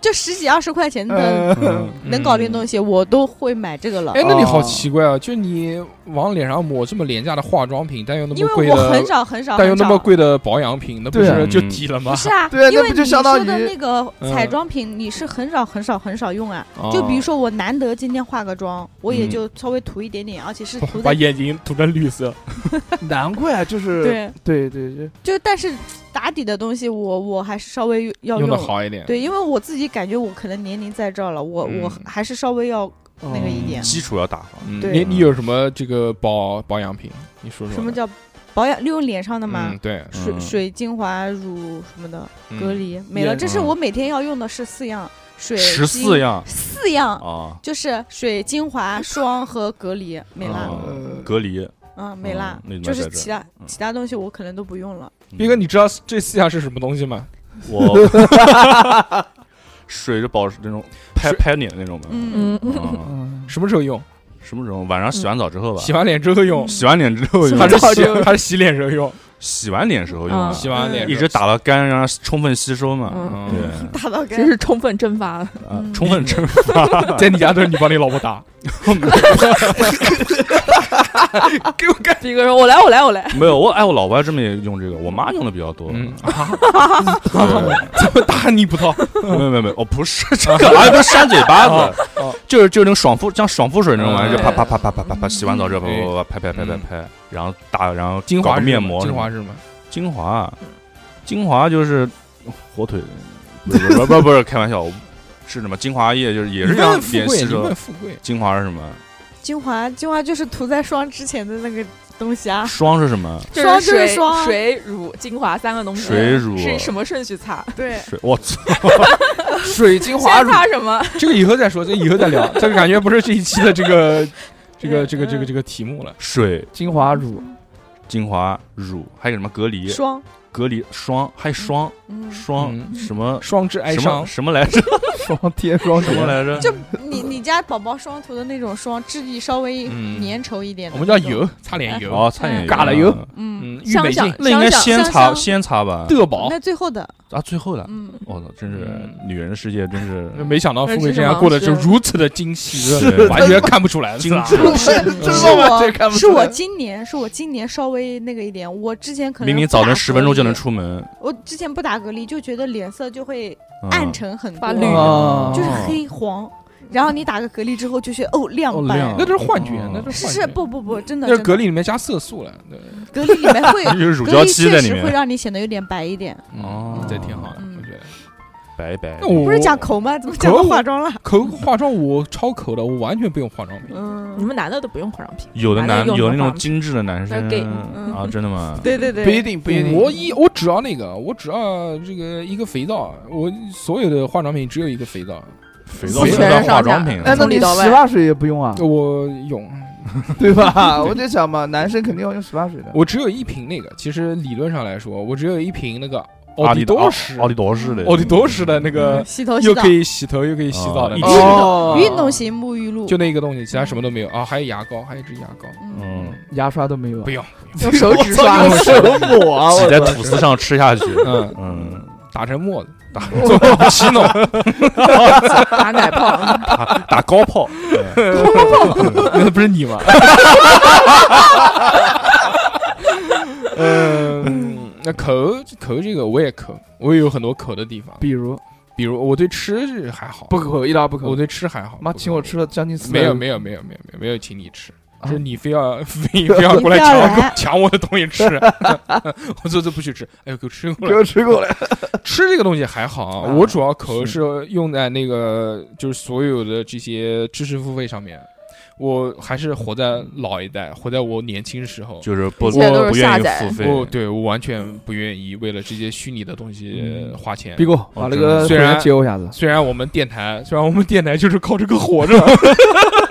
Speaker 5: 就十几二十块钱的
Speaker 3: 呃
Speaker 2: 嗯
Speaker 5: 能搞定的东西，我都会买这个了
Speaker 1: 哎。，那你好
Speaker 3: 哦
Speaker 1: 奇怪啊！就你往脸上抹这么廉价的化妆品，但又那
Speaker 5: 因
Speaker 1: 么
Speaker 5: 为
Speaker 1: 贵
Speaker 5: 我很
Speaker 1: 的，
Speaker 5: 少很少，
Speaker 1: 但又
Speaker 5: 很
Speaker 1: 那
Speaker 5: 少
Speaker 1: 么贵的保养品，那不
Speaker 3: 对啊
Speaker 1: 是就
Speaker 2: 嗯
Speaker 1: 抵了吗
Speaker 5: 不？是啊，
Speaker 3: 对啊
Speaker 5: 因
Speaker 3: 那
Speaker 5: 为
Speaker 3: 不就
Speaker 5: 你
Speaker 3: 相当
Speaker 5: 说的
Speaker 3: 于
Speaker 5: 那个
Speaker 1: 嗯
Speaker 5: 彩妆品，你是很少很少很少用啊。
Speaker 1: 哦
Speaker 5: 就比如说我难得今天化个妆，我也
Speaker 2: 嗯
Speaker 5: 就稍微涂一点点，而且 是涂
Speaker 1: 把
Speaker 5: 在
Speaker 1: 眼睛涂成绿色，嗯
Speaker 3: 难怪啊就是
Speaker 5: 对，
Speaker 3: 对对对，
Speaker 5: 就但是打底的东西我我还是稍微要
Speaker 1: 用的。好一点。
Speaker 5: 对，因为我自己感觉我可能年龄在这儿了，我我
Speaker 1: 嗯
Speaker 5: 还是稍微要那个一点。
Speaker 2: 基础要打好。
Speaker 1: 嗯，
Speaker 5: 对
Speaker 1: 你你有什么这个保保养品？你说说呢。
Speaker 5: 什么叫保养？利用脸上的吗
Speaker 1: 嗯，？对，
Speaker 5: 水
Speaker 2: 嗯
Speaker 5: 水精华、乳什么的，
Speaker 1: 嗯
Speaker 5: 隔离没了。
Speaker 1: 眼
Speaker 5: 这是
Speaker 2: 嗯
Speaker 5: 我每天要用的是四样水
Speaker 2: 十
Speaker 5: 精
Speaker 2: 四样
Speaker 5: 四样
Speaker 2: 啊，
Speaker 5: 就是水、精华、霜和隔离没
Speaker 2: 啊
Speaker 5: 啦，
Speaker 3: 呃
Speaker 2: 隔离。
Speaker 5: 嗯，没啦
Speaker 2: 嗯那，那
Speaker 5: 就是
Speaker 2: 在这
Speaker 5: 其他
Speaker 2: 嗯
Speaker 5: 其他东西我可能都不用了。
Speaker 2: 嗯
Speaker 1: 斌哥，你知道这四样是什么东西吗？
Speaker 2: 我水是保持那种拍拍脸的那种的。
Speaker 5: 嗯，
Speaker 6: 嗯，
Speaker 2: 啊
Speaker 3: 嗯，
Speaker 1: 什么时候用？
Speaker 2: 什么时候？晚上洗完澡之后吧。
Speaker 1: 洗完脸之后
Speaker 5: 嗯
Speaker 1: 用，
Speaker 2: 洗完脸之后
Speaker 6: 洗
Speaker 2: 用
Speaker 1: 还
Speaker 6: 完
Speaker 1: 是
Speaker 6: 澡
Speaker 1: 洗
Speaker 6: 之后
Speaker 1: 还是洗脸时候用？
Speaker 2: 洗完脸时候用啊
Speaker 6: 嗯，
Speaker 1: 洗完脸
Speaker 2: 一直打到干，让它充分吸收嘛。
Speaker 6: 嗯
Speaker 1: 嗯
Speaker 2: 对，
Speaker 5: 大到
Speaker 6: 真是充分蒸发了。
Speaker 2: 啊
Speaker 5: 嗯，
Speaker 2: 充分蒸
Speaker 1: 在你家都是你帮你老婆打， 给我干！
Speaker 6: 逼哥说：“我来，我来，我来。
Speaker 2: 没有我哎，我老婆还真没用这个，我妈用的比较多。啊
Speaker 1: 嗯，
Speaker 2: 对
Speaker 1: 怎么打你不到？
Speaker 2: 没有没有没有，哦不是 这个，而不是扇嘴巴
Speaker 1: 啊
Speaker 2: 子，就是就是那种爽肤，像爽肤水那种玩意儿，就啪啪啪啪啪啪啪，洗完澡之后啪
Speaker 1: 哎
Speaker 2: 啪啪啪拍拍拍
Speaker 1: 嗯
Speaker 2: 拍拍，然后打然后
Speaker 1: 精
Speaker 2: 搞
Speaker 1: 华
Speaker 2: 个
Speaker 1: 是
Speaker 2: 面
Speaker 1: 吗
Speaker 2: 膜什
Speaker 1: 精
Speaker 2: 么的
Speaker 1: 华是嗯什么？
Speaker 2: 精华啊，精华就是火腿，不是不是不是不是开玩笑，我是什么精华液就是也是
Speaker 1: 你
Speaker 2: 让
Speaker 1: 问富
Speaker 2: 脸
Speaker 1: 贵，
Speaker 2: 吸
Speaker 1: 你
Speaker 2: 收
Speaker 1: 问。富贵，
Speaker 2: 精华是什么？
Speaker 5: 精华，精华就是涂在霜之前的那个东西啊。
Speaker 2: 霜是什么？”
Speaker 5: 霜就是
Speaker 6: 水
Speaker 5: 霜啊
Speaker 6: 水乳精华三个东西，
Speaker 2: 水乳
Speaker 6: 是什么顺序擦？
Speaker 5: 对，
Speaker 2: 水，我操！
Speaker 1: 水精
Speaker 6: 先擦什么？
Speaker 1: 这个以后再说，这个以后 再聊，这个感觉不是这一期的这个 这个这个这个这个题目了。
Speaker 2: 水、
Speaker 3: 精华乳，
Speaker 2: 精华、乳，还有什么隔离？
Speaker 5: 霜，
Speaker 2: 隔离霜，还霜
Speaker 5: 嗯，
Speaker 2: 霜
Speaker 1: 嗯
Speaker 2: 什么
Speaker 1: 双之哀
Speaker 2: 什么
Speaker 1: 伤，
Speaker 2: 什么来着？
Speaker 3: 双贴双
Speaker 2: 什么来着？
Speaker 5: 就你你家宝宝霜涂的那种霜，质地稍微
Speaker 1: 嗯
Speaker 5: 粘稠一点
Speaker 1: 我
Speaker 5: 的，
Speaker 1: 们叫油，，擦脸油，
Speaker 2: 哦，差点
Speaker 1: 嘎了
Speaker 2: 油
Speaker 1: 油
Speaker 2: 啊。
Speaker 5: 嗯，
Speaker 1: 哎嗯，郁
Speaker 6: 想
Speaker 1: 美
Speaker 6: 想
Speaker 1: 净，
Speaker 2: 那应该
Speaker 6: 想想
Speaker 2: 先
Speaker 5: 香
Speaker 2: 擦，
Speaker 5: 香
Speaker 2: 先擦吧。
Speaker 1: 德宝
Speaker 5: 那。最后的，
Speaker 2: 啊，最后的，
Speaker 5: 嗯，
Speaker 2: 我操，真是
Speaker 1: 嗯
Speaker 2: 女人世界，真是
Speaker 1: 呃没想到富贵
Speaker 6: 是
Speaker 1: 这样
Speaker 6: 吗
Speaker 1: 过得就是如此的精细，
Speaker 2: 是
Speaker 1: 这完全看不出来，
Speaker 2: 精
Speaker 1: 是吧
Speaker 2: 致
Speaker 5: 不是
Speaker 3: 这
Speaker 5: 是
Speaker 3: 是我这
Speaker 5: 我
Speaker 3: 看不
Speaker 5: 是
Speaker 3: 出来
Speaker 5: 我今年是我今年稍微那个一点，我之前可能
Speaker 2: 明明
Speaker 5: 不打
Speaker 2: 早晨十分钟就
Speaker 5: 隔
Speaker 2: 能
Speaker 5: 离，
Speaker 2: 出门，
Speaker 5: 我之前不打隔离就觉得脸色就会
Speaker 2: 嗯
Speaker 5: 暗沉很多，
Speaker 6: 发绿
Speaker 3: 啊
Speaker 5: 就是
Speaker 1: 嗯
Speaker 5: 黑黄。然后你打个隔离之后就觉得哦亮
Speaker 2: 哦
Speaker 5: 白，
Speaker 2: 亮
Speaker 1: 那就是幻觉
Speaker 2: 哦，
Speaker 1: 那就是幻
Speaker 5: 是
Speaker 1: 觉，
Speaker 5: 不不不，真的
Speaker 1: 那是
Speaker 5: 真的
Speaker 1: 隔离里面加色素了，对，
Speaker 5: 隔离里面 会
Speaker 2: 有乳
Speaker 5: 隔
Speaker 2: 胶
Speaker 5: 离
Speaker 2: 漆
Speaker 5: 确
Speaker 2: 在里
Speaker 5: 实会
Speaker 2: 面，
Speaker 5: 让你显得有点白一点。
Speaker 2: 哦
Speaker 1: 嗯这挺好的，
Speaker 5: 嗯
Speaker 1: 我觉得。
Speaker 2: 白白
Speaker 1: 那。我
Speaker 5: 不是讲口吗？怎么讲到化妆了？
Speaker 1: 口化妆，我超口的，我完全不用化妆品。
Speaker 6: 你
Speaker 5: 嗯，
Speaker 6: 们男的都不用化妆品，
Speaker 2: 有的
Speaker 6: 男
Speaker 2: 男
Speaker 6: 的用
Speaker 2: 有那
Speaker 6: 的话
Speaker 2: 种精致的男生
Speaker 6: 那 gay，
Speaker 5: 嗯
Speaker 2: 啊，真的吗？
Speaker 5: 对对
Speaker 3: 不一
Speaker 5: 对，
Speaker 3: 定不一定，
Speaker 1: 我一我只要那个，我只要这个一个肥皂，我所有的化妆品只有一个肥皂，
Speaker 2: 肥皂
Speaker 1: 全
Speaker 2: 不算
Speaker 6: 上
Speaker 2: 化
Speaker 6: 下
Speaker 2: 妆品，
Speaker 3: 哎，那
Speaker 6: 从
Speaker 3: 你
Speaker 6: 里
Speaker 3: 洗
Speaker 6: 到外
Speaker 3: 发水也不用啊，
Speaker 1: 我用，
Speaker 3: 对吧？我就想嘛，男生肯定要用洗发水的。
Speaker 1: 我只有一瓶那个。其实理论上来说，我只有一瓶那个
Speaker 2: 奥
Speaker 1: 奥迪
Speaker 2: 多
Speaker 1: 多士，
Speaker 2: 奥迪多士的，
Speaker 1: 奥迪多士的那个，
Speaker 5: 洗头洗
Speaker 1: 呃又
Speaker 5: 澡
Speaker 1: 可，以洗头又可以洗澡的
Speaker 2: 哦
Speaker 1: 那
Speaker 2: 一
Speaker 1: 个，
Speaker 3: 哦
Speaker 5: 运动型沐浴露
Speaker 1: 就，那一个东西，其他什么都没有啊。还有牙膏，还有一支牙膏，
Speaker 5: 嗯，
Speaker 2: 嗯，
Speaker 3: 牙刷都没有啊
Speaker 1: 不，用，
Speaker 6: 用 手指刷。
Speaker 3: 用手抹啊，
Speaker 2: 挤
Speaker 3: 我
Speaker 2: 在吐司上吃下去，
Speaker 1: 嗯，
Speaker 2: 嗯，
Speaker 1: 打成沫 子，打洗脑，
Speaker 6: 打奶泡，
Speaker 2: 打打高炮，对
Speaker 1: 那 不是你吗？嗯，那抠抠这个我也抠，我也有很多抠的地方，
Speaker 3: 比如
Speaker 1: 比如我对吃是还好，
Speaker 3: 不抠，一刀不
Speaker 1: 我
Speaker 3: 抠。
Speaker 1: 对吃还好。
Speaker 3: 妈，
Speaker 1: 不
Speaker 3: 请
Speaker 1: 抠
Speaker 3: 我吃了将近四百
Speaker 1: 没有
Speaker 3: 五
Speaker 1: 没有没有没有没有没有请你吃，
Speaker 3: 啊
Speaker 1: 是你非要 非非要 过来
Speaker 5: 你
Speaker 1: 抢我
Speaker 5: 非要来
Speaker 1: 抢我的东西吃， 我这次不许吃，哎呦给我吃过
Speaker 3: 给
Speaker 1: 来。
Speaker 3: 我吃过来。
Speaker 1: 吃这个东西还好啊，
Speaker 3: 啊
Speaker 1: 我主要口
Speaker 3: 是
Speaker 1: 是用在那个就是所有的这些知识付费上面，我还是活在老一代，活在我年轻时候。
Speaker 2: 就是不
Speaker 6: 一切都是
Speaker 2: 不愿
Speaker 6: 下
Speaker 2: 意
Speaker 6: 载
Speaker 2: 付费。
Speaker 1: 我对我完全不愿意为了这些虚拟的东西花钱。
Speaker 3: 逼哥， 把那个
Speaker 1: 虽然
Speaker 3: 回来接我一下子。
Speaker 1: 虽然我们电台，虽然我们电台就是靠这个活着，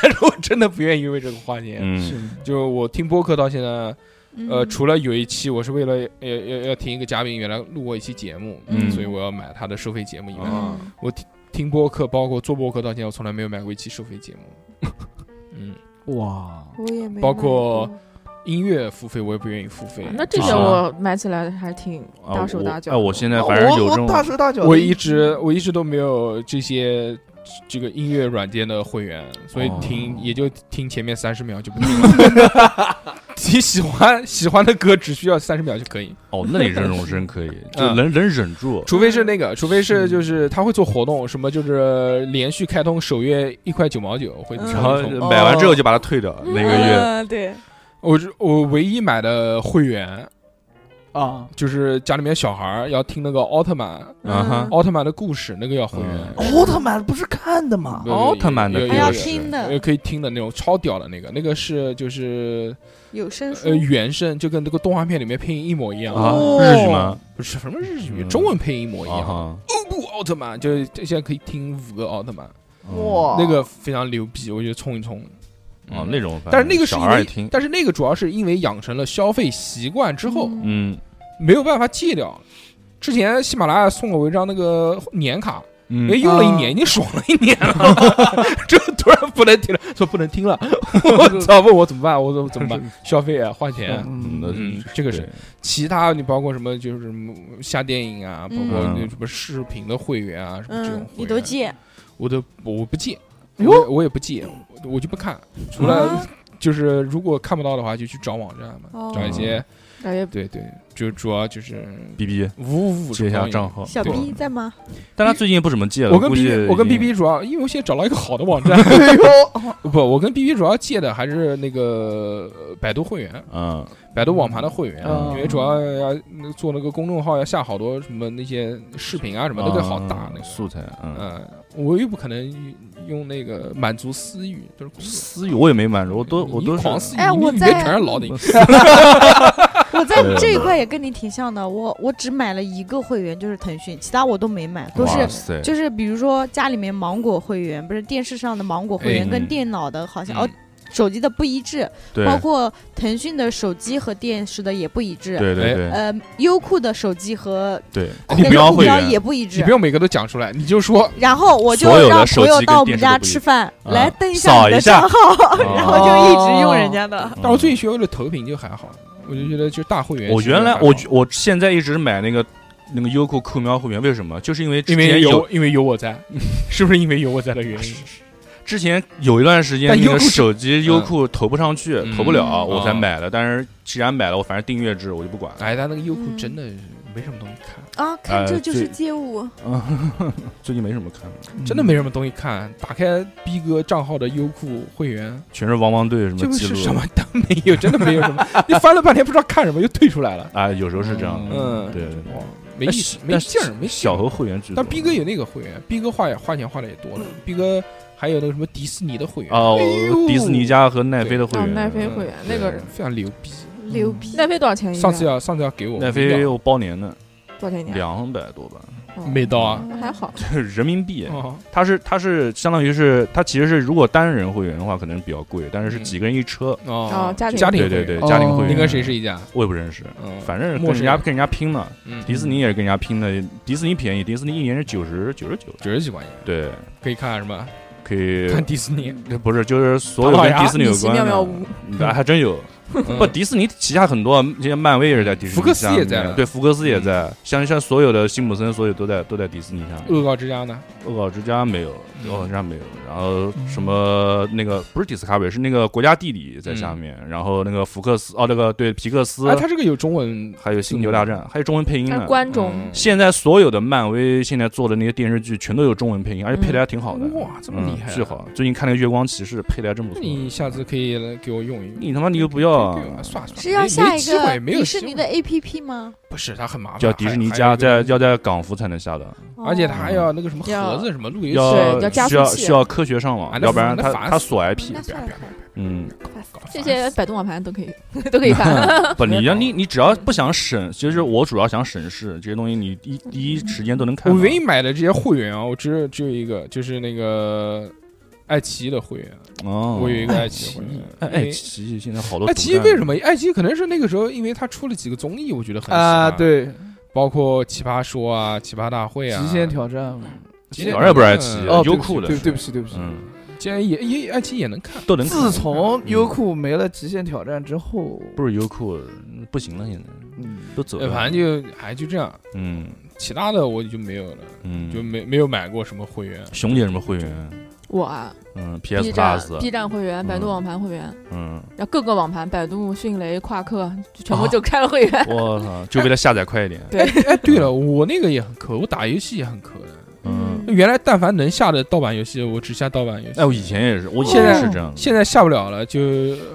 Speaker 1: 但是我真的不愿意为这个花钱。
Speaker 2: 嗯，
Speaker 1: 就我听播客到现在，呃，
Speaker 5: 嗯
Speaker 1: 除了有一期我是为了要要要听一个嘉宾原来录过一期节目，
Speaker 2: 嗯
Speaker 1: 所以我要买他的收费节目
Speaker 5: 嗯
Speaker 1: 以外，
Speaker 2: 啊，
Speaker 1: 我听听播客包括做播客到现在，我从来没有买过一期收费节目。 嗯，
Speaker 3: 哇，
Speaker 4: 我也没
Speaker 1: 包
Speaker 4: 买
Speaker 1: 括
Speaker 4: 过
Speaker 1: 音乐付费我也不愿意付费。
Speaker 6: 那这
Speaker 2: 啊
Speaker 6: 个我买起来还挺
Speaker 2: 啊
Speaker 6: 大手
Speaker 2: 我
Speaker 6: 大脚
Speaker 2: 哎，
Speaker 6: 的。
Speaker 2: 我现在反正有这种
Speaker 3: 我大手大脚的，
Speaker 1: 我一直我一直都没有这些这个音乐软件的会员，所以
Speaker 2: 哦
Speaker 1: 听、也就听前面三十秒就不听了。 你喜欢喜欢的歌只需要三十秒就可以，
Speaker 2: 哦，那你这种 真可以，就
Speaker 1: 嗯
Speaker 2: 能能忍住。
Speaker 1: 除非是那个，除非是
Speaker 3: 是
Speaker 1: 就是他会做活动，什么就是连续开通首月一块九毛九会
Speaker 5: 嗯
Speaker 1: 抽
Speaker 2: 然后
Speaker 1: 一抽。
Speaker 2: 买完之后就把它退掉，那个月啊
Speaker 5: 嗯对，
Speaker 1: 哦我是我唯一买的会员
Speaker 3: 啊，
Speaker 1: 就是家里面小孩儿要听那个奥特曼，
Speaker 2: 啊哈
Speaker 5: 嗯，
Speaker 1: 奥特曼的故事那个要会员。
Speaker 2: 嗯
Speaker 3: 奥特曼不是看的吗
Speaker 1: 不？是
Speaker 2: 奥特曼哦
Speaker 1: 嗯
Speaker 2: 的
Speaker 1: 有有
Speaker 5: 还要
Speaker 1: 有
Speaker 5: 听
Speaker 1: 呃，
Speaker 5: 的
Speaker 1: 可以听的那种超屌的那个，那个是就是
Speaker 5: 有声书
Speaker 1: 呃，原声，就跟这个动画片里面配音一模一样
Speaker 2: 啊，
Speaker 3: 哦
Speaker 2: 日语吗？
Speaker 1: 不是什么日语，
Speaker 2: 嗯
Speaker 1: 中文配音一模一
Speaker 2: 啊
Speaker 1: 样。
Speaker 2: 哈，
Speaker 1: 不，奥特曼就是现在可以听五个奥特曼，
Speaker 2: 哇，
Speaker 1: 那个非常牛逼，我觉得冲一冲。
Speaker 2: 哦
Speaker 1: 嗯，
Speaker 2: 那种反正
Speaker 1: 但是那个是
Speaker 2: 小
Speaker 1: 因
Speaker 2: 孩儿
Speaker 1: 为
Speaker 2: 也听，，
Speaker 1: 但是那个主要是因为养成了消费习惯之后，
Speaker 2: 嗯
Speaker 1: 没有办法戒掉。之前喜马拉雅送了我一张那个年卡，因为
Speaker 2: 嗯，
Speaker 1: 用了一年，已经爽了一年了， 这突然不能听了，说不能听了，我操！问我怎么办？我说怎么办？消费啊，花钱啊。
Speaker 3: 嗯，
Speaker 1: 嗯
Speaker 2: 嗯，
Speaker 1: 这个是
Speaker 2: 对
Speaker 1: 其他你包括什么，就是什么下电影啊，包
Speaker 5: 嗯
Speaker 1: 括那什么视频的会员啊，什么这种会，
Speaker 5: 嗯
Speaker 1: 员，
Speaker 5: 你都借，
Speaker 1: 我都我不借，
Speaker 3: 哟
Speaker 1: 我我也不借，我我就不看，除了就是如果看不到的话，就去找网站嘛
Speaker 5: 哦，
Speaker 1: 找一些
Speaker 6: 哎呀，
Speaker 1: 对对，就主要就是
Speaker 2: ，B B
Speaker 1: 五五五
Speaker 2: 借一下账。号，
Speaker 5: 小
Speaker 1: 对
Speaker 5: B 在吗？
Speaker 2: 但他最近不怎么借了，
Speaker 1: 我跟
Speaker 2: 估
Speaker 1: B
Speaker 2: 计
Speaker 1: B 我跟
Speaker 2: 已
Speaker 1: B
Speaker 2: 经
Speaker 1: B 主要，因为我现在找了一个好的网 站，
Speaker 3: 哎
Speaker 1: 不，我跟 B B 主要借的还是那个呃百度会员，
Speaker 2: 嗯
Speaker 1: 百度网盘的会员，啊
Speaker 3: 嗯
Speaker 1: 因为主要要那做那个公众号，要下好多什么那些视频啊什么，那个好大
Speaker 2: 嗯
Speaker 1: 那个。
Speaker 2: 素材，嗯，
Speaker 1: 嗯，我又不可能用那个满足私欲，就是公众
Speaker 2: 私语我也没满足，我都我
Speaker 1: 你
Speaker 2: 都是
Speaker 1: 狂私欲，
Speaker 5: 哎
Speaker 1: 你
Speaker 5: 我
Speaker 1: 里面
Speaker 5: 在
Speaker 1: 全是老的。
Speaker 5: 我在
Speaker 2: 对
Speaker 5: 这一块也跟你挺像的，我我只买了一个会员，就是腾讯，其他我都没买，都
Speaker 2: 哇
Speaker 5: 是
Speaker 2: 塞，
Speaker 5: 就是比如说家里面芒果会员，不是电视上的芒果会员
Speaker 2: 哎
Speaker 5: 跟
Speaker 2: 嗯
Speaker 5: 电脑的好像
Speaker 1: 嗯
Speaker 5: 哦，手机的不一致，
Speaker 2: 对
Speaker 5: 包括腾讯的手机和电视的也不一致，
Speaker 2: 对哦对对
Speaker 1: 哎
Speaker 5: 呃，优酷的手机和
Speaker 2: 对，
Speaker 5: 那
Speaker 1: 呃
Speaker 2: 酷
Speaker 5: 个
Speaker 2: 标
Speaker 5: 酷
Speaker 2: 会
Speaker 5: 标
Speaker 2: 员
Speaker 5: 也不一
Speaker 1: 你
Speaker 5: 致
Speaker 1: 不。用每个都讲出来，你就说
Speaker 5: 然后我就
Speaker 2: 所有的
Speaker 5: 让
Speaker 2: 手
Speaker 5: 朋友
Speaker 2: 机跟
Speaker 5: 到我
Speaker 2: 电
Speaker 5: 们
Speaker 2: 视都
Speaker 5: 家
Speaker 2: 不一
Speaker 5: 吃饭，
Speaker 2: 啊
Speaker 5: 来登一
Speaker 2: 扫
Speaker 5: 下
Speaker 2: 一
Speaker 5: 你的
Speaker 2: 下
Speaker 5: 账号，
Speaker 1: 哦
Speaker 2: 哦
Speaker 5: 然后就一直用人家的。
Speaker 1: 但我最
Speaker 2: 嗯
Speaker 1: 喜欢的投屏就还好，我就觉得就大会员。
Speaker 2: 我原来我我现在一直买那个那个优酷酷喵会员，为什么？就是因为之
Speaker 1: 因为
Speaker 2: 前
Speaker 1: 有因为有我在， 是不是因为有我在的原 因？
Speaker 2: 之前有一段时间
Speaker 1: 但
Speaker 2: 那
Speaker 1: 优
Speaker 2: 个
Speaker 1: 酷是
Speaker 2: 手机优酷投不上去，
Speaker 1: 嗯
Speaker 2: 投不了，
Speaker 1: 嗯
Speaker 2: 我才买的。但是既然买了，我反正订阅制我就不管。
Speaker 1: 哎，他那个优酷
Speaker 5: 嗯
Speaker 1: 真的是没什么东西看，
Speaker 5: 啊，看
Speaker 2: 呃
Speaker 5: 这就是
Speaker 2: 最
Speaker 5: 街舞，
Speaker 2: 哎最近没什么看的，
Speaker 1: 真的没什么东西看。打开逼哥账号的优酷会员，
Speaker 2: 全是汪汪队什
Speaker 1: 这
Speaker 2: 么
Speaker 1: 不
Speaker 2: 记
Speaker 1: 是
Speaker 2: 录
Speaker 1: 什么都没有，真的没有什 么。你翻了半天不知道看什么，又退出来了。
Speaker 2: 啊，有时候是这样的。
Speaker 1: 嗯，
Speaker 2: 对对对
Speaker 1: 哇，没
Speaker 2: 但
Speaker 1: 意
Speaker 2: 是
Speaker 1: 思，没
Speaker 2: 但
Speaker 1: 劲儿，没劲儿
Speaker 2: 小何会员制度，
Speaker 1: 但逼哥有那个会员，逼哥花也花钱花的也多了，逼哥还有那个什么迪士尼的会员，
Speaker 2: 哦
Speaker 1: 哎呦，
Speaker 2: 迪士尼家和奈飞的会
Speaker 6: 哦，
Speaker 2: 员，
Speaker 6: 奈飞会员那个
Speaker 1: 非常牛逼。
Speaker 2: 嗯
Speaker 5: 牛逼！
Speaker 6: 奈飞多少
Speaker 2: 哎
Speaker 6: 钱一个？
Speaker 1: 上次要上次要哎给我
Speaker 2: 奈
Speaker 1: 没
Speaker 2: 飞
Speaker 1: 到
Speaker 2: 我包年的
Speaker 6: 多少钱一年？
Speaker 2: 两百多吧，
Speaker 6: 哦
Speaker 5: 嗯
Speaker 1: 没到啊，
Speaker 6: 还好，
Speaker 2: 人民币。哎
Speaker 1: 哦
Speaker 2: 它是它是相当于是它其实是如果单人会员的话可能比较贵，但是是
Speaker 1: 嗯
Speaker 2: 几个人一车，
Speaker 1: 哦，
Speaker 6: 家庭
Speaker 1: 家庭
Speaker 2: 对
Speaker 1: 会
Speaker 2: 对
Speaker 1: 员
Speaker 2: 对，
Speaker 3: 哦
Speaker 2: 家庭会员。
Speaker 1: 你跟谁是一家？
Speaker 2: 我也不认识，
Speaker 1: 嗯，
Speaker 2: 反正跟
Speaker 1: 陌生
Speaker 2: 人家
Speaker 1: 人
Speaker 2: 跟人家拼呢。
Speaker 1: 嗯
Speaker 2: 迪士尼也是跟人家拼的，迪士尼便宜，迪士尼一年是九十九十九，
Speaker 1: 九十几块钱
Speaker 2: 对，
Speaker 1: 可以看什么？
Speaker 2: 可以。
Speaker 1: 看迪士尼。
Speaker 2: 不是，就是所有
Speaker 1: 唐老
Speaker 2: 跟
Speaker 1: 鸭
Speaker 2: 迪士尼有
Speaker 6: 米奇
Speaker 2: 关
Speaker 6: 妙妙
Speaker 2: 的嗯
Speaker 6: 屋，
Speaker 2: 啊还真有
Speaker 1: 嗯
Speaker 5: 嗯
Speaker 2: 不，迪士尼旗下很多，这些漫威也是在迪士尼
Speaker 1: 福克斯
Speaker 2: 下面
Speaker 1: 也在了
Speaker 2: 对，福克斯也在，像像所有的辛普森，所有都在都在迪士尼下 面。
Speaker 1: 恶搞之家呢？
Speaker 2: 恶搞之家没有，
Speaker 1: 嗯
Speaker 2: 恶搞之家没有，然后什么那个不是 Discovery，是那个国家地理在下面，
Speaker 1: 嗯
Speaker 2: 然后那个福克斯哦，那个对皮克斯
Speaker 1: 哎，，它这个有中文
Speaker 2: 还有星球大战，还有中文配音
Speaker 6: 它
Speaker 2: 呢
Speaker 6: 是。关中，
Speaker 1: 嗯
Speaker 2: 现在所有的漫威现在做的那些电视剧全都有中文配音，而且配的还挺好的。
Speaker 1: 哇，这么
Speaker 2: 嗯
Speaker 1: 厉害啊，嗯
Speaker 2: 巨好！最近看那个《月光骑士》配的还真不
Speaker 1: 那
Speaker 2: 错。
Speaker 1: 你下次可以来给我用一用。
Speaker 2: 你他妈你又不 要啊
Speaker 1: 对啊算算
Speaker 5: 是要
Speaker 1: 没
Speaker 5: 下
Speaker 1: 没
Speaker 5: 一
Speaker 1: 机会
Speaker 5: 个
Speaker 1: 没有
Speaker 5: 迪士
Speaker 1: 机
Speaker 5: 尼
Speaker 1: 会
Speaker 5: 的哦 APP 吗？
Speaker 1: 不是，它很麻烦，
Speaker 2: 叫迪士尼
Speaker 1: 还
Speaker 2: 家，在，
Speaker 1: 还有一个
Speaker 2: 要在港服才能下的，
Speaker 1: 而
Speaker 5: 哦
Speaker 1: 且它还要那个什么
Speaker 4: 要
Speaker 1: 盒子什么路由器，
Speaker 2: 要
Speaker 6: 对要加
Speaker 2: 需
Speaker 6: 速
Speaker 2: 要
Speaker 6: 器
Speaker 2: 需要科学上网
Speaker 1: 啊，那
Speaker 2: 要不然
Speaker 1: 那
Speaker 2: 它
Speaker 1: 烦
Speaker 2: 它
Speaker 1: 死
Speaker 2: 锁 IP
Speaker 5: 嗯那。
Speaker 1: 不要
Speaker 5: 算
Speaker 1: 不
Speaker 5: 了
Speaker 1: 要不要不
Speaker 2: 嗯，
Speaker 1: 要，搞
Speaker 6: 这
Speaker 1: 烦
Speaker 6: 些
Speaker 1: 死
Speaker 6: 百度网盘都可以 都可以 看。
Speaker 2: 不，你要你你只要不想省，其实我主要想省事，这些东西你第一第一时间都能看
Speaker 1: 我
Speaker 2: 到。
Speaker 1: 唯一买的这些会员啊，我只有只有一个，就是那个爱奇艺的会员，啊
Speaker 2: 哦，
Speaker 1: 我有一个嗯爱
Speaker 2: 爱
Speaker 1: 奇艺哎会
Speaker 2: 艺
Speaker 1: 员，
Speaker 2: 哎，
Speaker 1: 因
Speaker 2: 爱
Speaker 1: 为
Speaker 2: 奇艺现在好多
Speaker 1: 爱
Speaker 2: 独
Speaker 1: 奇艺
Speaker 2: 占
Speaker 1: 为什么？爱奇艺可能是那个时候，因为它出了几个综艺，我觉得很喜
Speaker 3: 啊，
Speaker 1: 欢，
Speaker 3: 对，
Speaker 1: 包括《奇葩说》啊，《奇葩大会》啊，
Speaker 3: 极限挑战嘛，
Speaker 1: 极限挑
Speaker 2: 反正也不是爱奇艺
Speaker 3: 哦，
Speaker 2: 优酷的
Speaker 3: 对
Speaker 2: 是
Speaker 3: 对不起对不起，
Speaker 2: 嗯，
Speaker 1: 竟然也哎也爱奇艺也能看，
Speaker 2: 都能看。
Speaker 3: 自从优酷没了极限挑战之后，
Speaker 2: 不是优酷不行了，现在
Speaker 3: 嗯，
Speaker 2: 都走
Speaker 1: 呃
Speaker 2: 了。
Speaker 1: 反正就还就这样，
Speaker 2: 嗯
Speaker 1: 其他的我就没有了，
Speaker 2: 嗯，
Speaker 1: 就没没有买过什么会员。
Speaker 2: 熊姐什么会员？
Speaker 6: 我啊
Speaker 2: 嗯，PS
Speaker 6: ，B 站
Speaker 2: Plus，
Speaker 6: B 站会员、百度网盘会员，
Speaker 2: 嗯，
Speaker 6: 然后各个网盘，百度、迅雷、夸克，就全部就开了会员。
Speaker 2: 我操，就为了下载快一点。
Speaker 6: 对，
Speaker 1: 哎，对了，我那个也很磕，我打游戏也很磕的。
Speaker 2: 嗯，
Speaker 1: 原来但凡能下的盗版游戏，我只下盗版游戏。
Speaker 2: 哎，我以前也是，我以
Speaker 1: 现
Speaker 2: 前
Speaker 1: 在
Speaker 2: 是这样的。
Speaker 1: 现在下不了了，就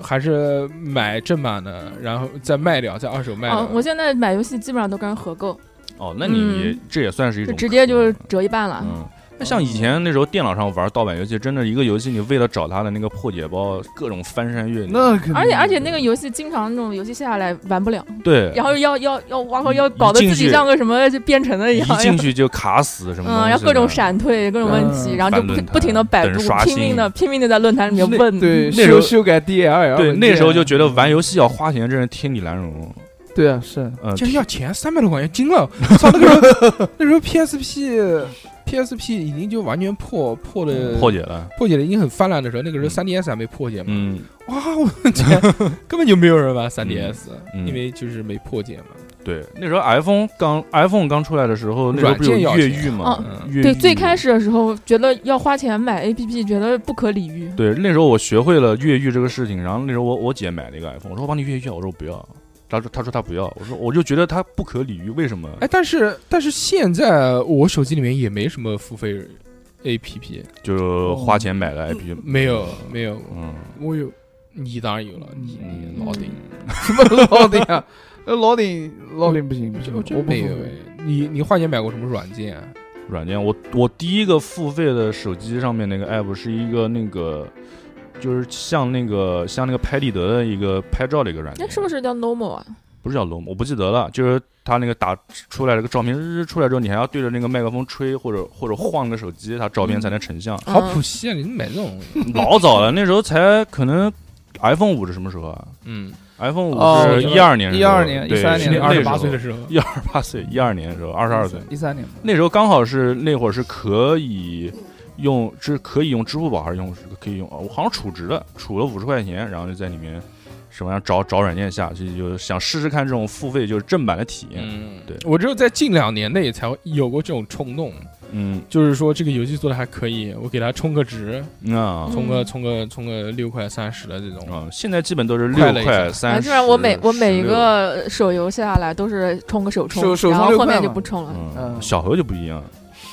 Speaker 1: 还是买正版的，然后再卖掉，再二手卖掉。
Speaker 6: 啊，我现在买游戏基本上都跟人合购，
Speaker 2: 哦，那你也
Speaker 6: 嗯
Speaker 2: 这也算是一
Speaker 6: 就
Speaker 2: 种
Speaker 6: 直接就是
Speaker 2: 坑
Speaker 6: 折一半了。
Speaker 2: 嗯。那像以前那时候电脑上玩盗版游戏，真的一个游戏你为了找它的那个破解包，各种翻山越岭。
Speaker 3: 那肯定
Speaker 6: 而且而且那个游戏经常那种游戏下来玩不了，
Speaker 2: 对，
Speaker 6: 然后要要要哇靠，要
Speaker 2: 一
Speaker 6: 搞得
Speaker 2: 进
Speaker 6: 自己
Speaker 2: 去
Speaker 6: 像个什么就编程的一
Speaker 2: 一
Speaker 6: 样。
Speaker 2: 进去就卡死什么东西
Speaker 6: 哎 嗯，
Speaker 2: 的，
Speaker 6: 然后各种闪退，各种问题，
Speaker 3: 嗯
Speaker 6: 然后就
Speaker 2: 翻
Speaker 6: 不
Speaker 2: 论坛
Speaker 6: 不停的百
Speaker 2: 等
Speaker 6: 度
Speaker 2: 着刷，
Speaker 6: 拼
Speaker 2: 新
Speaker 6: 命的拼命的在论坛里面问。
Speaker 3: 对
Speaker 2: 嗯那时候
Speaker 3: 修修改 DLL，
Speaker 2: 对，
Speaker 3: 文
Speaker 2: 那
Speaker 3: 件
Speaker 2: 时候就觉
Speaker 1: 嗯
Speaker 2: 得玩游戏要花钱，真是天理难容。
Speaker 3: 对啊是，
Speaker 2: 嗯，
Speaker 1: 竟然要钱三百多块钱，惊了！ 我操，那个时候那时候 PSP PSP 已经就完全破破的
Speaker 2: 嗯破解了。
Speaker 1: 破解的已经很泛滥的时候，那个时候
Speaker 2: 嗯
Speaker 1: 3DS 还没破解嘛，
Speaker 2: 嗯，
Speaker 1: 哇，我的天，根本就没有人玩 3DS，
Speaker 2: 嗯
Speaker 1: 因为就是没破解嘛。
Speaker 2: 对，那时候 iPhone 刚 iPhone 刚出来的时候，那时候
Speaker 1: 软
Speaker 2: 不是
Speaker 1: 件
Speaker 2: 有
Speaker 1: 要
Speaker 2: 越
Speaker 1: 钱
Speaker 2: 狱吗？
Speaker 1: 嗯
Speaker 2: 越
Speaker 6: 哦对，
Speaker 2: 狱
Speaker 6: 最开始的时候觉得要花钱买 APP，觉得不可理喻。
Speaker 2: 对，那时候我学会了越狱这个事情，然后那时候我我姐买了一个 iPhone，我说我帮你越狱啊，我说我不要，她说她说她不要，我说我就觉得她不可理喻，为什么？
Speaker 1: 哎，但是但是现在我手机里面也没什么付费 APP，
Speaker 2: 就花钱买的 IP，、
Speaker 1: 没有没有，
Speaker 2: 嗯，
Speaker 1: 我有，你当然有了，你你老顶。
Speaker 3: 什么老顶啊？ 那老顶老顶不行不行，
Speaker 1: 我
Speaker 3: 我
Speaker 1: 真
Speaker 3: 不
Speaker 1: 没
Speaker 3: 服
Speaker 1: 有哎你你花钱买过什么软件啊？
Speaker 2: 软件，我我第一个付费的手机上面那个 app 是一个那个，就是像那个像那个拍立得的一个拍照的一个软件
Speaker 6: 那，是不是叫 Normal 啊？
Speaker 2: 不是叫 Loom，我不记得了，就是它那个打出来这个照片，日日出来之后，你还要对着那个麦克风吹或者或者晃个手机，它照片才能成像。
Speaker 1: 好
Speaker 6: 嗯
Speaker 1: 普及啊！你买这种，
Speaker 2: 老早了，那时候才可能 iPhone 五是什么时候啊
Speaker 1: 嗯，
Speaker 2: ？iPhone
Speaker 3: 哦
Speaker 2: 五是
Speaker 1: 对
Speaker 2: 一二年的时候，
Speaker 3: 12年
Speaker 2: 对
Speaker 3: 13年
Speaker 1: 你
Speaker 3: 那
Speaker 1: 二
Speaker 2: 那
Speaker 1: 十
Speaker 2: 时候
Speaker 1: 八岁的时候，
Speaker 2: 二十八岁，一二年的时候，二十二岁，
Speaker 3: 一三年吧
Speaker 2: 那时候刚好是那会儿是可以用，是可以用支付宝还是用可以用？我好像储值的，储了五十块钱，然后就在里面什么样找找软件下去，就想试试看这种付费就是正版的体验。
Speaker 1: 嗯，
Speaker 2: 对
Speaker 1: 我只有在近两年内才会有过这种冲动，
Speaker 2: 嗯，
Speaker 1: 就是说这个游戏做的还可以，我给它充个值，
Speaker 2: 那
Speaker 1: 充个充个充个六块三十的这种，
Speaker 2: 嗯，现在基本都是
Speaker 1: 快
Speaker 2: 六
Speaker 1: 了一
Speaker 2: 块
Speaker 1: 下
Speaker 6: 啊，
Speaker 2: 三
Speaker 6: 基
Speaker 2: 十。
Speaker 6: 本上我每我每一
Speaker 2: 16，
Speaker 6: 个手游下来都是充个手充，
Speaker 3: 手手
Speaker 6: 然
Speaker 3: 充
Speaker 6: 后
Speaker 3: 六
Speaker 6: 后
Speaker 3: 块
Speaker 6: 面就
Speaker 3: 嘛
Speaker 6: 不充了。
Speaker 2: 嗯，
Speaker 3: 嗯
Speaker 2: 小何就不一样，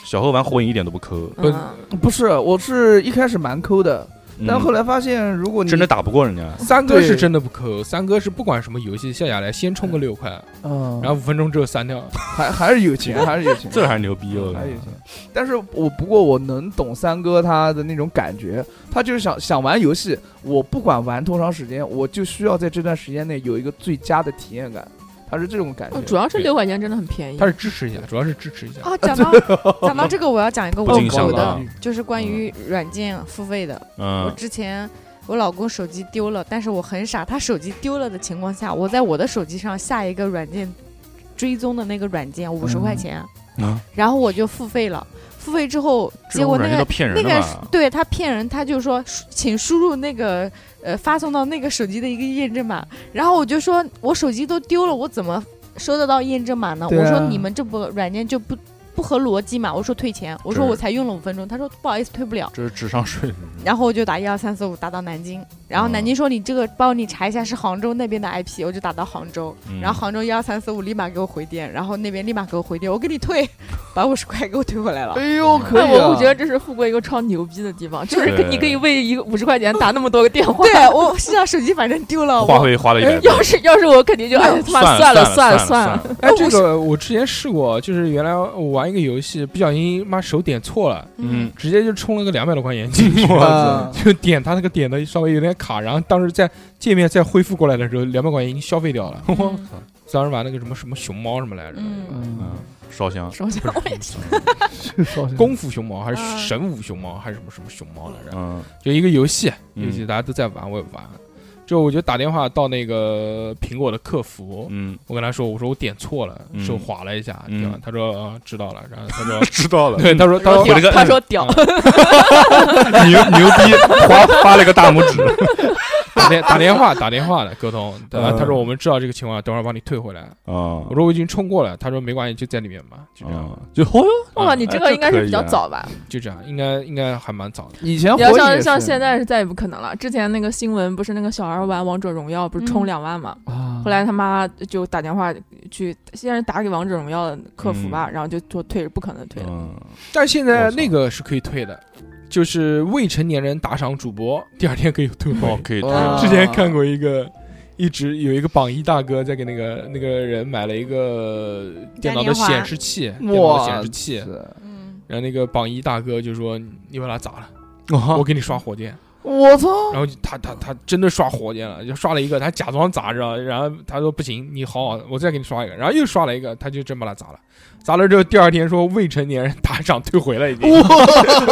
Speaker 2: 小何玩火影一点都不抠，
Speaker 1: 不
Speaker 6: 嗯，
Speaker 3: 不是，我是一开始蛮抠的，但
Speaker 2: 嗯
Speaker 3: 后来发现如果你
Speaker 2: 真的打不过人家。
Speaker 1: 三哥
Speaker 3: 对
Speaker 1: 是真的不抠，三哥是不管什么游戏下下来先充个六
Speaker 2: 哦
Speaker 1: 块，
Speaker 3: 嗯，
Speaker 1: 然后五分钟之后删掉。
Speaker 3: 还还是有钱，还是有钱，
Speaker 2: 这还是牛逼哦！
Speaker 3: 嗯还是有钱。但是我不过我能懂三哥他的那种感觉，他就是想想玩游戏，我不管玩多长时间，我就需要在这段时间内有一个最佳的体验感，他是这种感觉。
Speaker 6: 哦主要是
Speaker 1: 对
Speaker 6: 六块钱真的很便宜
Speaker 1: 他。是支持一下，主要是支持一下。
Speaker 6: 啊
Speaker 5: 哦， 讲到
Speaker 1: 啊
Speaker 5: 讲到这个，我要讲一个
Speaker 2: 不
Speaker 5: 我
Speaker 2: 禁想
Speaker 5: 狗
Speaker 2: 到
Speaker 5: 的，就是关于软件付费的。我
Speaker 2: 嗯，
Speaker 5: 之前我老公手机丢了，但是我很傻，他手机丢了的情况下，我在我的手机上下一个软件追踪的那个软件五十块钱，
Speaker 2: 啊
Speaker 5: 然后我就付费了。
Speaker 4: 付费之后，
Speaker 2: 嗯
Speaker 4: 结
Speaker 2: 这种
Speaker 4: 果
Speaker 2: 软
Speaker 4: 那
Speaker 2: 件都
Speaker 4: 个
Speaker 2: 骗人
Speaker 4: 那
Speaker 2: 的
Speaker 4: 个
Speaker 2: 吧？
Speaker 4: 对他骗人，他就说输请输入那个呃发送到那个手机的一个验证码，然后我就说我手机都丢了，我怎么收得到验证码呢？
Speaker 3: 对啊
Speaker 4: 我说你们这部软件就不不合逻辑嘛，我说退钱，我说
Speaker 2: 对嗯
Speaker 4: 我才用了五分钟，他说不好意思退不了，
Speaker 2: 这是智商税。
Speaker 4: 然后我就打一二三四五打到南京，然
Speaker 2: 哦
Speaker 4: 后南京说你这个帮你查一下是杭州那边的 IP，我就打到杭州，
Speaker 2: 嗯
Speaker 4: 然后杭州一二三四五立马给我回电，然后那边立马给我回电，我给你退， 把五十块给我退回来了。
Speaker 3: 哎呦，可
Speaker 6: 那
Speaker 3: 以
Speaker 6: 我
Speaker 3: 啊
Speaker 6: 会觉！得这是富贵一个超牛逼的地方，就是
Speaker 2: 对
Speaker 6: 你可以为一个五十块钱打那么多个电话。哎
Speaker 4: 对我身上手机反正丢了，
Speaker 2: 花
Speaker 4: 我
Speaker 2: 费花了一百多，
Speaker 6: 要是要是我肯定就 哎他妈
Speaker 2: 哎算
Speaker 6: 了
Speaker 2: 算
Speaker 6: 了
Speaker 2: 了了
Speaker 6: 算了，
Speaker 2: 了，
Speaker 1: 哎，这个我之前试过，就是原来我玩一个游戏，不小心妈手点错了，
Speaker 2: 嗯，
Speaker 1: 直接就充了个两百多块钱进去，
Speaker 3: 啊
Speaker 1: 就点他那个点的稍微有点卡，然后当时在界面再恢复过来的时候，两百块钱已经消费掉了。
Speaker 2: 我
Speaker 6: 嗯
Speaker 2: 操，
Speaker 1: 当时玩那个什么什么熊猫什么来着，
Speaker 4: 嗯，
Speaker 2: 嗯
Speaker 3: 嗯，，
Speaker 2: 烧香，
Speaker 6: 首先我也是，
Speaker 1: 功夫熊猫还是
Speaker 4: 嗯
Speaker 1: 神武熊猫还是什么什么熊猫来着？
Speaker 2: 嗯，
Speaker 1: 就一个游戏，游戏
Speaker 2: 嗯
Speaker 1: 大家都在玩，我也玩。就我就打电话到那个苹果的客服，
Speaker 2: 嗯，
Speaker 1: 我跟他说，我说我点错了，
Speaker 2: 嗯
Speaker 1: 手滑了一下，
Speaker 2: 嗯
Speaker 1: 对吧？他说啊知道了，然后他 说
Speaker 2: 知道了，
Speaker 1: 对，他说他说
Speaker 2: 回了个
Speaker 6: 他
Speaker 2: 嗯
Speaker 6: 说屌，
Speaker 2: 牛牛逼，发发了个大拇 指，
Speaker 1: 打电打电话打电话的沟通，对吧？
Speaker 2: 嗯
Speaker 1: 他说我们知道这个情况，等会儿帮你退回来。
Speaker 2: 啊
Speaker 1: 我，说我已经充过了，他说没关系，就在里面吧，就这样，
Speaker 2: 啊，就哦哟，
Speaker 6: 哇，你这
Speaker 2: 哎
Speaker 6: 个
Speaker 2: 这
Speaker 6: 应该
Speaker 2: 可
Speaker 6: 是
Speaker 2: 以
Speaker 6: 比较
Speaker 2: 啊
Speaker 6: 早吧？
Speaker 1: 就这样，应该应该还蛮早的。
Speaker 3: 以前
Speaker 6: 你要
Speaker 3: 火影
Speaker 6: 像
Speaker 3: 啊也
Speaker 6: 像
Speaker 3: 是
Speaker 6: 现在是再也不可能了。之前那个新闻不是那个小孩玩王者荣耀不是充
Speaker 4: 嗯
Speaker 6: 两万嘛？
Speaker 3: 啊
Speaker 6: 后来他妈就打电话去，先是打给王者荣耀的客服吧，然后就说退是不可能退的。
Speaker 2: 嗯，
Speaker 1: 但现在
Speaker 2: 我操
Speaker 1: 那个是可以退的，就是未成年人打赏主播，第二天可以退回。
Speaker 2: 哦，可以，
Speaker 3: 哇
Speaker 1: 之前看过一个。一直有一个榜一大哥在给那个那个人买了一个电脑的显示器，电脑的显示器，
Speaker 3: 是
Speaker 4: 嗯，
Speaker 1: 然后那个榜一大哥就说你把它砸了，我
Speaker 2: 我
Speaker 1: 给你刷火箭。
Speaker 3: 我操！
Speaker 1: 然后他他他真的刷火箭了，就刷了一个，他假装砸着，然后他说不行，你好好，我再给你刷一个，然后又刷了一个，他就真把他砸了，砸了之后第二天说未成年人打赏退回了已经，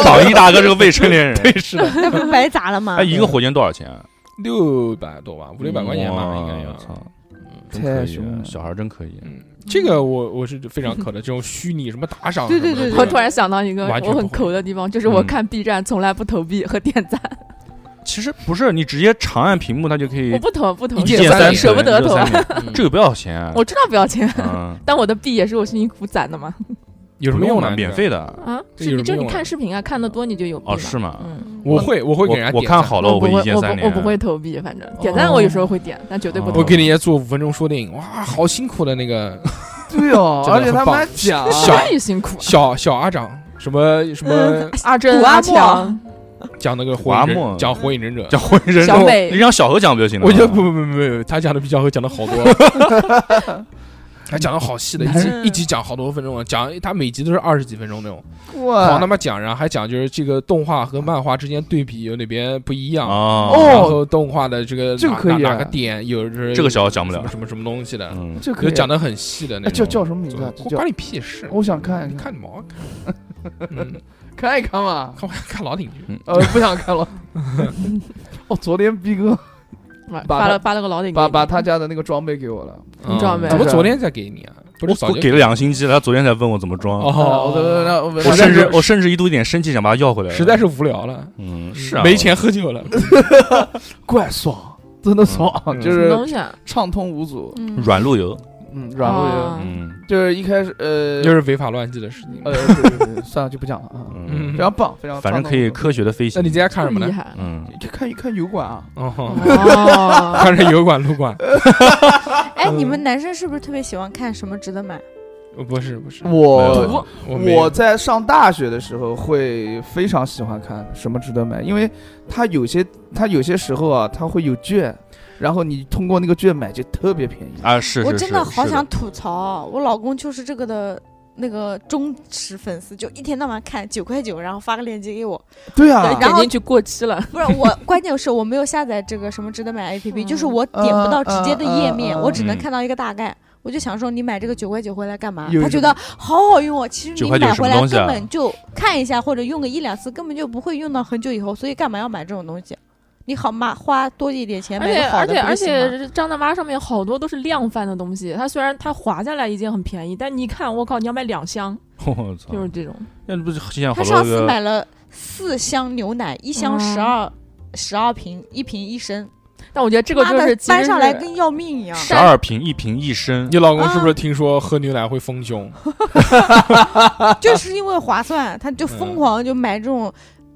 Speaker 2: 榜一大哥是个未成年 人，
Speaker 1: 是 的，
Speaker 5: 那不是 白砸了吗
Speaker 2: 哎，？一个火箭多少钱啊？
Speaker 1: 六百多吧，五六百块钱吧，
Speaker 2: 嗯哇
Speaker 1: 应该有。
Speaker 2: 操
Speaker 1: 嗯
Speaker 2: 真可
Speaker 3: 太
Speaker 2: 以
Speaker 3: 凶
Speaker 2: 啊，
Speaker 3: 了
Speaker 2: 小孩真可以，
Speaker 1: 嗯，这个我我是非常可的，这种虚拟什么打赏什
Speaker 5: 对
Speaker 1: 么的，
Speaker 5: 对对对
Speaker 6: 我突然想到一
Speaker 1: 嗯
Speaker 6: 个
Speaker 1: 完全
Speaker 6: 我
Speaker 1: 不
Speaker 6: 很
Speaker 1: 会
Speaker 6: 抠的地方，就是我
Speaker 2: 嗯
Speaker 6: 看 B 站从来不投币和点赞，
Speaker 2: 其实不是，你直接长按屏幕，它就可以
Speaker 6: 我不投不投
Speaker 1: 一，
Speaker 2: 一
Speaker 1: 键
Speaker 2: 键
Speaker 1: 三
Speaker 2: 三
Speaker 1: 连
Speaker 6: 舍不得
Speaker 2: 投
Speaker 6: 投，
Speaker 1: 嗯
Speaker 2: 这个不要钱啊，
Speaker 6: 我知道不要钱，
Speaker 2: 嗯，
Speaker 6: 但我的币也是我辛辛苦苦攒的嘛。
Speaker 1: 有什
Speaker 2: 不
Speaker 1: 么
Speaker 2: 用
Speaker 1: 用
Speaker 2: 啊，
Speaker 1: 呢？这
Speaker 2: 免
Speaker 1: 个。
Speaker 2: 费的
Speaker 6: 啊，
Speaker 1: 这
Speaker 6: 是
Speaker 1: 有
Speaker 6: 你
Speaker 1: 什
Speaker 6: 就
Speaker 1: 么
Speaker 6: 是你
Speaker 1: 用啊
Speaker 6: 看视频啊，看的多你就有币
Speaker 2: 哦，
Speaker 6: 嘛。
Speaker 2: 是吗？
Speaker 6: 嗯，
Speaker 1: 我会我会给
Speaker 2: 我
Speaker 1: 人家
Speaker 2: 我
Speaker 1: 点
Speaker 2: 看
Speaker 1: 赞
Speaker 2: 好了，
Speaker 6: 我
Speaker 2: 会
Speaker 6: 不
Speaker 2: 一
Speaker 6: 会
Speaker 2: 键
Speaker 6: 我
Speaker 2: 三
Speaker 6: 不
Speaker 2: 连，啊
Speaker 6: 我不会投币，反正点赞我有时候会点，但绝对不
Speaker 2: 哦
Speaker 6: 投。
Speaker 1: 我给人家做五分钟说电影，哇，好辛苦的那 个
Speaker 3: 对哦，
Speaker 1: 真的
Speaker 3: 而且
Speaker 1: 很
Speaker 3: 他
Speaker 1: 棒
Speaker 3: 们还讲
Speaker 1: 小
Speaker 6: 哪里辛苦啊？
Speaker 1: 小小阿长什么什 么
Speaker 6: 阿珍、
Speaker 5: 古阿
Speaker 6: 啊阿
Speaker 5: 莫啊
Speaker 6: 强、
Speaker 1: 讲那个火影
Speaker 2: 瓦莫
Speaker 1: 忍讲火影忍 者，
Speaker 2: 讲火影忍者
Speaker 6: 小，
Speaker 2: 你
Speaker 6: 美，
Speaker 2: 让小何讲不就行了
Speaker 1: 我
Speaker 2: 吗？
Speaker 1: 觉得不不不不不，他讲的比小何讲的好多， 他讲的好细的，一集一集讲好多分钟啊，讲他每集都是二十几分钟那种，狂他
Speaker 3: 哇，
Speaker 1: 妈讲，然后还讲就是这个动画和漫画之间对比有哪边不一样，
Speaker 2: 哦，
Speaker 1: 然
Speaker 3: 哦
Speaker 1: 后动画的这个
Speaker 3: 这个
Speaker 1: 哪
Speaker 3: 可以
Speaker 1: 哪
Speaker 3: 啊
Speaker 1: 哪个点有是
Speaker 2: 这个小何讲不
Speaker 1: 什
Speaker 2: 了
Speaker 1: 么，什么什么东西的，
Speaker 2: 嗯，
Speaker 3: 这可
Speaker 1: 就
Speaker 3: 以
Speaker 1: 讲的很细的那
Speaker 3: 哎叫
Speaker 1: 种，
Speaker 3: 叫什么名字啊？这叫
Speaker 1: 关你屁事，
Speaker 3: 我想看
Speaker 1: 你
Speaker 3: 看
Speaker 1: 看你毛看，嗯，
Speaker 3: 看一看嘛。
Speaker 1: 看我看老挺剧。
Speaker 3: 呃，不想看了。哦，昨天逼哥把
Speaker 6: 发
Speaker 3: 他
Speaker 6: 了发了个老顶给
Speaker 3: 把
Speaker 6: 你，
Speaker 3: 把他家的那个装备给我了，
Speaker 6: 你装呗
Speaker 1: 怎么昨天才给你啊？不
Speaker 2: 我
Speaker 1: 是早
Speaker 2: 嗯我
Speaker 1: 就
Speaker 2: 给了两个星期，他昨天才问我怎么装，
Speaker 1: 哦，
Speaker 3: 我我
Speaker 2: 我
Speaker 1: 实在
Speaker 2: 甚
Speaker 1: 是
Speaker 2: 至我甚至一度有点生气，想把它要回来，
Speaker 1: 实在，是无聊了，
Speaker 2: 嗯，是啊，
Speaker 1: 没钱喝酒了。
Speaker 3: 怪爽，真的爽，
Speaker 1: 嗯
Speaker 3: 就
Speaker 6: 什么
Speaker 3: 是
Speaker 6: 东西啊？
Speaker 3: 畅通无阻。
Speaker 4: 嗯
Speaker 2: 我，软路由，
Speaker 3: 嗯，软路由、
Speaker 6: 哦
Speaker 2: 嗯
Speaker 3: 就是一开始呃，
Speaker 1: 又是违法乱纪的事情。
Speaker 3: 呃，对对对算了就不讲了啊，
Speaker 1: 嗯
Speaker 3: 非常棒，非常
Speaker 2: 反正可以科学的飞
Speaker 1: 那
Speaker 2: 行
Speaker 1: 你，在家看什么
Speaker 6: 厉
Speaker 1: 呢？
Speaker 6: 害。
Speaker 2: 嗯，
Speaker 3: 畅通无阻看一看油管啊，
Speaker 1: 哦，
Speaker 6: 哦，
Speaker 1: 看着油管路管，
Speaker 5: 哎，你们男生是不是特别喜欢看什么值得买？
Speaker 1: 哦不是不是，
Speaker 3: 我
Speaker 2: 不
Speaker 1: 我没有
Speaker 3: 我在上大学的时候会非常喜欢看什么值得买，因为它有些它有些时候啊，它会有券，然后你通过那个券买就特别便宜。
Speaker 2: 啊，是，
Speaker 5: 我
Speaker 2: 是
Speaker 5: 真
Speaker 2: 是
Speaker 5: 的好
Speaker 2: 是
Speaker 5: 想吐槽，啊我老公就是这个的那个忠实粉丝，就一天到晚看九块九，然后发个链接给我。
Speaker 3: 对啊，
Speaker 5: 然
Speaker 6: 点
Speaker 5: 后
Speaker 6: 进去过期了，
Speaker 5: 不是我，关键是我没有下载这个什么值得买 APP，、
Speaker 6: 嗯
Speaker 5: 就是我点不到直接的页面，
Speaker 3: 嗯嗯嗯
Speaker 5: 我只能
Speaker 2: 嗯
Speaker 5: 看到一个大概。我就想说，你买这个九块九回来干嘛
Speaker 3: 有？
Speaker 5: 他觉得好好用哦。其实
Speaker 2: 9.9
Speaker 5: 你买
Speaker 2: 什么
Speaker 5: 回来
Speaker 2: 东西啊
Speaker 5: 根本就看一下或者用个一两次，根本就不会用到很久以后，所以干嘛要买这种东西？你好嘛，花多一点钱
Speaker 6: 而
Speaker 5: 买
Speaker 6: 且
Speaker 5: 个好
Speaker 6: 而
Speaker 5: 的
Speaker 6: 且
Speaker 5: 不
Speaker 6: 而
Speaker 5: 就行吗
Speaker 6: 且张大妈上面好多都是量贩的东西，它虽然它划下来一件很便宜，但你一看，我靠，你要买两箱，
Speaker 2: 我操
Speaker 6: 就！是这种。
Speaker 2: 那不是现在好
Speaker 5: 他上
Speaker 2: 多
Speaker 5: 次
Speaker 2: 个
Speaker 5: 买了四箱牛奶，一箱
Speaker 6: 嗯
Speaker 5: 十二十二瓶，一瓶一升，
Speaker 6: 但我觉得这个
Speaker 5: 妈
Speaker 6: 就
Speaker 5: 的
Speaker 6: 是
Speaker 5: 搬上来
Speaker 6: 跟
Speaker 5: 跟要命一样。
Speaker 2: 十二瓶，一瓶一升
Speaker 1: 你。老公是不是听说喝牛奶会丰胸？
Speaker 5: 就是因为划算，他就
Speaker 1: 嗯
Speaker 5: 疯狂就买这种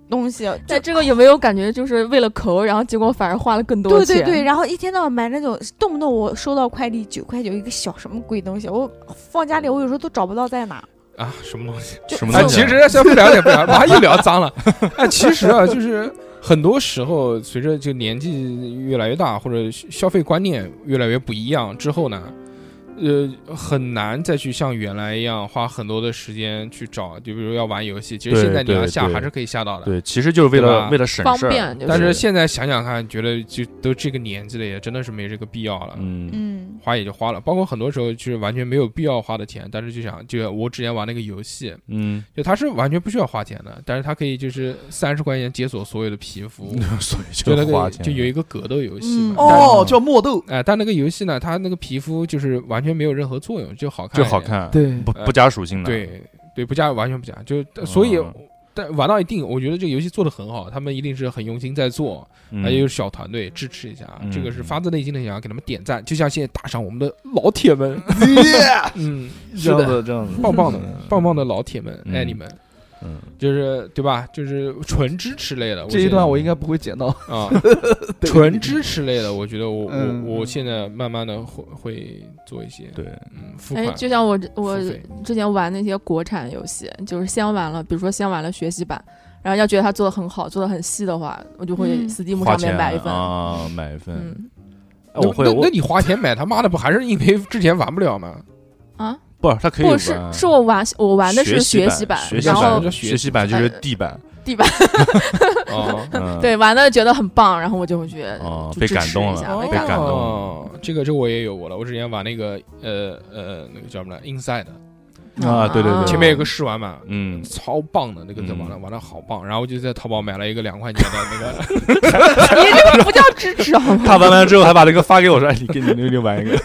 Speaker 5: 东西，就
Speaker 6: 但这个有没有感觉就是为了抠，然后结果反而花了更多
Speaker 5: 对
Speaker 6: 钱？
Speaker 5: 对对，然后一天到晚买那种，动不动我收到快递九块九一个小什么鬼东西，我放家里我有时候都找不到在哪。
Speaker 1: 啊，什么东西？
Speaker 5: 就
Speaker 2: 什么
Speaker 1: 哎，
Speaker 2: 东西
Speaker 1: 其实先不聊点不聊， 马上又聊脏了。哎，其实啊，就是很多时候，随着就年纪越来越大，或者消费观念越来越不一样之后呢，呃，很难再去像原来一样花很多的时间去找，就比如要玩游戏，其实
Speaker 2: 对
Speaker 1: 现在你要
Speaker 2: 对
Speaker 1: 下
Speaker 2: 对
Speaker 1: 还是可以下到的。
Speaker 2: 对，其实就是为
Speaker 1: 对
Speaker 2: 了
Speaker 1: 吧
Speaker 2: 为了省
Speaker 6: 方
Speaker 2: 事儿。
Speaker 6: 便就
Speaker 1: 但
Speaker 6: 是。
Speaker 1: 是现在想想看，觉得就都这个年纪了，也真的是没这个必要了。
Speaker 2: 嗯，
Speaker 5: 嗯
Speaker 1: 花也就花了，包括很多时候就是完全没有必要花的钱，但是就想，就我之前玩那个游戏，
Speaker 2: 嗯，
Speaker 1: 就它是完全不需要花钱的，但是它可以就是三十块钱解锁所有的皮 肤，
Speaker 2: 所以
Speaker 1: 就那
Speaker 2: 花
Speaker 1: 个
Speaker 2: 钱，
Speaker 1: 就有一个格斗游戏嘛
Speaker 5: 嗯。
Speaker 1: 但是
Speaker 3: 哦，叫墨斗，
Speaker 1: 哎，但那个游戏呢，它那个皮肤就是完全没有任何作用，就好看，
Speaker 2: 就好。看，
Speaker 3: 对
Speaker 2: 不不加属性的。，
Speaker 1: 对对，不加完全不加，就所以
Speaker 2: 嗯。
Speaker 1: 但玩到一定，我觉得这个游戏做的很好，他们一定是很用心在做，
Speaker 6: 哎
Speaker 1: 还有小团队支持一下，
Speaker 2: 嗯
Speaker 1: 这个是发自内心的想要给他们点赞，就像现在打赏我们的老铁 们，嗯，
Speaker 3: 是的，
Speaker 2: 这样子
Speaker 1: 棒棒的，棒棒的老铁们，
Speaker 2: 嗯
Speaker 1: 爱你们，
Speaker 2: 嗯，
Speaker 1: 就是对吧？就是纯支持类的，我
Speaker 3: 这一
Speaker 1: 觉得
Speaker 3: 段我应该不会剪到。
Speaker 1: 啊，纯支持类的，我觉得我我
Speaker 3: 嗯
Speaker 1: 我现在慢慢的会会做一些，
Speaker 2: 对，
Speaker 1: 嗯，付
Speaker 6: 哎，
Speaker 1: 款，
Speaker 6: 就像我这我
Speaker 1: 付费
Speaker 6: 之前玩那些国产游戏，就是先玩了，比如说先玩了学习版，然后要觉得它做的很好，做的很细的话，我就会
Speaker 5: 嗯
Speaker 6: Steam
Speaker 2: 花
Speaker 6: 上
Speaker 2: 钱
Speaker 6: 面买一份。
Speaker 2: 啊，买一份。
Speaker 6: 嗯
Speaker 2: 哎
Speaker 1: 那
Speaker 2: 我会，
Speaker 1: 那
Speaker 2: 我
Speaker 1: 那你花钱买他妈的不还是因为之前玩不了 吗？
Speaker 6: 啊，
Speaker 2: 不是，他可以
Speaker 6: 不是
Speaker 2: 玩
Speaker 6: 是我玩我玩的是
Speaker 2: 学
Speaker 6: 习版，
Speaker 2: 学习
Speaker 6: 然后
Speaker 1: 版就
Speaker 2: 学习版就是地板，。
Speaker 1: 啊
Speaker 2: 嗯，
Speaker 6: 对玩的觉得很棒，然后我就会觉得
Speaker 2: 哦
Speaker 6: 就
Speaker 2: 被
Speaker 6: 支
Speaker 2: 感
Speaker 6: 持
Speaker 2: 动
Speaker 6: 一
Speaker 2: 了
Speaker 6: 下
Speaker 2: 被
Speaker 6: 被
Speaker 2: 感
Speaker 6: 感
Speaker 2: 动
Speaker 1: 哦，这个这个我也有过了。我之前玩那个呃呃那个叫什么来，Inside，
Speaker 6: 动
Speaker 2: 啊对对对
Speaker 1: 前面有个试玩版，
Speaker 2: 嗯，
Speaker 1: 超棒的那个，怎么了？玩的好棒。然后我就在淘宝买了一个两块钱的那个，
Speaker 6: 你这 个不叫支持 好吗？
Speaker 2: 他玩完之后还把那个发给我说，哎，你给你那个玩一个，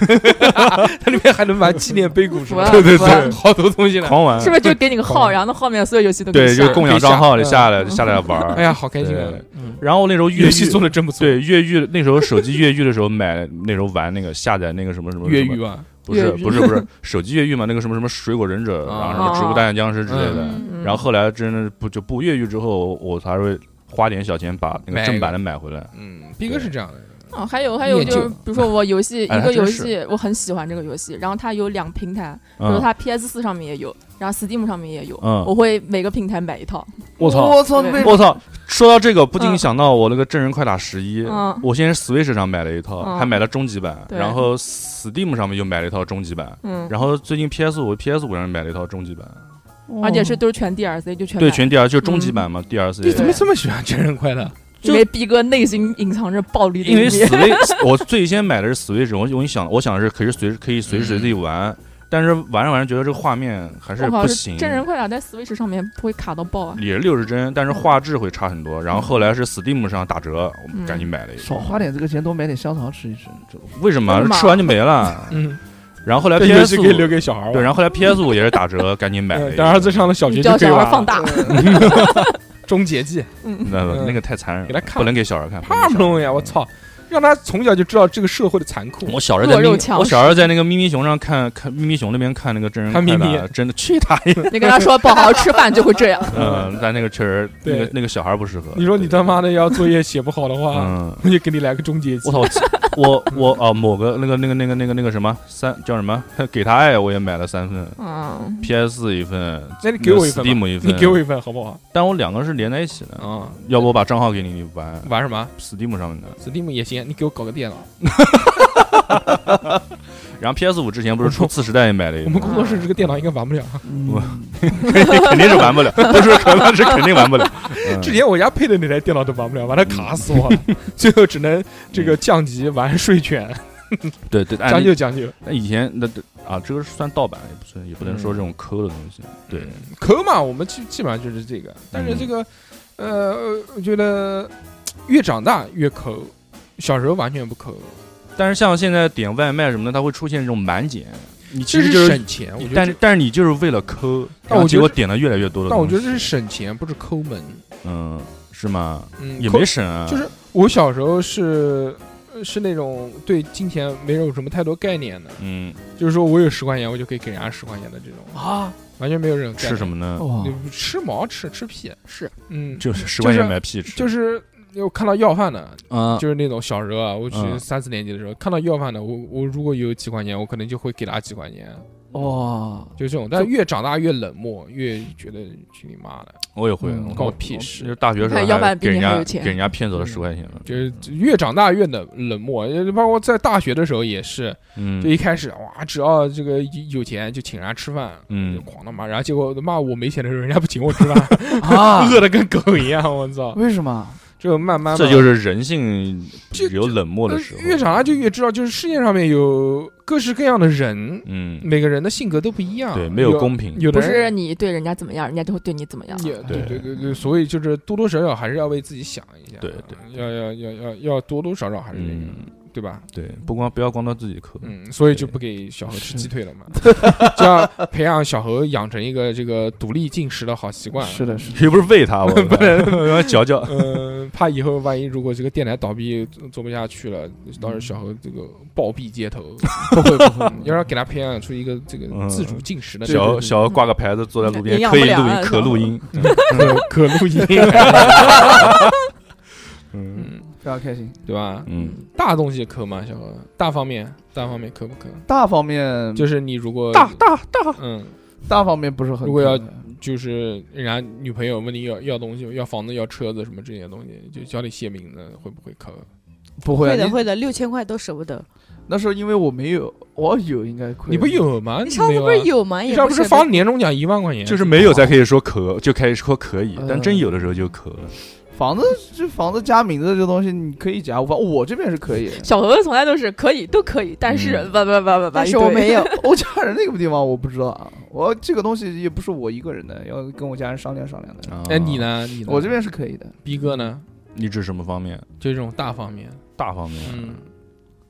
Speaker 1: 它里面 还能玩纪念碑谷什么的，
Speaker 6: 服了对对对服了
Speaker 1: 好多东 西呢。
Speaker 2: 狂玩
Speaker 6: 是，不是就给你个号，
Speaker 1: 狂
Speaker 6: 然后后面所有游戏都
Speaker 2: 嗯
Speaker 6: 给
Speaker 2: 对，
Speaker 6: 你
Speaker 2: 就
Speaker 6: 下
Speaker 2: 是共享账号里下
Speaker 6: 嗯
Speaker 2: 来下来玩
Speaker 1: 哎
Speaker 2: 儿。
Speaker 1: 呀，好开心啊！
Speaker 2: 对
Speaker 1: 嗯，
Speaker 2: 然后那时候越
Speaker 1: 游戏
Speaker 2: 狱
Speaker 1: 做的真不错，
Speaker 2: 对越狱那时候手机越狱的时候买那时候玩那个下载那个什么什么
Speaker 1: 越
Speaker 2: 什么
Speaker 1: 狱啊，
Speaker 2: 不是
Speaker 6: 越狱哦
Speaker 2: 不是不是手机越狱嘛那个什么什么水果忍者
Speaker 1: 啊
Speaker 2: 然后什么植物大战僵尸之类的，
Speaker 5: 嗯
Speaker 6: 嗯
Speaker 2: 然后后来真的不就不越狱之后我才会花点小钱把那个正版的买回来。
Speaker 1: 嗯，斌哥是这样的，
Speaker 6: 哦，还有还有
Speaker 1: 念
Speaker 6: 就
Speaker 1: 旧
Speaker 6: 是，比如说我游戏
Speaker 2: 哎
Speaker 6: 一
Speaker 2: 还
Speaker 6: 个
Speaker 2: 真
Speaker 6: 游
Speaker 2: 是
Speaker 6: 戏，我很喜欢这个游戏，然后它有两平台，比如
Speaker 2: 嗯
Speaker 6: 它 PS 四上面也有，然后 Steam 上面也有，
Speaker 2: 嗯
Speaker 6: 我会每个平台买一套。
Speaker 2: 我操
Speaker 3: 我操，
Speaker 6: 对
Speaker 3: 被
Speaker 2: 我操！说到这个，不禁
Speaker 6: 嗯
Speaker 2: 想到我那个《真人快打十一》，
Speaker 6: 嗯
Speaker 2: 我先是 Switch 上买了一套，
Speaker 6: 嗯
Speaker 2: 还买了终极版，
Speaker 6: 对
Speaker 2: 然后 Steam 上面又买了一套终极版，
Speaker 6: 嗯，
Speaker 2: 然后最近 PS 五、PS 五上买了一套终极版，
Speaker 6: 而且是都是全 DLC，就全
Speaker 2: 对，
Speaker 6: 买
Speaker 2: 全 DLC 就是终极版嘛，DLC。
Speaker 6: 嗯
Speaker 1: 你怎么这么喜欢真人快乐？
Speaker 6: 因为逼哥内心隐藏着暴力的
Speaker 2: 因
Speaker 6: 一
Speaker 2: 为
Speaker 6: 面。
Speaker 2: Switch，我 最先买的是 Switch，我我想我想的是可以随时可以随时随地玩，但是玩着玩着觉得这个画面还 是
Speaker 6: 嗯我
Speaker 2: 不
Speaker 6: 靠，
Speaker 2: 行。
Speaker 6: 真人快啊打在 Switch 上面不会卡到爆啊！
Speaker 2: 也是六十帧，但是画质会差很多。然后后来是 Steam 上打折，我们
Speaker 6: 嗯
Speaker 2: 赶紧买了一个。
Speaker 3: 少花点这个钱，多买点香肠吃一吃。这个
Speaker 2: 为什
Speaker 6: 真
Speaker 2: 么
Speaker 6: 的吗
Speaker 2: 吃完就没 了？
Speaker 1: 嗯，
Speaker 2: 然后后来
Speaker 1: 这游
Speaker 2: PS
Speaker 1: 戏
Speaker 2: 五
Speaker 1: 可以留给小孩
Speaker 2: 对，
Speaker 1: 玩。
Speaker 2: 然后后来 PS 五也是打折，赶紧买 了一
Speaker 1: 嗯
Speaker 2: 个。
Speaker 1: 等儿子上了小学
Speaker 6: 你
Speaker 1: 就
Speaker 6: 叫
Speaker 1: 可以
Speaker 6: 小孩
Speaker 1: 玩
Speaker 6: 放
Speaker 1: 了。
Speaker 6: 大，
Speaker 1: 终结技
Speaker 2: 那那个太残忍
Speaker 1: 嗯
Speaker 2: 了，
Speaker 1: 给他看
Speaker 2: 不能给小孩看。
Speaker 1: 怕
Speaker 2: 不
Speaker 1: 不
Speaker 2: 能
Speaker 1: 弄呀！我操，让他从小就知道这个社会的残酷
Speaker 2: 嗯给。小孩看！我小时候在
Speaker 6: 弱肉
Speaker 2: 咪
Speaker 6: 强
Speaker 2: 我小时候在那个咪咪熊上看看咪咪熊那边看那个真人
Speaker 1: 看咪
Speaker 2: 快打
Speaker 1: 咪
Speaker 2: 真的去他爷！
Speaker 6: 你跟他说不好好吃饭就会 这样。
Speaker 2: 嗯，但那个确实，那个
Speaker 1: 对
Speaker 2: 那个小孩不适合。
Speaker 1: 你说你他妈啊的要作业写不好的话，
Speaker 2: 嗯，
Speaker 1: 我就给你来个终结技
Speaker 2: 我。操！我我啊，某个那个那个那个那个那个什么三叫什么？ 给他爱我也买了三份
Speaker 5: 啊
Speaker 6: 嗯，
Speaker 2: ，PS 四一份，
Speaker 1: 那你给我一份吧
Speaker 2: Steam 嗯一份，
Speaker 1: 你给我一份好不好？
Speaker 2: 但我两个是连在一起的，
Speaker 1: 啊，
Speaker 2: 要不我把账号给你，你玩
Speaker 1: 嗯玩什么
Speaker 2: Steam 上面的。
Speaker 1: ？Steam 也行，你给我搞个电脑。
Speaker 2: 然后 PS 五之前不是出次时代也买了
Speaker 1: 我
Speaker 2: 一个
Speaker 1: 们，工作室这个电脑应该玩不了。
Speaker 3: 嗯
Speaker 2: 我肯定是玩 不了，不是可能是肯定玩不了。嗯
Speaker 1: 之前我家配的那台电脑都玩不了，把它卡死我了， 最后只能这个降级
Speaker 2: 嗯
Speaker 1: 玩睡犬，
Speaker 2: 对对，
Speaker 1: 将
Speaker 2: 按
Speaker 1: 就将就。
Speaker 2: 那以前那这啊，这个是算盗版，也不算，也不能说这种抠的东西。
Speaker 1: 嗯
Speaker 2: 对，
Speaker 1: 可嘛，我们基基本上就是这个。但
Speaker 2: 嗯
Speaker 1: 是这个，呃，我觉得越长大越抠，小时候完全不抠。
Speaker 2: 但是像现在点外卖什么的，它会出现这种满减，你其
Speaker 1: 这
Speaker 2: 实就是是，
Speaker 1: 省钱，我觉得
Speaker 2: 但是
Speaker 1: 这。
Speaker 2: 但是你就是为了抠，
Speaker 1: 但
Speaker 2: 然后
Speaker 1: 我觉
Speaker 2: 结
Speaker 1: 得
Speaker 2: 果点的越来越多的
Speaker 1: 但我觉得
Speaker 2: 东
Speaker 1: 这是
Speaker 2: 西
Speaker 1: 省钱，不是抠门。
Speaker 2: 嗯，是吗？
Speaker 1: 嗯，
Speaker 2: 也
Speaker 1: 抠
Speaker 2: 没省啊，
Speaker 1: 就是我小时候是呃是那种对金钱没有什么太多概念的，
Speaker 2: 嗯，
Speaker 1: 就是说我有十块钱，我就可以给人家十块钱的这种，
Speaker 3: 啊！
Speaker 1: 完全没有这种概念
Speaker 2: 吃什？么呢？
Speaker 3: 哇，
Speaker 1: 你吃毛吃吃屁
Speaker 6: 是，
Speaker 1: 嗯，
Speaker 2: 就是
Speaker 1: 哦就
Speaker 2: 十块钱
Speaker 1: 是
Speaker 2: 买屁吃，
Speaker 1: 就是我看到要饭的，
Speaker 2: 啊，
Speaker 1: 就是那种小时候啊，我去
Speaker 2: 嗯
Speaker 1: 三四年级的时候看到要饭的，我我如果有几块钱，我可能就会给他几块钱，
Speaker 3: 哇，
Speaker 1: 就这种。但越长大越冷漠，越觉得去你妈的，
Speaker 2: 我也会
Speaker 3: 嗯，
Speaker 2: 我
Speaker 1: 关我屁
Speaker 2: 就
Speaker 1: 事
Speaker 2: 是。大学时
Speaker 6: 看
Speaker 2: 候
Speaker 6: 要
Speaker 2: 还
Speaker 6: 饭比
Speaker 2: 给人
Speaker 6: 你还
Speaker 2: 家
Speaker 6: 有钱
Speaker 2: 给人家骗走了
Speaker 1: 嗯
Speaker 2: 十块钱了，
Speaker 1: 就是越长大越冷冷漠，包括在大学的时候也是，
Speaker 2: 嗯
Speaker 1: 就一开始哇，只要这个有钱就请人家吃饭，
Speaker 2: 嗯
Speaker 1: 就狂他妈，然后结果他妈我没钱的时候，人家不请我吃 饭，
Speaker 3: 啊
Speaker 1: 饿的跟狗一样，我操！
Speaker 3: 为什么？
Speaker 1: 就慢慢
Speaker 2: 这
Speaker 1: 慢
Speaker 2: 就是人性
Speaker 1: 就
Speaker 2: 有冷漠的时
Speaker 1: 呃
Speaker 2: 候，
Speaker 1: 越长大就越知道，就是世界上面有各式各样的人，
Speaker 2: 嗯，
Speaker 1: 每个人的性格都不一样，
Speaker 2: 对，没有公平，
Speaker 1: 有
Speaker 6: 不
Speaker 1: 的
Speaker 6: 是
Speaker 1: 人。
Speaker 6: 你对人家怎么样，人家就会对你怎么样。
Speaker 1: 也对对
Speaker 2: 对
Speaker 1: 对对，所以就是多多少少还是要为自己想一下，
Speaker 2: 对对，
Speaker 1: 要要要要要多多少少还是那个，
Speaker 2: 嗯，
Speaker 1: 对吧？
Speaker 2: 对，不光不要光到自己抠，
Speaker 1: 嗯，所以就
Speaker 2: 对
Speaker 1: 不给小猴吃
Speaker 3: 是
Speaker 1: 鸡腿了 嘛，这样培养小猴养成一个这个独立进食的好习惯。
Speaker 3: 是的，是的，
Speaker 2: 又不是喂它，我 不能嚼嚼，
Speaker 1: 嗯，怕以后万一如果这个电台倒闭做做不下去了，到时候小猴这个暴毙街头，
Speaker 3: 不会不会，
Speaker 1: 要让给他培养出一个这个
Speaker 2: 嗯
Speaker 1: 自主进食的这
Speaker 2: 小
Speaker 1: 个
Speaker 2: 小要挂个牌子，坐在路边
Speaker 6: 营养
Speaker 2: 可以
Speaker 6: 不良
Speaker 2: 录
Speaker 6: 啊
Speaker 2: 音，可录音，
Speaker 1: 可可录音，
Speaker 2: 嗯
Speaker 1: 嗯，
Speaker 3: 非常开心。
Speaker 1: 对吧？
Speaker 2: 嗯，
Speaker 1: 大东西可吗？小猴大方面，大方面可不可？
Speaker 3: 大方面
Speaker 1: 就是你如果
Speaker 2: 大大大，
Speaker 1: 嗯，
Speaker 3: 嗯大方面不是很，
Speaker 1: 如果要就是人家女朋友问你要要东西，要房子，要车子什么这些东西，就叫你写名字，会不会可？
Speaker 3: 不会啊
Speaker 5: 会的
Speaker 3: 你
Speaker 5: 会的，六千块都舍不得。
Speaker 3: 那时候因为我没有，我有应该亏。
Speaker 1: 你不有吗？
Speaker 5: 你上次不是
Speaker 1: 有啊？
Speaker 5: 有吗？
Speaker 1: 你
Speaker 5: 也
Speaker 1: 上
Speaker 5: 不
Speaker 1: 不是
Speaker 5: 舍得
Speaker 1: 发年终奖一万块钱？哦
Speaker 2: 就是没有才可以说可，就开始说可以
Speaker 3: 嗯，
Speaker 2: 但真有的时候就可了，
Speaker 3: 房子，这房子加名字这东西你可以加，我反我这边是可以。
Speaker 6: 小何从来都是可以，都可以，但是
Speaker 2: 嗯
Speaker 6: 不不不不不，
Speaker 5: 但是我没
Speaker 6: 有。
Speaker 5: 有，
Speaker 3: 我家人那个地方我不知道啊，我这个东西也不是我一个人的，要跟我家人商量商量的。
Speaker 1: 哎，你？呢？你呢
Speaker 3: 我这边是可以的，
Speaker 1: 逼哥呢？
Speaker 2: 啊你指什么方面？
Speaker 1: 就这种大方面，
Speaker 2: 大方面，
Speaker 1: 嗯，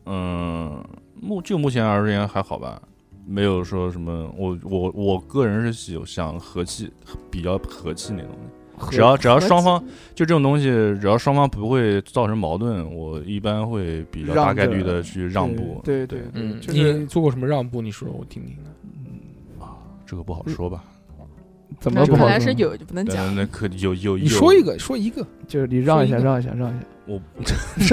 Speaker 2: 嗯，目就目前而言还好吧，没有说什么。我我我个人是喜想和气，比较和气那种的。只要只要双方就这种东西，只要双方不会造成矛盾，我一般会比较
Speaker 3: 让
Speaker 2: 大概率
Speaker 3: 着
Speaker 2: 的去让步。
Speaker 3: 对对对
Speaker 1: 嗯，
Speaker 3: 就是
Speaker 1: 你做过什么让步？你说说我听听。
Speaker 2: 啊，这个不好说吧？
Speaker 3: 怎
Speaker 6: 那
Speaker 3: 么不
Speaker 6: 看
Speaker 3: 好
Speaker 6: 来
Speaker 3: 说
Speaker 6: 是？有就不能
Speaker 2: 但
Speaker 6: 讲。
Speaker 2: 那可有有
Speaker 1: 你
Speaker 2: 有
Speaker 1: 说一个，说一个，
Speaker 3: 就是你让一
Speaker 1: 说
Speaker 3: 下，
Speaker 1: 一个
Speaker 3: 让一下，让一下。
Speaker 2: 我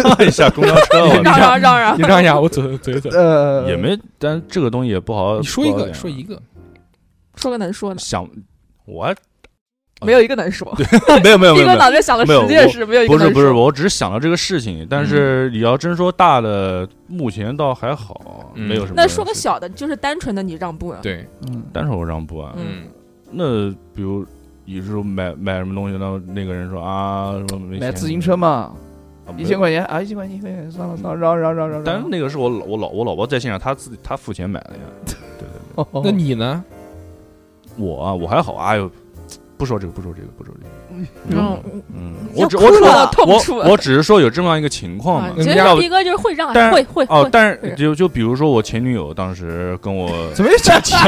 Speaker 2: 让一下公交 车，我
Speaker 6: 嚷嚷嚷 嚷
Speaker 1: 你，让一下，我走走一走。
Speaker 3: 呃，
Speaker 2: 也没，但这个东西也不好。
Speaker 1: 你说一
Speaker 2: 不好
Speaker 1: 个，
Speaker 2: 讲
Speaker 1: 说一个，
Speaker 6: 说个能说的，
Speaker 2: 想，我
Speaker 6: 没有一个能说。
Speaker 2: 没有没哦有没
Speaker 6: 一
Speaker 2: 有
Speaker 6: 个
Speaker 2: 没有。
Speaker 6: 脑子里想了
Speaker 2: 没有
Speaker 6: 十件
Speaker 2: 我
Speaker 6: 事，没有一个
Speaker 2: 不是
Speaker 6: 能
Speaker 2: 不是，
Speaker 6: 说
Speaker 2: 我只是想到这个事情，但是
Speaker 3: 嗯
Speaker 2: 你要真说大的，目前倒还好，
Speaker 1: 嗯
Speaker 2: 没有什么。
Speaker 6: 那说个，小的，就是单纯的你让步了。
Speaker 1: 对，
Speaker 3: 嗯，
Speaker 2: 单手让步啊。
Speaker 6: 嗯，
Speaker 2: 那比如你说买买什么东西，那那个人说啊，什么没
Speaker 3: 买
Speaker 2: 钱
Speaker 3: 自行车，嘛，
Speaker 2: 啊
Speaker 3: 一千。块钱啊，一千块钱，一千块钱，算了算了，让让让
Speaker 2: 没
Speaker 3: 让
Speaker 2: 有但是
Speaker 3: 让。
Speaker 2: 那个是我老我老我老婆在线上，她自己她付钱买的呀。
Speaker 3: 哦哦
Speaker 1: 那你呢？
Speaker 2: 我啊，我还好，哎呦，不说这个，不说这个，不说这个。
Speaker 6: 然后
Speaker 2: 嗯，
Speaker 5: 要
Speaker 2: 我只
Speaker 5: 哭
Speaker 2: 我只
Speaker 6: 说到
Speaker 2: 我
Speaker 6: 痛处了
Speaker 2: 我只是说有这么样一个情况
Speaker 6: 啊
Speaker 2: 嘛，
Speaker 6: 其实
Speaker 2: 要不
Speaker 6: 逼哥就是会让，
Speaker 2: 但是
Speaker 6: 会会
Speaker 2: 哦，
Speaker 6: 会，
Speaker 2: 但
Speaker 6: 会
Speaker 2: 是就就比如说我前女友当时跟我
Speaker 3: 怎么又讲钱？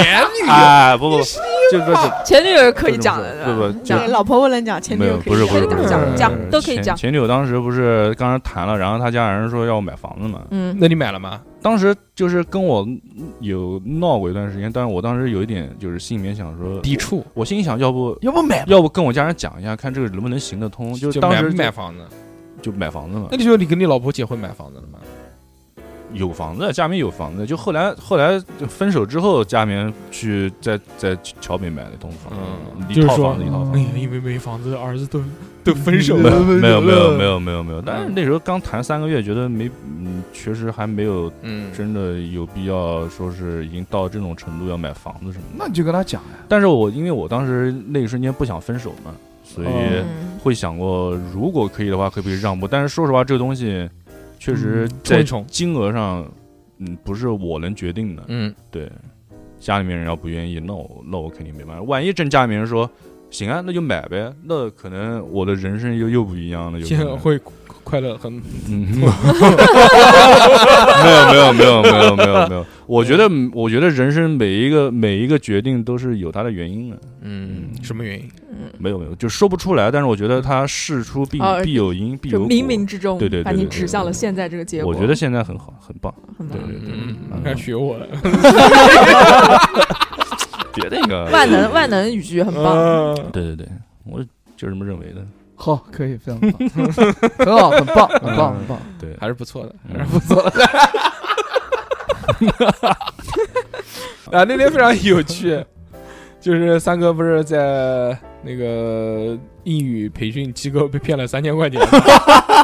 Speaker 2: 哎，不不，不就不是
Speaker 6: 前女友可以讲的，
Speaker 2: 不不
Speaker 6: 是吧
Speaker 2: 就
Speaker 6: 讲
Speaker 5: 对，老婆不能讲，前女
Speaker 2: 没有
Speaker 5: 友可以
Speaker 2: 不是不是
Speaker 6: 可
Speaker 2: 不
Speaker 6: 以
Speaker 2: 是
Speaker 6: 讲
Speaker 2: 不是
Speaker 6: 讲
Speaker 2: 不是
Speaker 6: 都可以讲
Speaker 2: 前前女友当时不是刚刚谈了，然后她家人说要我买房子嘛，
Speaker 6: 嗯，
Speaker 1: 那你买了吗？
Speaker 2: 当时就是跟我有闹过一段时间，但是我当时有一点就是心里面想说，
Speaker 1: 抵触，
Speaker 2: 我心里想要不。
Speaker 3: 要不买吧？
Speaker 2: 要不跟我家人讲一下，看这个能不能行得通。就
Speaker 1: 就
Speaker 2: 当
Speaker 1: 买
Speaker 2: 时就
Speaker 1: 买房子。
Speaker 2: 就买房子嘛
Speaker 1: 那，
Speaker 6: 哎
Speaker 1: 你说你跟你老婆结婚买房子了吗？
Speaker 2: 有房子，家里面有房子。就后来后来就分手之后，家里面去在在桥北买了一栋房
Speaker 1: 嗯
Speaker 2: 子，
Speaker 1: 就
Speaker 2: 一
Speaker 1: 是
Speaker 2: 套
Speaker 1: 说
Speaker 2: 房子一套房子。
Speaker 1: 哎呀，因为没房子，儿子都都分手
Speaker 2: 没
Speaker 1: 了。
Speaker 2: 有没有没有
Speaker 3: 嗯
Speaker 2: 没有没有没有，但是那时候刚谈三个月，觉得没，嗯，确实还没有
Speaker 1: 嗯，
Speaker 2: 真的有必要说是已经到这种程度要买房子什么的。
Speaker 3: 那你就跟他讲呀。
Speaker 2: 但是我因为我当时那一瞬间不想分手嘛，所以
Speaker 3: 哦
Speaker 6: 嗯
Speaker 2: 会想过如果可以的话，可不可以让步？但是说实话，这个东西确实
Speaker 1: 嗯冲
Speaker 2: 在
Speaker 1: 一冲
Speaker 2: 金额上，嗯，不是我能决定的。
Speaker 1: 嗯，
Speaker 2: 对，家里面人要不愿意，那我那我肯定没办法。万一真家里面人说行啊，那就买呗。那可能我的人生又又不一样了，有
Speaker 1: 嗯
Speaker 2: 可
Speaker 1: 现在
Speaker 2: 能
Speaker 1: 会快乐很
Speaker 2: 嗯，没有没有没有没有没有没有，我觉得我觉得人生每一个每一个决定都是有它的原因的，
Speaker 1: 嗯，什么原因？
Speaker 6: 嗯，
Speaker 2: 没有没有就说不出来，但是我觉得它事出必
Speaker 6: 哦
Speaker 2: 必有因必
Speaker 6: 就
Speaker 2: 有果，
Speaker 6: 冥冥之中
Speaker 2: 对对对
Speaker 6: 把
Speaker 2: 对
Speaker 6: 你
Speaker 2: 对
Speaker 6: 指向了现在这个结果。
Speaker 2: 我觉得现在很好，很棒，
Speaker 6: 很棒
Speaker 2: 对对对，
Speaker 1: 嗯
Speaker 2: 嗯，
Speaker 1: 开始学我了，
Speaker 2: 别那个
Speaker 6: 万能万能语句很棒，啊
Speaker 1: 嗯
Speaker 2: 对对对，我就这么认为的，
Speaker 3: 好，可以，非常棒， 很好，很棒，很
Speaker 2: 嗯
Speaker 3: 棒，很棒。
Speaker 2: 对，
Speaker 1: 还是不错的，还
Speaker 2: 嗯
Speaker 1: 是不错的。 啊，那天非常有趣，就是三哥不是在那个英语培训机构被骗了三千块钱，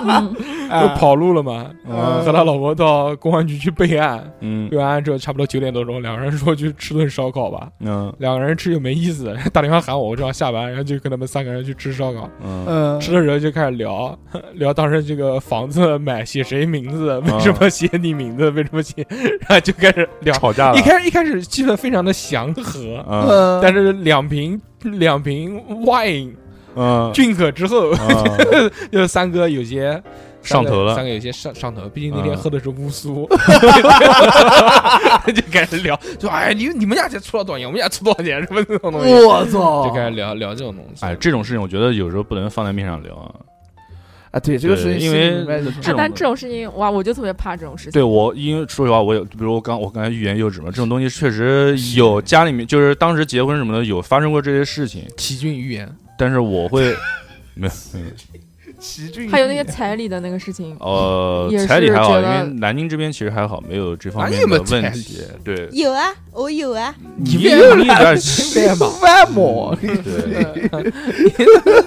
Speaker 6: 嗯
Speaker 1: 不是跑路了吗？
Speaker 2: 嗯
Speaker 1: 和他老婆到公安局去备案，
Speaker 2: 嗯
Speaker 1: 备完案之后差不多九点多钟，两个人说去吃顿烧烤吧。
Speaker 2: 嗯
Speaker 1: 两个人吃又没意思，打电话喊我，我正好下班，然后就跟他们三个人去吃烧烤。
Speaker 2: 嗯
Speaker 3: 嗯，
Speaker 1: 吃的时候就开始聊，聊当时这个房子买写谁名字，为什么写你名字，为什么写， 然后就开始聊。
Speaker 2: 吵架了
Speaker 1: 一，开始一开始气氛非常的祥和，
Speaker 2: 啊嗯
Speaker 3: 嗯，
Speaker 1: 但是两瓶两瓶 wine
Speaker 2: 嗯，
Speaker 1: drink 之后，
Speaker 2: 嗯
Speaker 1: 就是三哥有些
Speaker 2: 上头
Speaker 1: 三
Speaker 2: 了，
Speaker 1: 哥有些上上头，毕竟那天
Speaker 2: 嗯
Speaker 1: 喝的是乌苏， 就开始聊，就哎你你们家才出了多少钱，我们家出多少钱什么这种东西，
Speaker 3: 我操，
Speaker 1: 就开始聊聊这种东西。
Speaker 2: 嗯哎，这种事情我觉得有时候不能放在面上聊啊。
Speaker 3: 啊，对这个事
Speaker 2: 对
Speaker 3: 情，
Speaker 2: 因为嗯这
Speaker 6: 啊
Speaker 2: 种
Speaker 6: 但这种事情哇，我就特别怕这种事情。
Speaker 2: 对我，因为说实话，我有，比如我刚我刚才欲言又止嘛，这种东西确实有家里面，就是当时结婚什么的有发生过这些事情，
Speaker 1: 奇骏预言，
Speaker 2: 但是我 会没有没有
Speaker 3: 奇骏
Speaker 6: 还有那些彩礼的那个事情，
Speaker 2: 呃
Speaker 6: 也是
Speaker 2: 彩礼还好，
Speaker 6: 觉
Speaker 2: 因
Speaker 6: 得
Speaker 2: 为南京这边其实还好，没有这方
Speaker 1: 哪
Speaker 2: 面
Speaker 1: 有没
Speaker 2: 的
Speaker 1: 有彩
Speaker 2: 问
Speaker 1: 礼
Speaker 2: 题。对，
Speaker 5: 有啊，我有啊，
Speaker 2: 你
Speaker 1: 别
Speaker 2: 你点
Speaker 1: 别嘛，
Speaker 3: 万亩，
Speaker 2: 对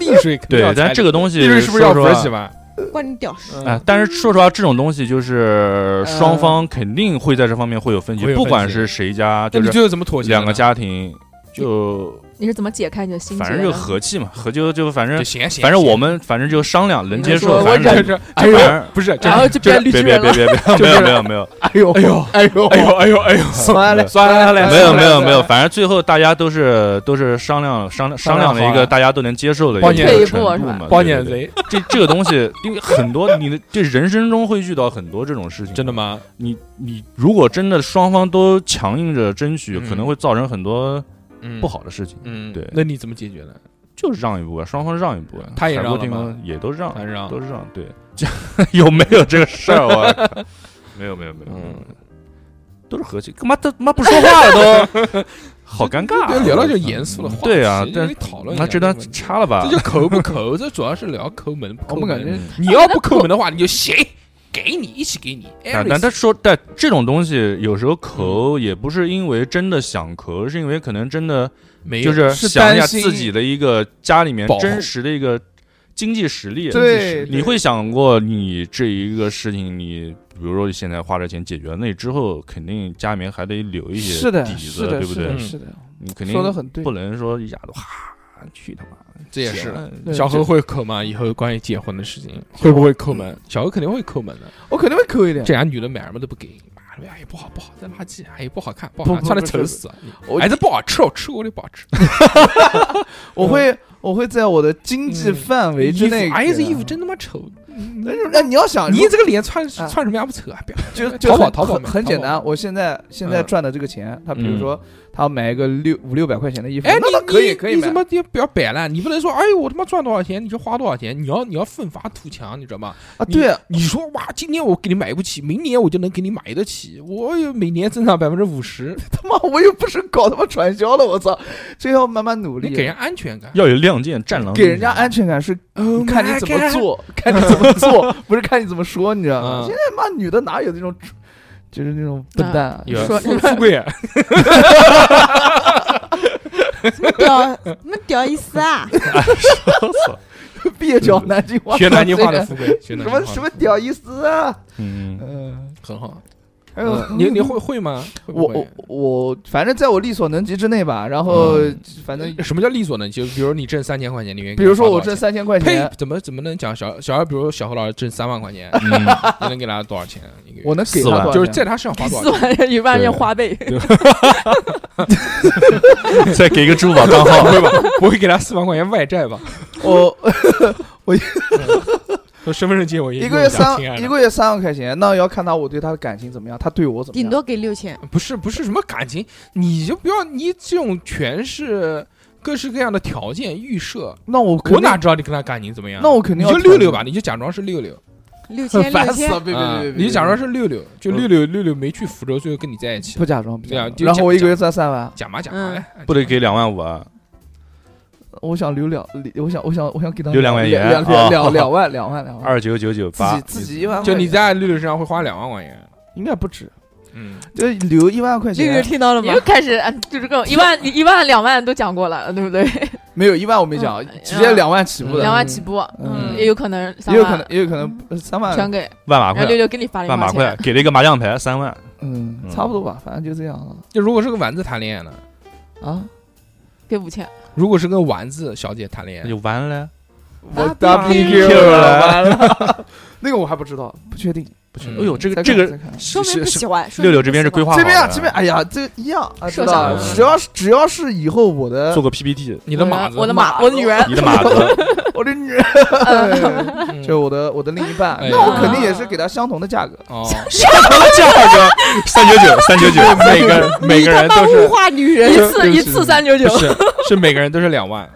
Speaker 1: 溺水肯定要
Speaker 2: 对，但
Speaker 1: 彩
Speaker 2: 这
Speaker 1: 礼
Speaker 2: 个东西
Speaker 1: 溺水是不是要
Speaker 2: 说
Speaker 1: 分
Speaker 2: 实
Speaker 1: 析嗯
Speaker 2: 话？
Speaker 1: 吧？
Speaker 5: 关你屌事。
Speaker 2: 哎，但是说实话，这种东西
Speaker 6: 呃
Speaker 2: 就是双方肯定会在这方面会有分歧
Speaker 1: 会，有
Speaker 2: 不
Speaker 1: 分
Speaker 2: 管
Speaker 1: 歧
Speaker 2: 是谁家，
Speaker 1: 那
Speaker 2: 就
Speaker 1: 你
Speaker 2: 是
Speaker 1: 最后怎么妥协的呢？
Speaker 2: 两个家庭就
Speaker 6: 你是怎么解开你的心结的？
Speaker 2: 反正就和气嘛，和就就反正
Speaker 1: 就行行，
Speaker 2: 反正我们反正就商量，能接
Speaker 6: 你
Speaker 2: 受，
Speaker 6: 就说
Speaker 2: 反
Speaker 1: 这
Speaker 2: 正
Speaker 1: 这
Speaker 2: 哎
Speaker 1: 这
Speaker 2: 呦
Speaker 1: 不是这
Speaker 6: 然后就
Speaker 2: 就是
Speaker 6: 变绿
Speaker 2: 别
Speaker 6: 巨
Speaker 2: 别
Speaker 6: 人
Speaker 2: 别
Speaker 6: 了。
Speaker 2: 别 别，没有没有没有，
Speaker 3: 哎呦
Speaker 1: 哎呦
Speaker 3: 哎呦
Speaker 1: 哎呦哎呦哎呦，
Speaker 3: 算了
Speaker 1: 算了
Speaker 2: 没
Speaker 1: 算
Speaker 2: 有
Speaker 1: 了
Speaker 2: 没有没有，
Speaker 1: 算了
Speaker 2: 反正最后大家都是都是商量商量商
Speaker 1: 商量
Speaker 2: 量了一
Speaker 1: 好了
Speaker 2: 个大家都能接受的
Speaker 1: 包
Speaker 2: 一
Speaker 1: 年
Speaker 2: 个
Speaker 6: 退一
Speaker 2: 程
Speaker 6: 步
Speaker 2: 度
Speaker 6: 是吧
Speaker 2: 嘛，
Speaker 1: 包
Speaker 2: 啊对
Speaker 1: 撵。
Speaker 2: 对对
Speaker 1: 贼，
Speaker 2: 这这个东西，因为很多你的这人生中会遇到很多这种事情，
Speaker 1: 真的吗？
Speaker 2: 你你如果真的双方都强硬着争取，可
Speaker 1: 嗯
Speaker 2: 能会造成很多
Speaker 1: 嗯
Speaker 2: 不，好的事情，
Speaker 1: 嗯，
Speaker 2: 对
Speaker 1: 那你怎么解决呢？
Speaker 2: 就让一步啊，双方让一步啊，
Speaker 1: 他也
Speaker 2: 很多
Speaker 1: 让了
Speaker 2: 地
Speaker 1: 吗
Speaker 2: 方也都让，
Speaker 1: 他让
Speaker 2: 都让，对， 有没有这个事儿？我靠没有没有没有，
Speaker 1: 嗯
Speaker 2: 都是和气，干嘛他妈不说话了都， 好尴 尬啊，
Speaker 1: 对，聊到就严肃了话题，
Speaker 2: 对啊
Speaker 1: 就
Speaker 2: 但
Speaker 1: 得讨论一下
Speaker 2: 那这段啊
Speaker 1: 个问题
Speaker 2: 掐了吧
Speaker 1: 这，就抠不抠？这主要是聊抠门不抠
Speaker 3: 我们感
Speaker 1: 门。
Speaker 3: 觉
Speaker 2: 嗯
Speaker 1: 你要不抠门的话，你就行，给你一起给你。
Speaker 2: 但但他说，但这种东西有时候抠也不是因为真的想抠，是因为可能真的
Speaker 1: 没有
Speaker 2: 就是
Speaker 3: 是
Speaker 2: 想一下
Speaker 3: 担心
Speaker 2: 自己的一个家里面
Speaker 1: 保护
Speaker 2: 真实的一个经济实力。
Speaker 3: 对，
Speaker 2: 你会想过你这一个事情，你比如说现在花这钱解决了，那之后肯定家里面还得留一些
Speaker 3: 是的，
Speaker 2: 底
Speaker 3: 是
Speaker 2: 子，
Speaker 3: 的，
Speaker 2: 对不
Speaker 3: 是
Speaker 2: 对
Speaker 3: 的，
Speaker 1: 嗯？
Speaker 3: 是的，
Speaker 2: 你肯定
Speaker 3: 说的很对
Speaker 2: 不。能说一下子哇，去他妈的！
Speaker 1: 这也是
Speaker 2: 行。
Speaker 3: 对
Speaker 1: 小何会抠吗？以后关于结婚的事情会不会抠门？小何肯定会抠门的。
Speaker 3: 我肯定会抠一点。
Speaker 1: 这俩女的买什么都不给，妈的，哎呀不好不好，这垃圾，哎呀不好看，不好
Speaker 3: 不
Speaker 1: 看，
Speaker 3: 不
Speaker 1: 穿的
Speaker 3: 不
Speaker 1: 丑
Speaker 3: 是
Speaker 1: 死了。
Speaker 3: 我
Speaker 1: 哎，这不好吃，我吃过的不好吃。
Speaker 3: 我
Speaker 2: 嗯
Speaker 3: 会我会在我的经济
Speaker 1: 嗯
Speaker 3: 范围之
Speaker 1: 衣服
Speaker 3: 内给。
Speaker 1: 哎呀，这衣服真他妈丑！嗯
Speaker 3: 那就。嗯那你要想，
Speaker 1: 你
Speaker 3: 如
Speaker 1: 这个脸穿
Speaker 3: 啊
Speaker 1: 穿什么样不丑啊？不要
Speaker 3: 就
Speaker 1: 淘宝
Speaker 3: 就很
Speaker 1: 淘宝
Speaker 3: 很
Speaker 1: 买
Speaker 3: 很
Speaker 1: 淘
Speaker 3: 简
Speaker 1: 宝
Speaker 3: 单。我现在现在
Speaker 1: 嗯
Speaker 3: 赚的这个钱，他比
Speaker 2: 嗯
Speaker 3: 如说他要买一个六五六百块钱的衣服，
Speaker 1: 哎，
Speaker 3: 那
Speaker 1: 你
Speaker 3: 他可以
Speaker 1: 你
Speaker 3: 可以
Speaker 1: 你
Speaker 3: 买
Speaker 1: 怎。么也不要摆烂？你不能说，哎呦，我他妈赚多少钱你就花多少钱，你要你要奋发图强，你知道吗？
Speaker 3: 啊，
Speaker 1: 你
Speaker 3: 对啊，
Speaker 1: 你说哇，今天我给你买不起，明年我就能给你买得起，我有每年增长百分之五十，
Speaker 3: 他妈我又不是搞他妈传销的，我操，这要慢慢努
Speaker 1: 你
Speaker 3: 力，
Speaker 1: 给人安全感。
Speaker 2: 要有亮剑，战狼啊
Speaker 3: 给人家安全感是
Speaker 1: Oh
Speaker 3: 看
Speaker 1: my
Speaker 3: 你怎么
Speaker 1: God，
Speaker 3: 做，看你怎么 做，不是看你怎么说，你知道吗？
Speaker 1: 嗯
Speaker 3: 现在妈女的哪有那种，就是那种笨蛋啊，
Speaker 1: 有
Speaker 6: 说
Speaker 1: 富贵啊，
Speaker 5: 屌，什么屌意思 啊？
Speaker 3: 蹩脚南京 话，
Speaker 1: 学南京话的
Speaker 3: 这
Speaker 1: 富贵，学南
Speaker 3: 个什
Speaker 1: 京话
Speaker 3: 么
Speaker 1: 的
Speaker 3: 什么屌意思啊？
Speaker 2: 嗯，
Speaker 3: 嗯，
Speaker 1: 很好。哎呦，你你会会吗？会不
Speaker 3: 我
Speaker 1: 会
Speaker 3: 我我，反正在我力所能及之内吧。然后反正，
Speaker 1: 什么叫利索呢？就比如你挣三千块钱，你愿意
Speaker 3: 比
Speaker 1: 给
Speaker 3: 如
Speaker 1: 他
Speaker 3: 说
Speaker 1: 花
Speaker 3: 我
Speaker 1: 多
Speaker 3: 挣
Speaker 1: 少
Speaker 3: 三千块
Speaker 1: 钱，
Speaker 3: 钱
Speaker 1: 呸，，怎么怎么能讲小小二？比如小何老师挣三万块 钱，
Speaker 3: 嗯
Speaker 1: 你能给他多少钱一个月？
Speaker 3: 我能给
Speaker 2: 四
Speaker 3: 他
Speaker 2: 万
Speaker 3: 多
Speaker 1: 就
Speaker 3: 少
Speaker 1: 是在
Speaker 3: 钱？
Speaker 1: 他身上花多
Speaker 6: 四
Speaker 1: 少钱？
Speaker 6: 万人一万
Speaker 2: 对
Speaker 6: 人花呗，
Speaker 2: 嗯再给一个支付宝账号，
Speaker 1: 不会吧？ 不会给他四万块钱外债吧？
Speaker 3: 我
Speaker 1: 说身份证借我
Speaker 3: 一
Speaker 1: 一
Speaker 3: 个月
Speaker 1: 下
Speaker 3: 三
Speaker 1: 亲爱的
Speaker 3: 一个月三万块钱，那要看他我对他的感情怎么样，他对我怎么
Speaker 5: 顶
Speaker 3: 样。
Speaker 5: 多给六千，
Speaker 1: 不是不是什么感情，你就不要你这种全是各式各样的条件预设，
Speaker 3: 那我肯
Speaker 1: 我
Speaker 3: 定
Speaker 1: 哪知道你跟他感情怎么样？
Speaker 3: 那我肯定
Speaker 1: 你就
Speaker 3: 要
Speaker 1: 六六
Speaker 3: 调整
Speaker 1: 吧，你就假装是六六，
Speaker 5: 六千
Speaker 3: 烦
Speaker 5: 六
Speaker 3: 死了！
Speaker 5: 千，
Speaker 3: 别别
Speaker 1: 啊
Speaker 3: 别别别！
Speaker 1: 你就假装是六六，就
Speaker 2: 嗯
Speaker 1: 六六六六没去福州，最后跟你在一起
Speaker 3: 不，假装，不假
Speaker 1: 对啊就
Speaker 3: 装。然后我
Speaker 1: 假
Speaker 3: 一个月赚三万，
Speaker 1: 假嘛假嘛，
Speaker 5: 嗯
Speaker 1: 哎
Speaker 2: 不得给两万五啊？
Speaker 3: 我想留两，我想我想我想给他
Speaker 2: 留两块钱
Speaker 3: 两
Speaker 2: 啊
Speaker 3: 两两两万两万两万，
Speaker 2: 二九九九
Speaker 3: 自
Speaker 2: 八
Speaker 3: 己，自己一万块
Speaker 1: 就
Speaker 3: 钱，
Speaker 1: 你在六六身上会花两万块钱，
Speaker 3: 应该不止，
Speaker 1: 嗯，
Speaker 3: 就留一万块
Speaker 5: 六
Speaker 3: 钱，
Speaker 5: 六听到了
Speaker 6: 你
Speaker 5: 吗
Speaker 6: 又？开始嗯就是 各种一万、一万、两万都讲过了，对不对？
Speaker 3: 没有一万我没讲，直接两万起步
Speaker 1: 嗯
Speaker 3: 的
Speaker 6: 两，万起步，
Speaker 3: 嗯
Speaker 6: 嗯，也有可能三
Speaker 3: 也有可
Speaker 6: 万
Speaker 3: 能也有可能呃三万，
Speaker 6: 全给，
Speaker 2: 万把
Speaker 6: 然后
Speaker 2: 块
Speaker 6: 六，六给你发零
Speaker 2: 万
Speaker 6: 花
Speaker 2: 把块
Speaker 6: 钱，，啊
Speaker 2: 给了一个麻将牌三万，
Speaker 3: 嗯
Speaker 2: 嗯，
Speaker 3: 差不多吧，反正就这样了
Speaker 1: 就如果是跟丸子谈恋爱呢？
Speaker 3: 啊。
Speaker 6: 给五千，
Speaker 1: 如果是跟丸子小姐谈恋
Speaker 2: 那
Speaker 1: 爱，
Speaker 2: 就完了，
Speaker 3: 我
Speaker 5: 啊
Speaker 3: WQ
Speaker 2: 了
Speaker 3: 了，完了， 那个我还不知道，不确定，不确定。
Speaker 2: 哎呦，这个
Speaker 3: 再
Speaker 2: 这
Speaker 3: 看
Speaker 2: 个
Speaker 3: 再看
Speaker 5: 说明
Speaker 2: 是
Speaker 5: 不
Speaker 2: 是
Speaker 5: 喜欢。说
Speaker 2: 六
Speaker 5: 明
Speaker 2: 六
Speaker 5: 不
Speaker 2: 这边
Speaker 5: 喜
Speaker 2: 是规
Speaker 5: 欢
Speaker 2: 划好
Speaker 3: 这
Speaker 2: 的，
Speaker 3: 边啊，这边，哎呀，这个一样啊，
Speaker 6: 设
Speaker 3: 知道了
Speaker 2: 想的
Speaker 3: 只要是只要是以后我的
Speaker 2: 做个 PPT，
Speaker 1: 你的马子，
Speaker 6: 我的马，我的圆，
Speaker 2: 你的马子，啊
Speaker 3: 我的女
Speaker 6: 嗯
Speaker 3: 人，
Speaker 1: 嗯
Speaker 3: 就我的我的另一半
Speaker 1: 哎，呀
Speaker 3: 那我肯定也是给他相同的价格。
Speaker 1: 哦，
Speaker 2: 价格三九九三九九，每个人 每个人都是
Speaker 5: 物化女
Speaker 6: 一
Speaker 5: 人，
Speaker 6: 次一次三九九
Speaker 1: 不，是是每个人都是两 万，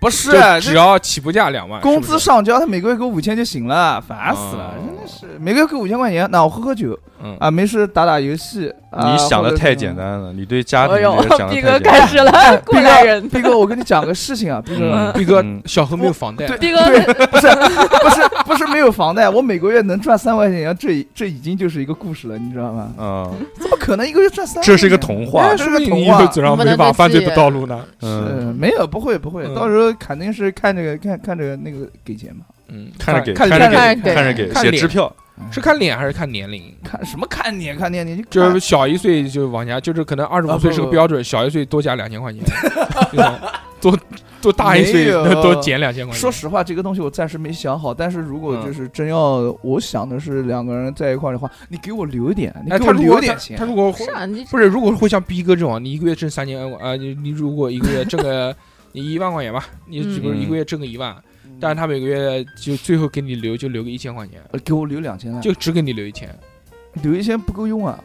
Speaker 3: 不是
Speaker 1: 就，只要起步价两万，
Speaker 3: 工资
Speaker 1: 是
Speaker 3: 上交，他每个月给我五千就行了，烦死
Speaker 1: 哦
Speaker 3: 了，真的是每个月给五千块钱，那我喝喝酒
Speaker 1: 不是嗯，
Speaker 3: 啊，没事打打游戏。啊
Speaker 2: 你想的太简。单了，你对家庭这个想的
Speaker 6: 哎逼
Speaker 2: 太
Speaker 6: 哥
Speaker 2: 简
Speaker 6: 开
Speaker 2: 单。
Speaker 6: 始了，过来
Speaker 3: 或者什
Speaker 6: 人，
Speaker 3: 么毕哥，我跟你讲个事情啊， 毕哥，
Speaker 2: 嗯
Speaker 1: 毕哥
Speaker 2: 嗯
Speaker 1: 小何没有房贷，
Speaker 3: 对
Speaker 6: 逼
Speaker 3: 对
Speaker 6: 哥，
Speaker 3: 不是不是不是没有房贷，我每个月能赚三万块钱，这这已经就是一个故事了，你知道吗？
Speaker 2: 嗯，
Speaker 3: 怎么可能一个月赚三万？
Speaker 2: 这是一个童话
Speaker 3: 哎，
Speaker 1: 是
Speaker 3: 这是
Speaker 1: 不
Speaker 3: 个
Speaker 1: 是你
Speaker 3: 童
Speaker 1: 以后
Speaker 3: 话。
Speaker 1: 走上
Speaker 6: 能不
Speaker 1: 违
Speaker 6: 能
Speaker 1: 法
Speaker 6: 再
Speaker 1: 犯罪
Speaker 6: 借
Speaker 1: 的道路呢？
Speaker 2: 嗯，
Speaker 3: 嗯，没有，不会，不会，
Speaker 1: 嗯
Speaker 3: 到时候肯定是看这个看看这个那个给钱嘛，
Speaker 1: 嗯，
Speaker 2: 看着给，
Speaker 1: 看
Speaker 2: 看
Speaker 1: 脸
Speaker 2: 着
Speaker 6: 看着给
Speaker 2: 看着给，
Speaker 1: 看
Speaker 2: 写
Speaker 1: 脸
Speaker 2: 支票，
Speaker 1: 是看脸还是看年龄？
Speaker 3: 哎看什么看你看你你
Speaker 1: 就
Speaker 3: 看
Speaker 1: 是小一岁就往下，就是可能二十
Speaker 3: 啊
Speaker 1: 五
Speaker 3: 不
Speaker 1: 岁是个
Speaker 3: 不
Speaker 1: 标准，小一岁多加两千 块钱，这种多多大一岁
Speaker 3: 没有
Speaker 1: 多减两千块钱。
Speaker 3: 说实话，这个东西我暂时没想好，但是如果
Speaker 1: 嗯
Speaker 3: 就是真要，我想的是两个人在一块儿的话，你给我留一点，你
Speaker 1: 哎，
Speaker 3: 给
Speaker 1: 他
Speaker 3: 我
Speaker 1: 如
Speaker 3: 留
Speaker 1: 果
Speaker 3: 点
Speaker 1: 他
Speaker 3: 钱
Speaker 1: 他。如果
Speaker 6: 是啊，你
Speaker 1: 不是，如果会像逼哥这种，你一个月挣三千啊，你你如果一个月挣 个你一万块钱吧，你
Speaker 6: 嗯
Speaker 1: 比如一个月挣个一万，
Speaker 3: 嗯
Speaker 1: 但是他每个月就最后给你留就留个一千块钱，
Speaker 3: 呃给我留两千了，
Speaker 1: 就只给你留一千。
Speaker 3: 留一千不够用啊。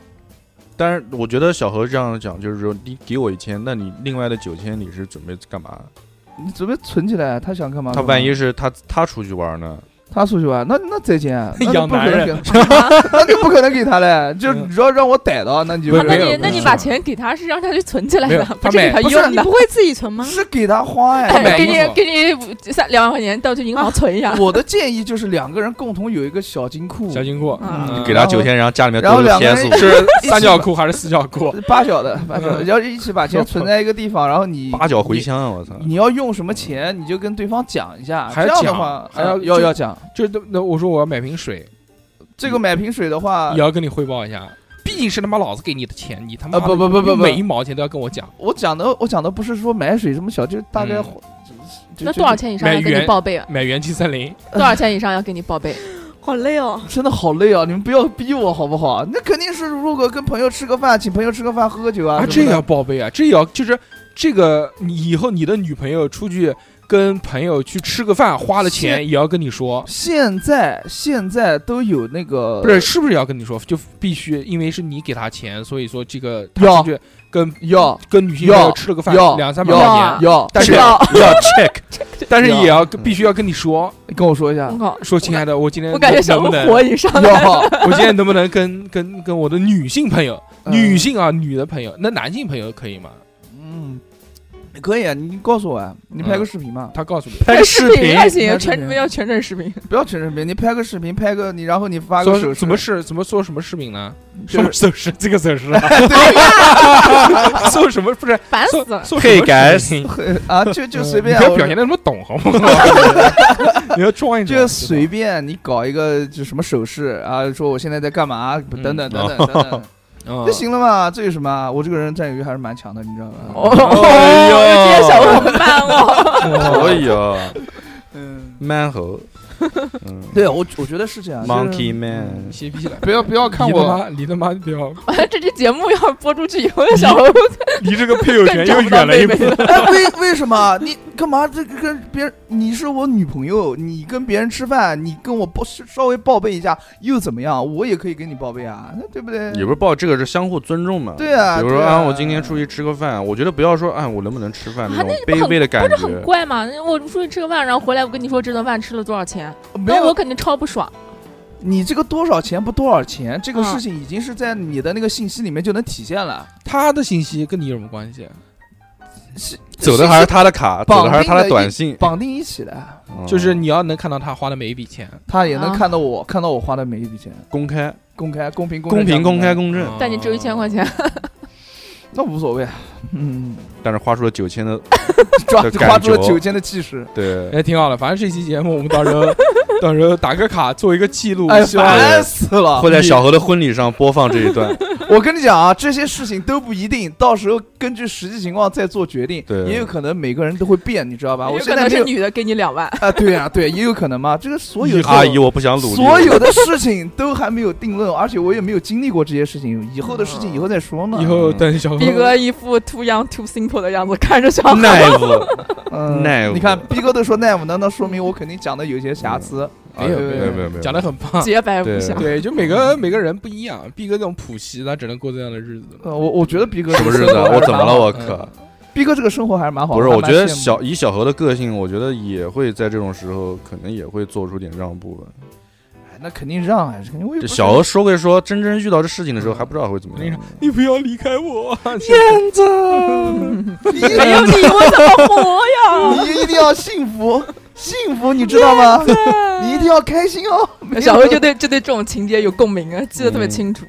Speaker 2: 但是我觉得小何这样讲，就是说你给我一千，那你另外的九千你是准备干嘛？
Speaker 3: 你准备存起来，他想干嘛？
Speaker 2: 他万一是他他出去玩呢？
Speaker 3: 他出去玩，那那 再见，那就
Speaker 1: 养
Speaker 3: 不可
Speaker 1: 男
Speaker 3: 能
Speaker 1: 人
Speaker 3: 给 他，那就不可能给 他嘞。就
Speaker 1: 嗯
Speaker 3: 只要让我逮到，那你就
Speaker 1: 不是
Speaker 6: 那
Speaker 1: 没
Speaker 6: 你
Speaker 1: 有
Speaker 6: 那
Speaker 1: 没
Speaker 6: 你
Speaker 1: 有
Speaker 6: 把钱给他是让他去存起来
Speaker 1: 没有
Speaker 6: 的，
Speaker 1: 他
Speaker 6: 不是给
Speaker 1: 买
Speaker 6: 他
Speaker 3: 不是
Speaker 6: 用
Speaker 5: 你
Speaker 6: 的
Speaker 5: 不。会自己存吗？
Speaker 3: 是给他花
Speaker 1: 他买
Speaker 3: 呀。
Speaker 6: 给
Speaker 1: 衣服
Speaker 6: 你给你三两万块钱，到去银行啊存一 下。
Speaker 3: 我的建议就是两个人共同有一个小金库，
Speaker 1: 小金库，
Speaker 3: 啊
Speaker 6: 嗯
Speaker 1: 嗯
Speaker 2: 给他九千，然后家里面
Speaker 3: 然后
Speaker 2: 多了
Speaker 3: 两个
Speaker 2: PS
Speaker 3: 人
Speaker 2: 五，
Speaker 1: 是三角裤还是四角 裤？
Speaker 3: 八角的，八角的，
Speaker 1: 嗯
Speaker 3: 要一起把钱存在一个地方，然后你
Speaker 2: 八角回乡啊！我操！
Speaker 3: 你要用什么钱，你就跟对方讲一下。
Speaker 1: 还要
Speaker 3: 这样的
Speaker 1: 讲
Speaker 3: 话，
Speaker 1: 还要
Speaker 3: 呃要
Speaker 1: 就
Speaker 3: 要讲。
Speaker 1: 就是那那我说我要买瓶水，
Speaker 3: 这个买瓶水的话
Speaker 1: 也，要跟你汇报一下，毕竟是他妈老子给你的钱，你他妈
Speaker 3: 啊不不不不不
Speaker 1: 每一毛钱都要跟我讲。
Speaker 3: 我讲的我讲的不是说买水什么小，就是大概
Speaker 1: 嗯
Speaker 3: 就。就
Speaker 6: 那
Speaker 3: 就
Speaker 6: 多少钱以上要给你报 备啊？
Speaker 1: 买元气森林，
Speaker 6: 多少钱以上要给你报备？啊
Speaker 5: 好累哦，
Speaker 3: 真的好累啊！你们不要逼我好不好？那肯定是如果跟朋友吃个饭，请朋友吃个饭，喝个酒
Speaker 1: 啊，
Speaker 3: 啊什么的。
Speaker 1: 这也要报备啊，这也要就是这个，你以后你的女朋友出去跟朋友去吃个饭，花了钱也要跟你说，
Speaker 3: 现在现在都有那个
Speaker 1: 不是是不是也要跟你说？就必须因为是你给他钱，所以说这个他
Speaker 3: 要
Speaker 1: 出去跟
Speaker 3: 要
Speaker 1: 跟女性朋友
Speaker 3: 要
Speaker 1: 吃了个饭
Speaker 3: 要，
Speaker 1: 两三百
Speaker 3: 要
Speaker 1: 块钱，
Speaker 3: 要，
Speaker 1: 但是
Speaker 6: 知道
Speaker 1: 要 check，但是
Speaker 3: 要
Speaker 1: 也要跟必须要跟你说
Speaker 3: 跟我说 一下
Speaker 6: 我，靠，
Speaker 1: 说，亲爱的，我今天
Speaker 6: 我感觉小
Speaker 1: 能不
Speaker 6: 红
Speaker 1: 能
Speaker 6: 火 影上来了。
Speaker 3: 要
Speaker 1: 我今天能不能跟跟跟我的女性朋友，
Speaker 3: 嗯
Speaker 1: 女性啊，女的朋友，那男性朋友可以吗？
Speaker 3: 嗯，可以啊，你告诉我啊，你拍
Speaker 1: 嗯
Speaker 3: 个视频嘛，
Speaker 1: 他告诉你，
Speaker 6: 拍视
Speaker 2: 频
Speaker 6: 还
Speaker 3: 拍
Speaker 6: 行，
Speaker 3: 视
Speaker 6: 全
Speaker 3: 频
Speaker 6: 要全程视频。
Speaker 3: 不要全视频，你拍个视频，拍个你，然后你发个手
Speaker 1: 说
Speaker 3: 势
Speaker 1: 怎么是怎么做什么视频呢？
Speaker 3: 就
Speaker 1: 什么手势？这个手势啊， 做什么不是？
Speaker 6: 烦
Speaker 1: 做
Speaker 6: 哎死了！
Speaker 1: 做
Speaker 2: 可以改
Speaker 1: 什么视频
Speaker 3: 是 啊，就就随便
Speaker 1: 嗯呃你
Speaker 3: 啊，
Speaker 1: 不要
Speaker 3: 我
Speaker 1: 表现的那么懂好不好？ 你要装一装，
Speaker 3: 就随便你搞一个就什么手势啊，说我现在在干嘛，等等等等等等，
Speaker 1: 嗯
Speaker 3: 那行了嘛，这有什么啊？我这个人占有欲还是蛮强的，你知道吗？
Speaker 6: 哦，
Speaker 2: 哎呦
Speaker 6: 这些小伙伴哦，
Speaker 2: 可以啊
Speaker 3: 嗯，
Speaker 2: ，man 猴，嗯
Speaker 3: 对，我我觉得是这样。就是
Speaker 2: 啊，monkey man，
Speaker 1: 邪逼了。
Speaker 3: 不要不要看
Speaker 1: 离他
Speaker 3: 我，
Speaker 1: 妈，离他妈不要！
Speaker 6: 这期节目要播出去以后，小猴
Speaker 2: 离这个配偶权
Speaker 6: 更找
Speaker 2: 又
Speaker 6: 不到
Speaker 2: 远了
Speaker 6: 妹
Speaker 2: 一
Speaker 6: 妹
Speaker 2: 步。
Speaker 6: 了。
Speaker 3: 哎，为为什么你干嘛这个跟别人？你是我女朋友，你跟别人吃饭，你跟我报稍微报备一下又怎么样？我也可以跟你报备啊，那对不对？
Speaker 2: 也不是抱这个是相互尊重嘛。
Speaker 3: 对啊
Speaker 2: 比如说
Speaker 3: 对啊
Speaker 2: 啊，我今天出去吃个饭，我觉得不要说啊，我能不能吃饭那
Speaker 6: 啊
Speaker 2: 种
Speaker 6: 那
Speaker 2: 卑微的感
Speaker 6: 这很
Speaker 2: 觉。
Speaker 6: 怪嘛？我出去吃个饭，然后回来我跟你说这顿饭吃了多少钱，
Speaker 3: 没
Speaker 6: 那
Speaker 3: 有
Speaker 6: 我肯定超不爽。
Speaker 3: 你这个多少钱不多少钱，这个
Speaker 6: 嗯
Speaker 2: 啊
Speaker 3: 事情已经是在你的那个信息里面就能体现了。
Speaker 1: 他的信息跟你有什么关系？
Speaker 3: 是
Speaker 2: 走的还是他的卡，
Speaker 3: 绑
Speaker 2: 走的还是他
Speaker 3: 定的
Speaker 2: 的
Speaker 3: 一
Speaker 2: 短信，
Speaker 3: 绑定一起的，
Speaker 2: 嗯
Speaker 1: 就是你要能看到他花的每一笔钱，
Speaker 3: 他也能
Speaker 6: 啊
Speaker 3: 看到我、看到我花的每一笔钱，
Speaker 2: 公开、
Speaker 3: 公开、公平、
Speaker 2: 公平、公开、
Speaker 3: 开，嗯
Speaker 2: 公正，
Speaker 1: 啊
Speaker 6: 但你只有一千块，钱，
Speaker 3: 那无所谓 啊。 嗯，
Speaker 2: 但是花出了九千 的，
Speaker 3: 抓
Speaker 2: 这感
Speaker 3: 抓住了
Speaker 2: 觉
Speaker 3: 九千的气势。
Speaker 2: 对，
Speaker 1: 哎，挺好的。反正这期节目我们到时 候到时候打个卡，做一个记录。
Speaker 3: 哎，
Speaker 1: 希望
Speaker 3: 烦死了！
Speaker 2: 会在小何的婚礼上播放这一段。
Speaker 3: 我跟你讲啊，这些事情都不一定，到时候根据实际情况再做决定，
Speaker 2: 对
Speaker 3: 也有可能每个人都会变，你知道吧？啊我
Speaker 6: 有可
Speaker 3: 现在没
Speaker 6: 能是
Speaker 3: 有
Speaker 6: 女的给你两万，
Speaker 3: 啊，对呀、对，也有可能嘛。这个所有的
Speaker 2: 阿姨，我不想努力。
Speaker 3: 所有的事情都还没有定论，而且我也没有经历过这些事情，以后的事情以后再说嘛。
Speaker 1: 以后等
Speaker 3: 嗯
Speaker 1: 小何
Speaker 6: 逼哥一副 too young too simple 的样子看着小猴。
Speaker 2: 奈夫，
Speaker 3: 嗯，
Speaker 2: 奈
Speaker 3: 你看逼哥都说奈我，那那说明我肯定讲的有些瑕疵。
Speaker 1: 没有
Speaker 3: 哎
Speaker 1: 没
Speaker 2: 没
Speaker 1: 有没有
Speaker 2: 有没有
Speaker 1: 没
Speaker 2: 没
Speaker 1: 有，
Speaker 2: 有，
Speaker 1: 讲的很 棒。
Speaker 6: 洁白无瑕
Speaker 2: 对，
Speaker 1: 对，就每个每个人不一样。毕哥这种普习，他只能过这样的日子。
Speaker 3: 呃，我 我觉得逼哥
Speaker 2: 什么日子啊？我怎么了？我靠！
Speaker 3: 逼哥这个生活还是蛮好的。
Speaker 2: 不是，
Speaker 3: 还
Speaker 2: 我
Speaker 3: 蛮
Speaker 2: 觉得
Speaker 3: 羡慕
Speaker 2: 小以小何的个性，我觉得也会在这种时候，可能也会做出点让步吧。
Speaker 3: 哎那肯定让还是肯定我也
Speaker 2: 这
Speaker 3: 不是
Speaker 2: 小何说归说，真正遇到这事情的时候，
Speaker 6: 嗯
Speaker 2: 还不知道会怎么
Speaker 1: 我跟你
Speaker 2: 样
Speaker 1: 说。，你不要离开 我，
Speaker 6: 没哎有你我怎么活 呀？
Speaker 3: 你一定要幸福，幸福，你知道吗？你一定要开心哦。没有
Speaker 6: 小何就对就对这种情节有共鸣啊，记得特
Speaker 2: 嗯
Speaker 6: 别清楚。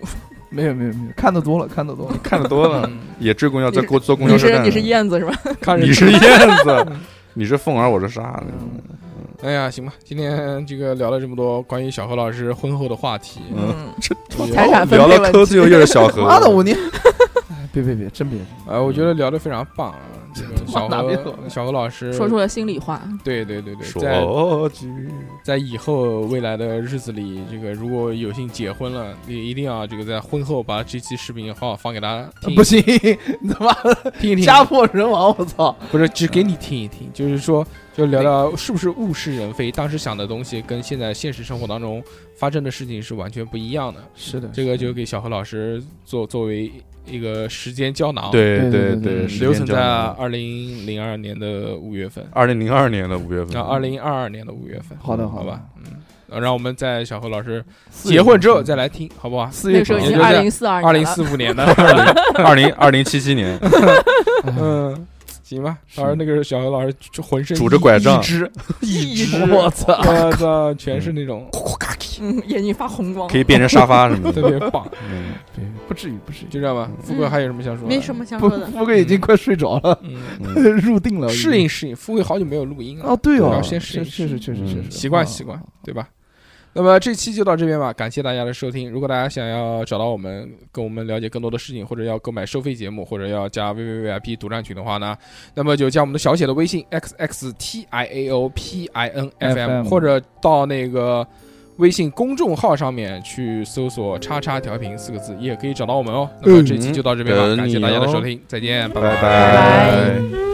Speaker 3: 没有没有没有，看得多了，看得多了。
Speaker 2: 看的多
Speaker 1: 嗯
Speaker 2: 了，也追公交，在过坐公交
Speaker 6: 嗯你
Speaker 2: 车
Speaker 6: 是
Speaker 2: 站。
Speaker 6: 你是燕子是吧？
Speaker 1: 看着
Speaker 2: 你是燕 子，你是凤儿，我是沙子。
Speaker 1: 哎呀，行吧，今天这个聊了这么多关于小何老师婚后的话题，
Speaker 2: 嗯，
Speaker 6: 这
Speaker 1: 这
Speaker 6: 财产啊分
Speaker 2: 聊
Speaker 6: 配
Speaker 2: 到
Speaker 6: 问
Speaker 2: 抠
Speaker 6: 题，
Speaker 2: 字又 又是小何。
Speaker 3: 妈的，我你，哎别别别，真别，
Speaker 1: 呃，我觉得聊得非常棒啊。这个小
Speaker 3: 嗯 往哪边走
Speaker 1: 何小何老师
Speaker 6: 嗯说出了心里话。
Speaker 1: 对对对对，在
Speaker 2: 说句
Speaker 1: 在以后未来的日子里，这个如果有幸结婚了，你一定要这个在婚后把这期视频好好放给大家听，
Speaker 3: 不行，你他妈的
Speaker 1: 听一听，
Speaker 3: 家破人亡，我操！
Speaker 1: 不是只给你听一听，就是 说就聊聊是不是物是人非，当时想的东西跟现在现实生活当中发生的事情是完全不一样的。
Speaker 3: 是的
Speaker 1: 这个就给小何老师做作为一个时间胶囊，
Speaker 2: 对
Speaker 3: 对对
Speaker 2: 对，
Speaker 1: 嗯，
Speaker 2: 时
Speaker 1: 留
Speaker 2: 间
Speaker 1: 存
Speaker 2: 胶
Speaker 1: 在
Speaker 2: 囊。
Speaker 1: 二零零二年的五月份，
Speaker 2: 二零零二年的五月份，
Speaker 1: 那二零二二年的五月份，
Speaker 3: 好的
Speaker 1: 好
Speaker 3: 好的
Speaker 1: 吧，嗯，呃让我们在小何老师结婚之后再来听，好不好？
Speaker 3: 四
Speaker 6: 那
Speaker 3: 月
Speaker 6: 个时候已
Speaker 1: 也
Speaker 6: 经
Speaker 1: 就
Speaker 6: 二
Speaker 1: 是
Speaker 6: 零四二
Speaker 1: 二
Speaker 6: 年
Speaker 1: 零
Speaker 6: 了，
Speaker 1: 四五年的，
Speaker 2: 二零二零七七年，
Speaker 1: 嗯，行吧，到时候那个小何老师就浑身
Speaker 2: 拄着拐杖
Speaker 1: 一只，一只，
Speaker 3: 我操！
Speaker 1: 我操，全是那种
Speaker 6: 嗯，眼睛发红光
Speaker 2: 可。以变成沙发什么
Speaker 1: 特
Speaker 2: 的。
Speaker 1: 别棒，
Speaker 2: 嗯，
Speaker 3: 别不至于，不至于。
Speaker 1: 就这样吧。富贵还有什么想说？
Speaker 5: 没什，么想
Speaker 3: 不
Speaker 5: 说的，。
Speaker 3: 富贵已经快睡着了，
Speaker 1: 嗯，
Speaker 2: 嗯
Speaker 3: 入定了。
Speaker 1: 适应适应。富贵好久没有录音了
Speaker 3: 哦，，对
Speaker 1: 对
Speaker 3: 哦
Speaker 1: 要，先适
Speaker 3: 确
Speaker 1: 应
Speaker 3: 确实确实
Speaker 2: 嗯
Speaker 3: 确实
Speaker 1: 习惯
Speaker 3: 啊
Speaker 1: 习惯，对吧？那么这期就到这边吧，感谢大家的收听。如果大家想要找到我们，跟我们了解更多的事情，或者要购买收费节目，或者要加 VVVIP 独占群的话呢，那么就加我们的小写的微信 xxtiaopinfm，
Speaker 3: FM
Speaker 1: 或者到那个微信公众号上面去搜索“叉叉调频”四个字，也可以找到我们哦。那么这期就到这边吧，
Speaker 2: 嗯
Speaker 1: 感谢大家的
Speaker 2: 等你哦
Speaker 1: 收听，再见，拜
Speaker 2: 拜
Speaker 1: 拜
Speaker 2: 拜。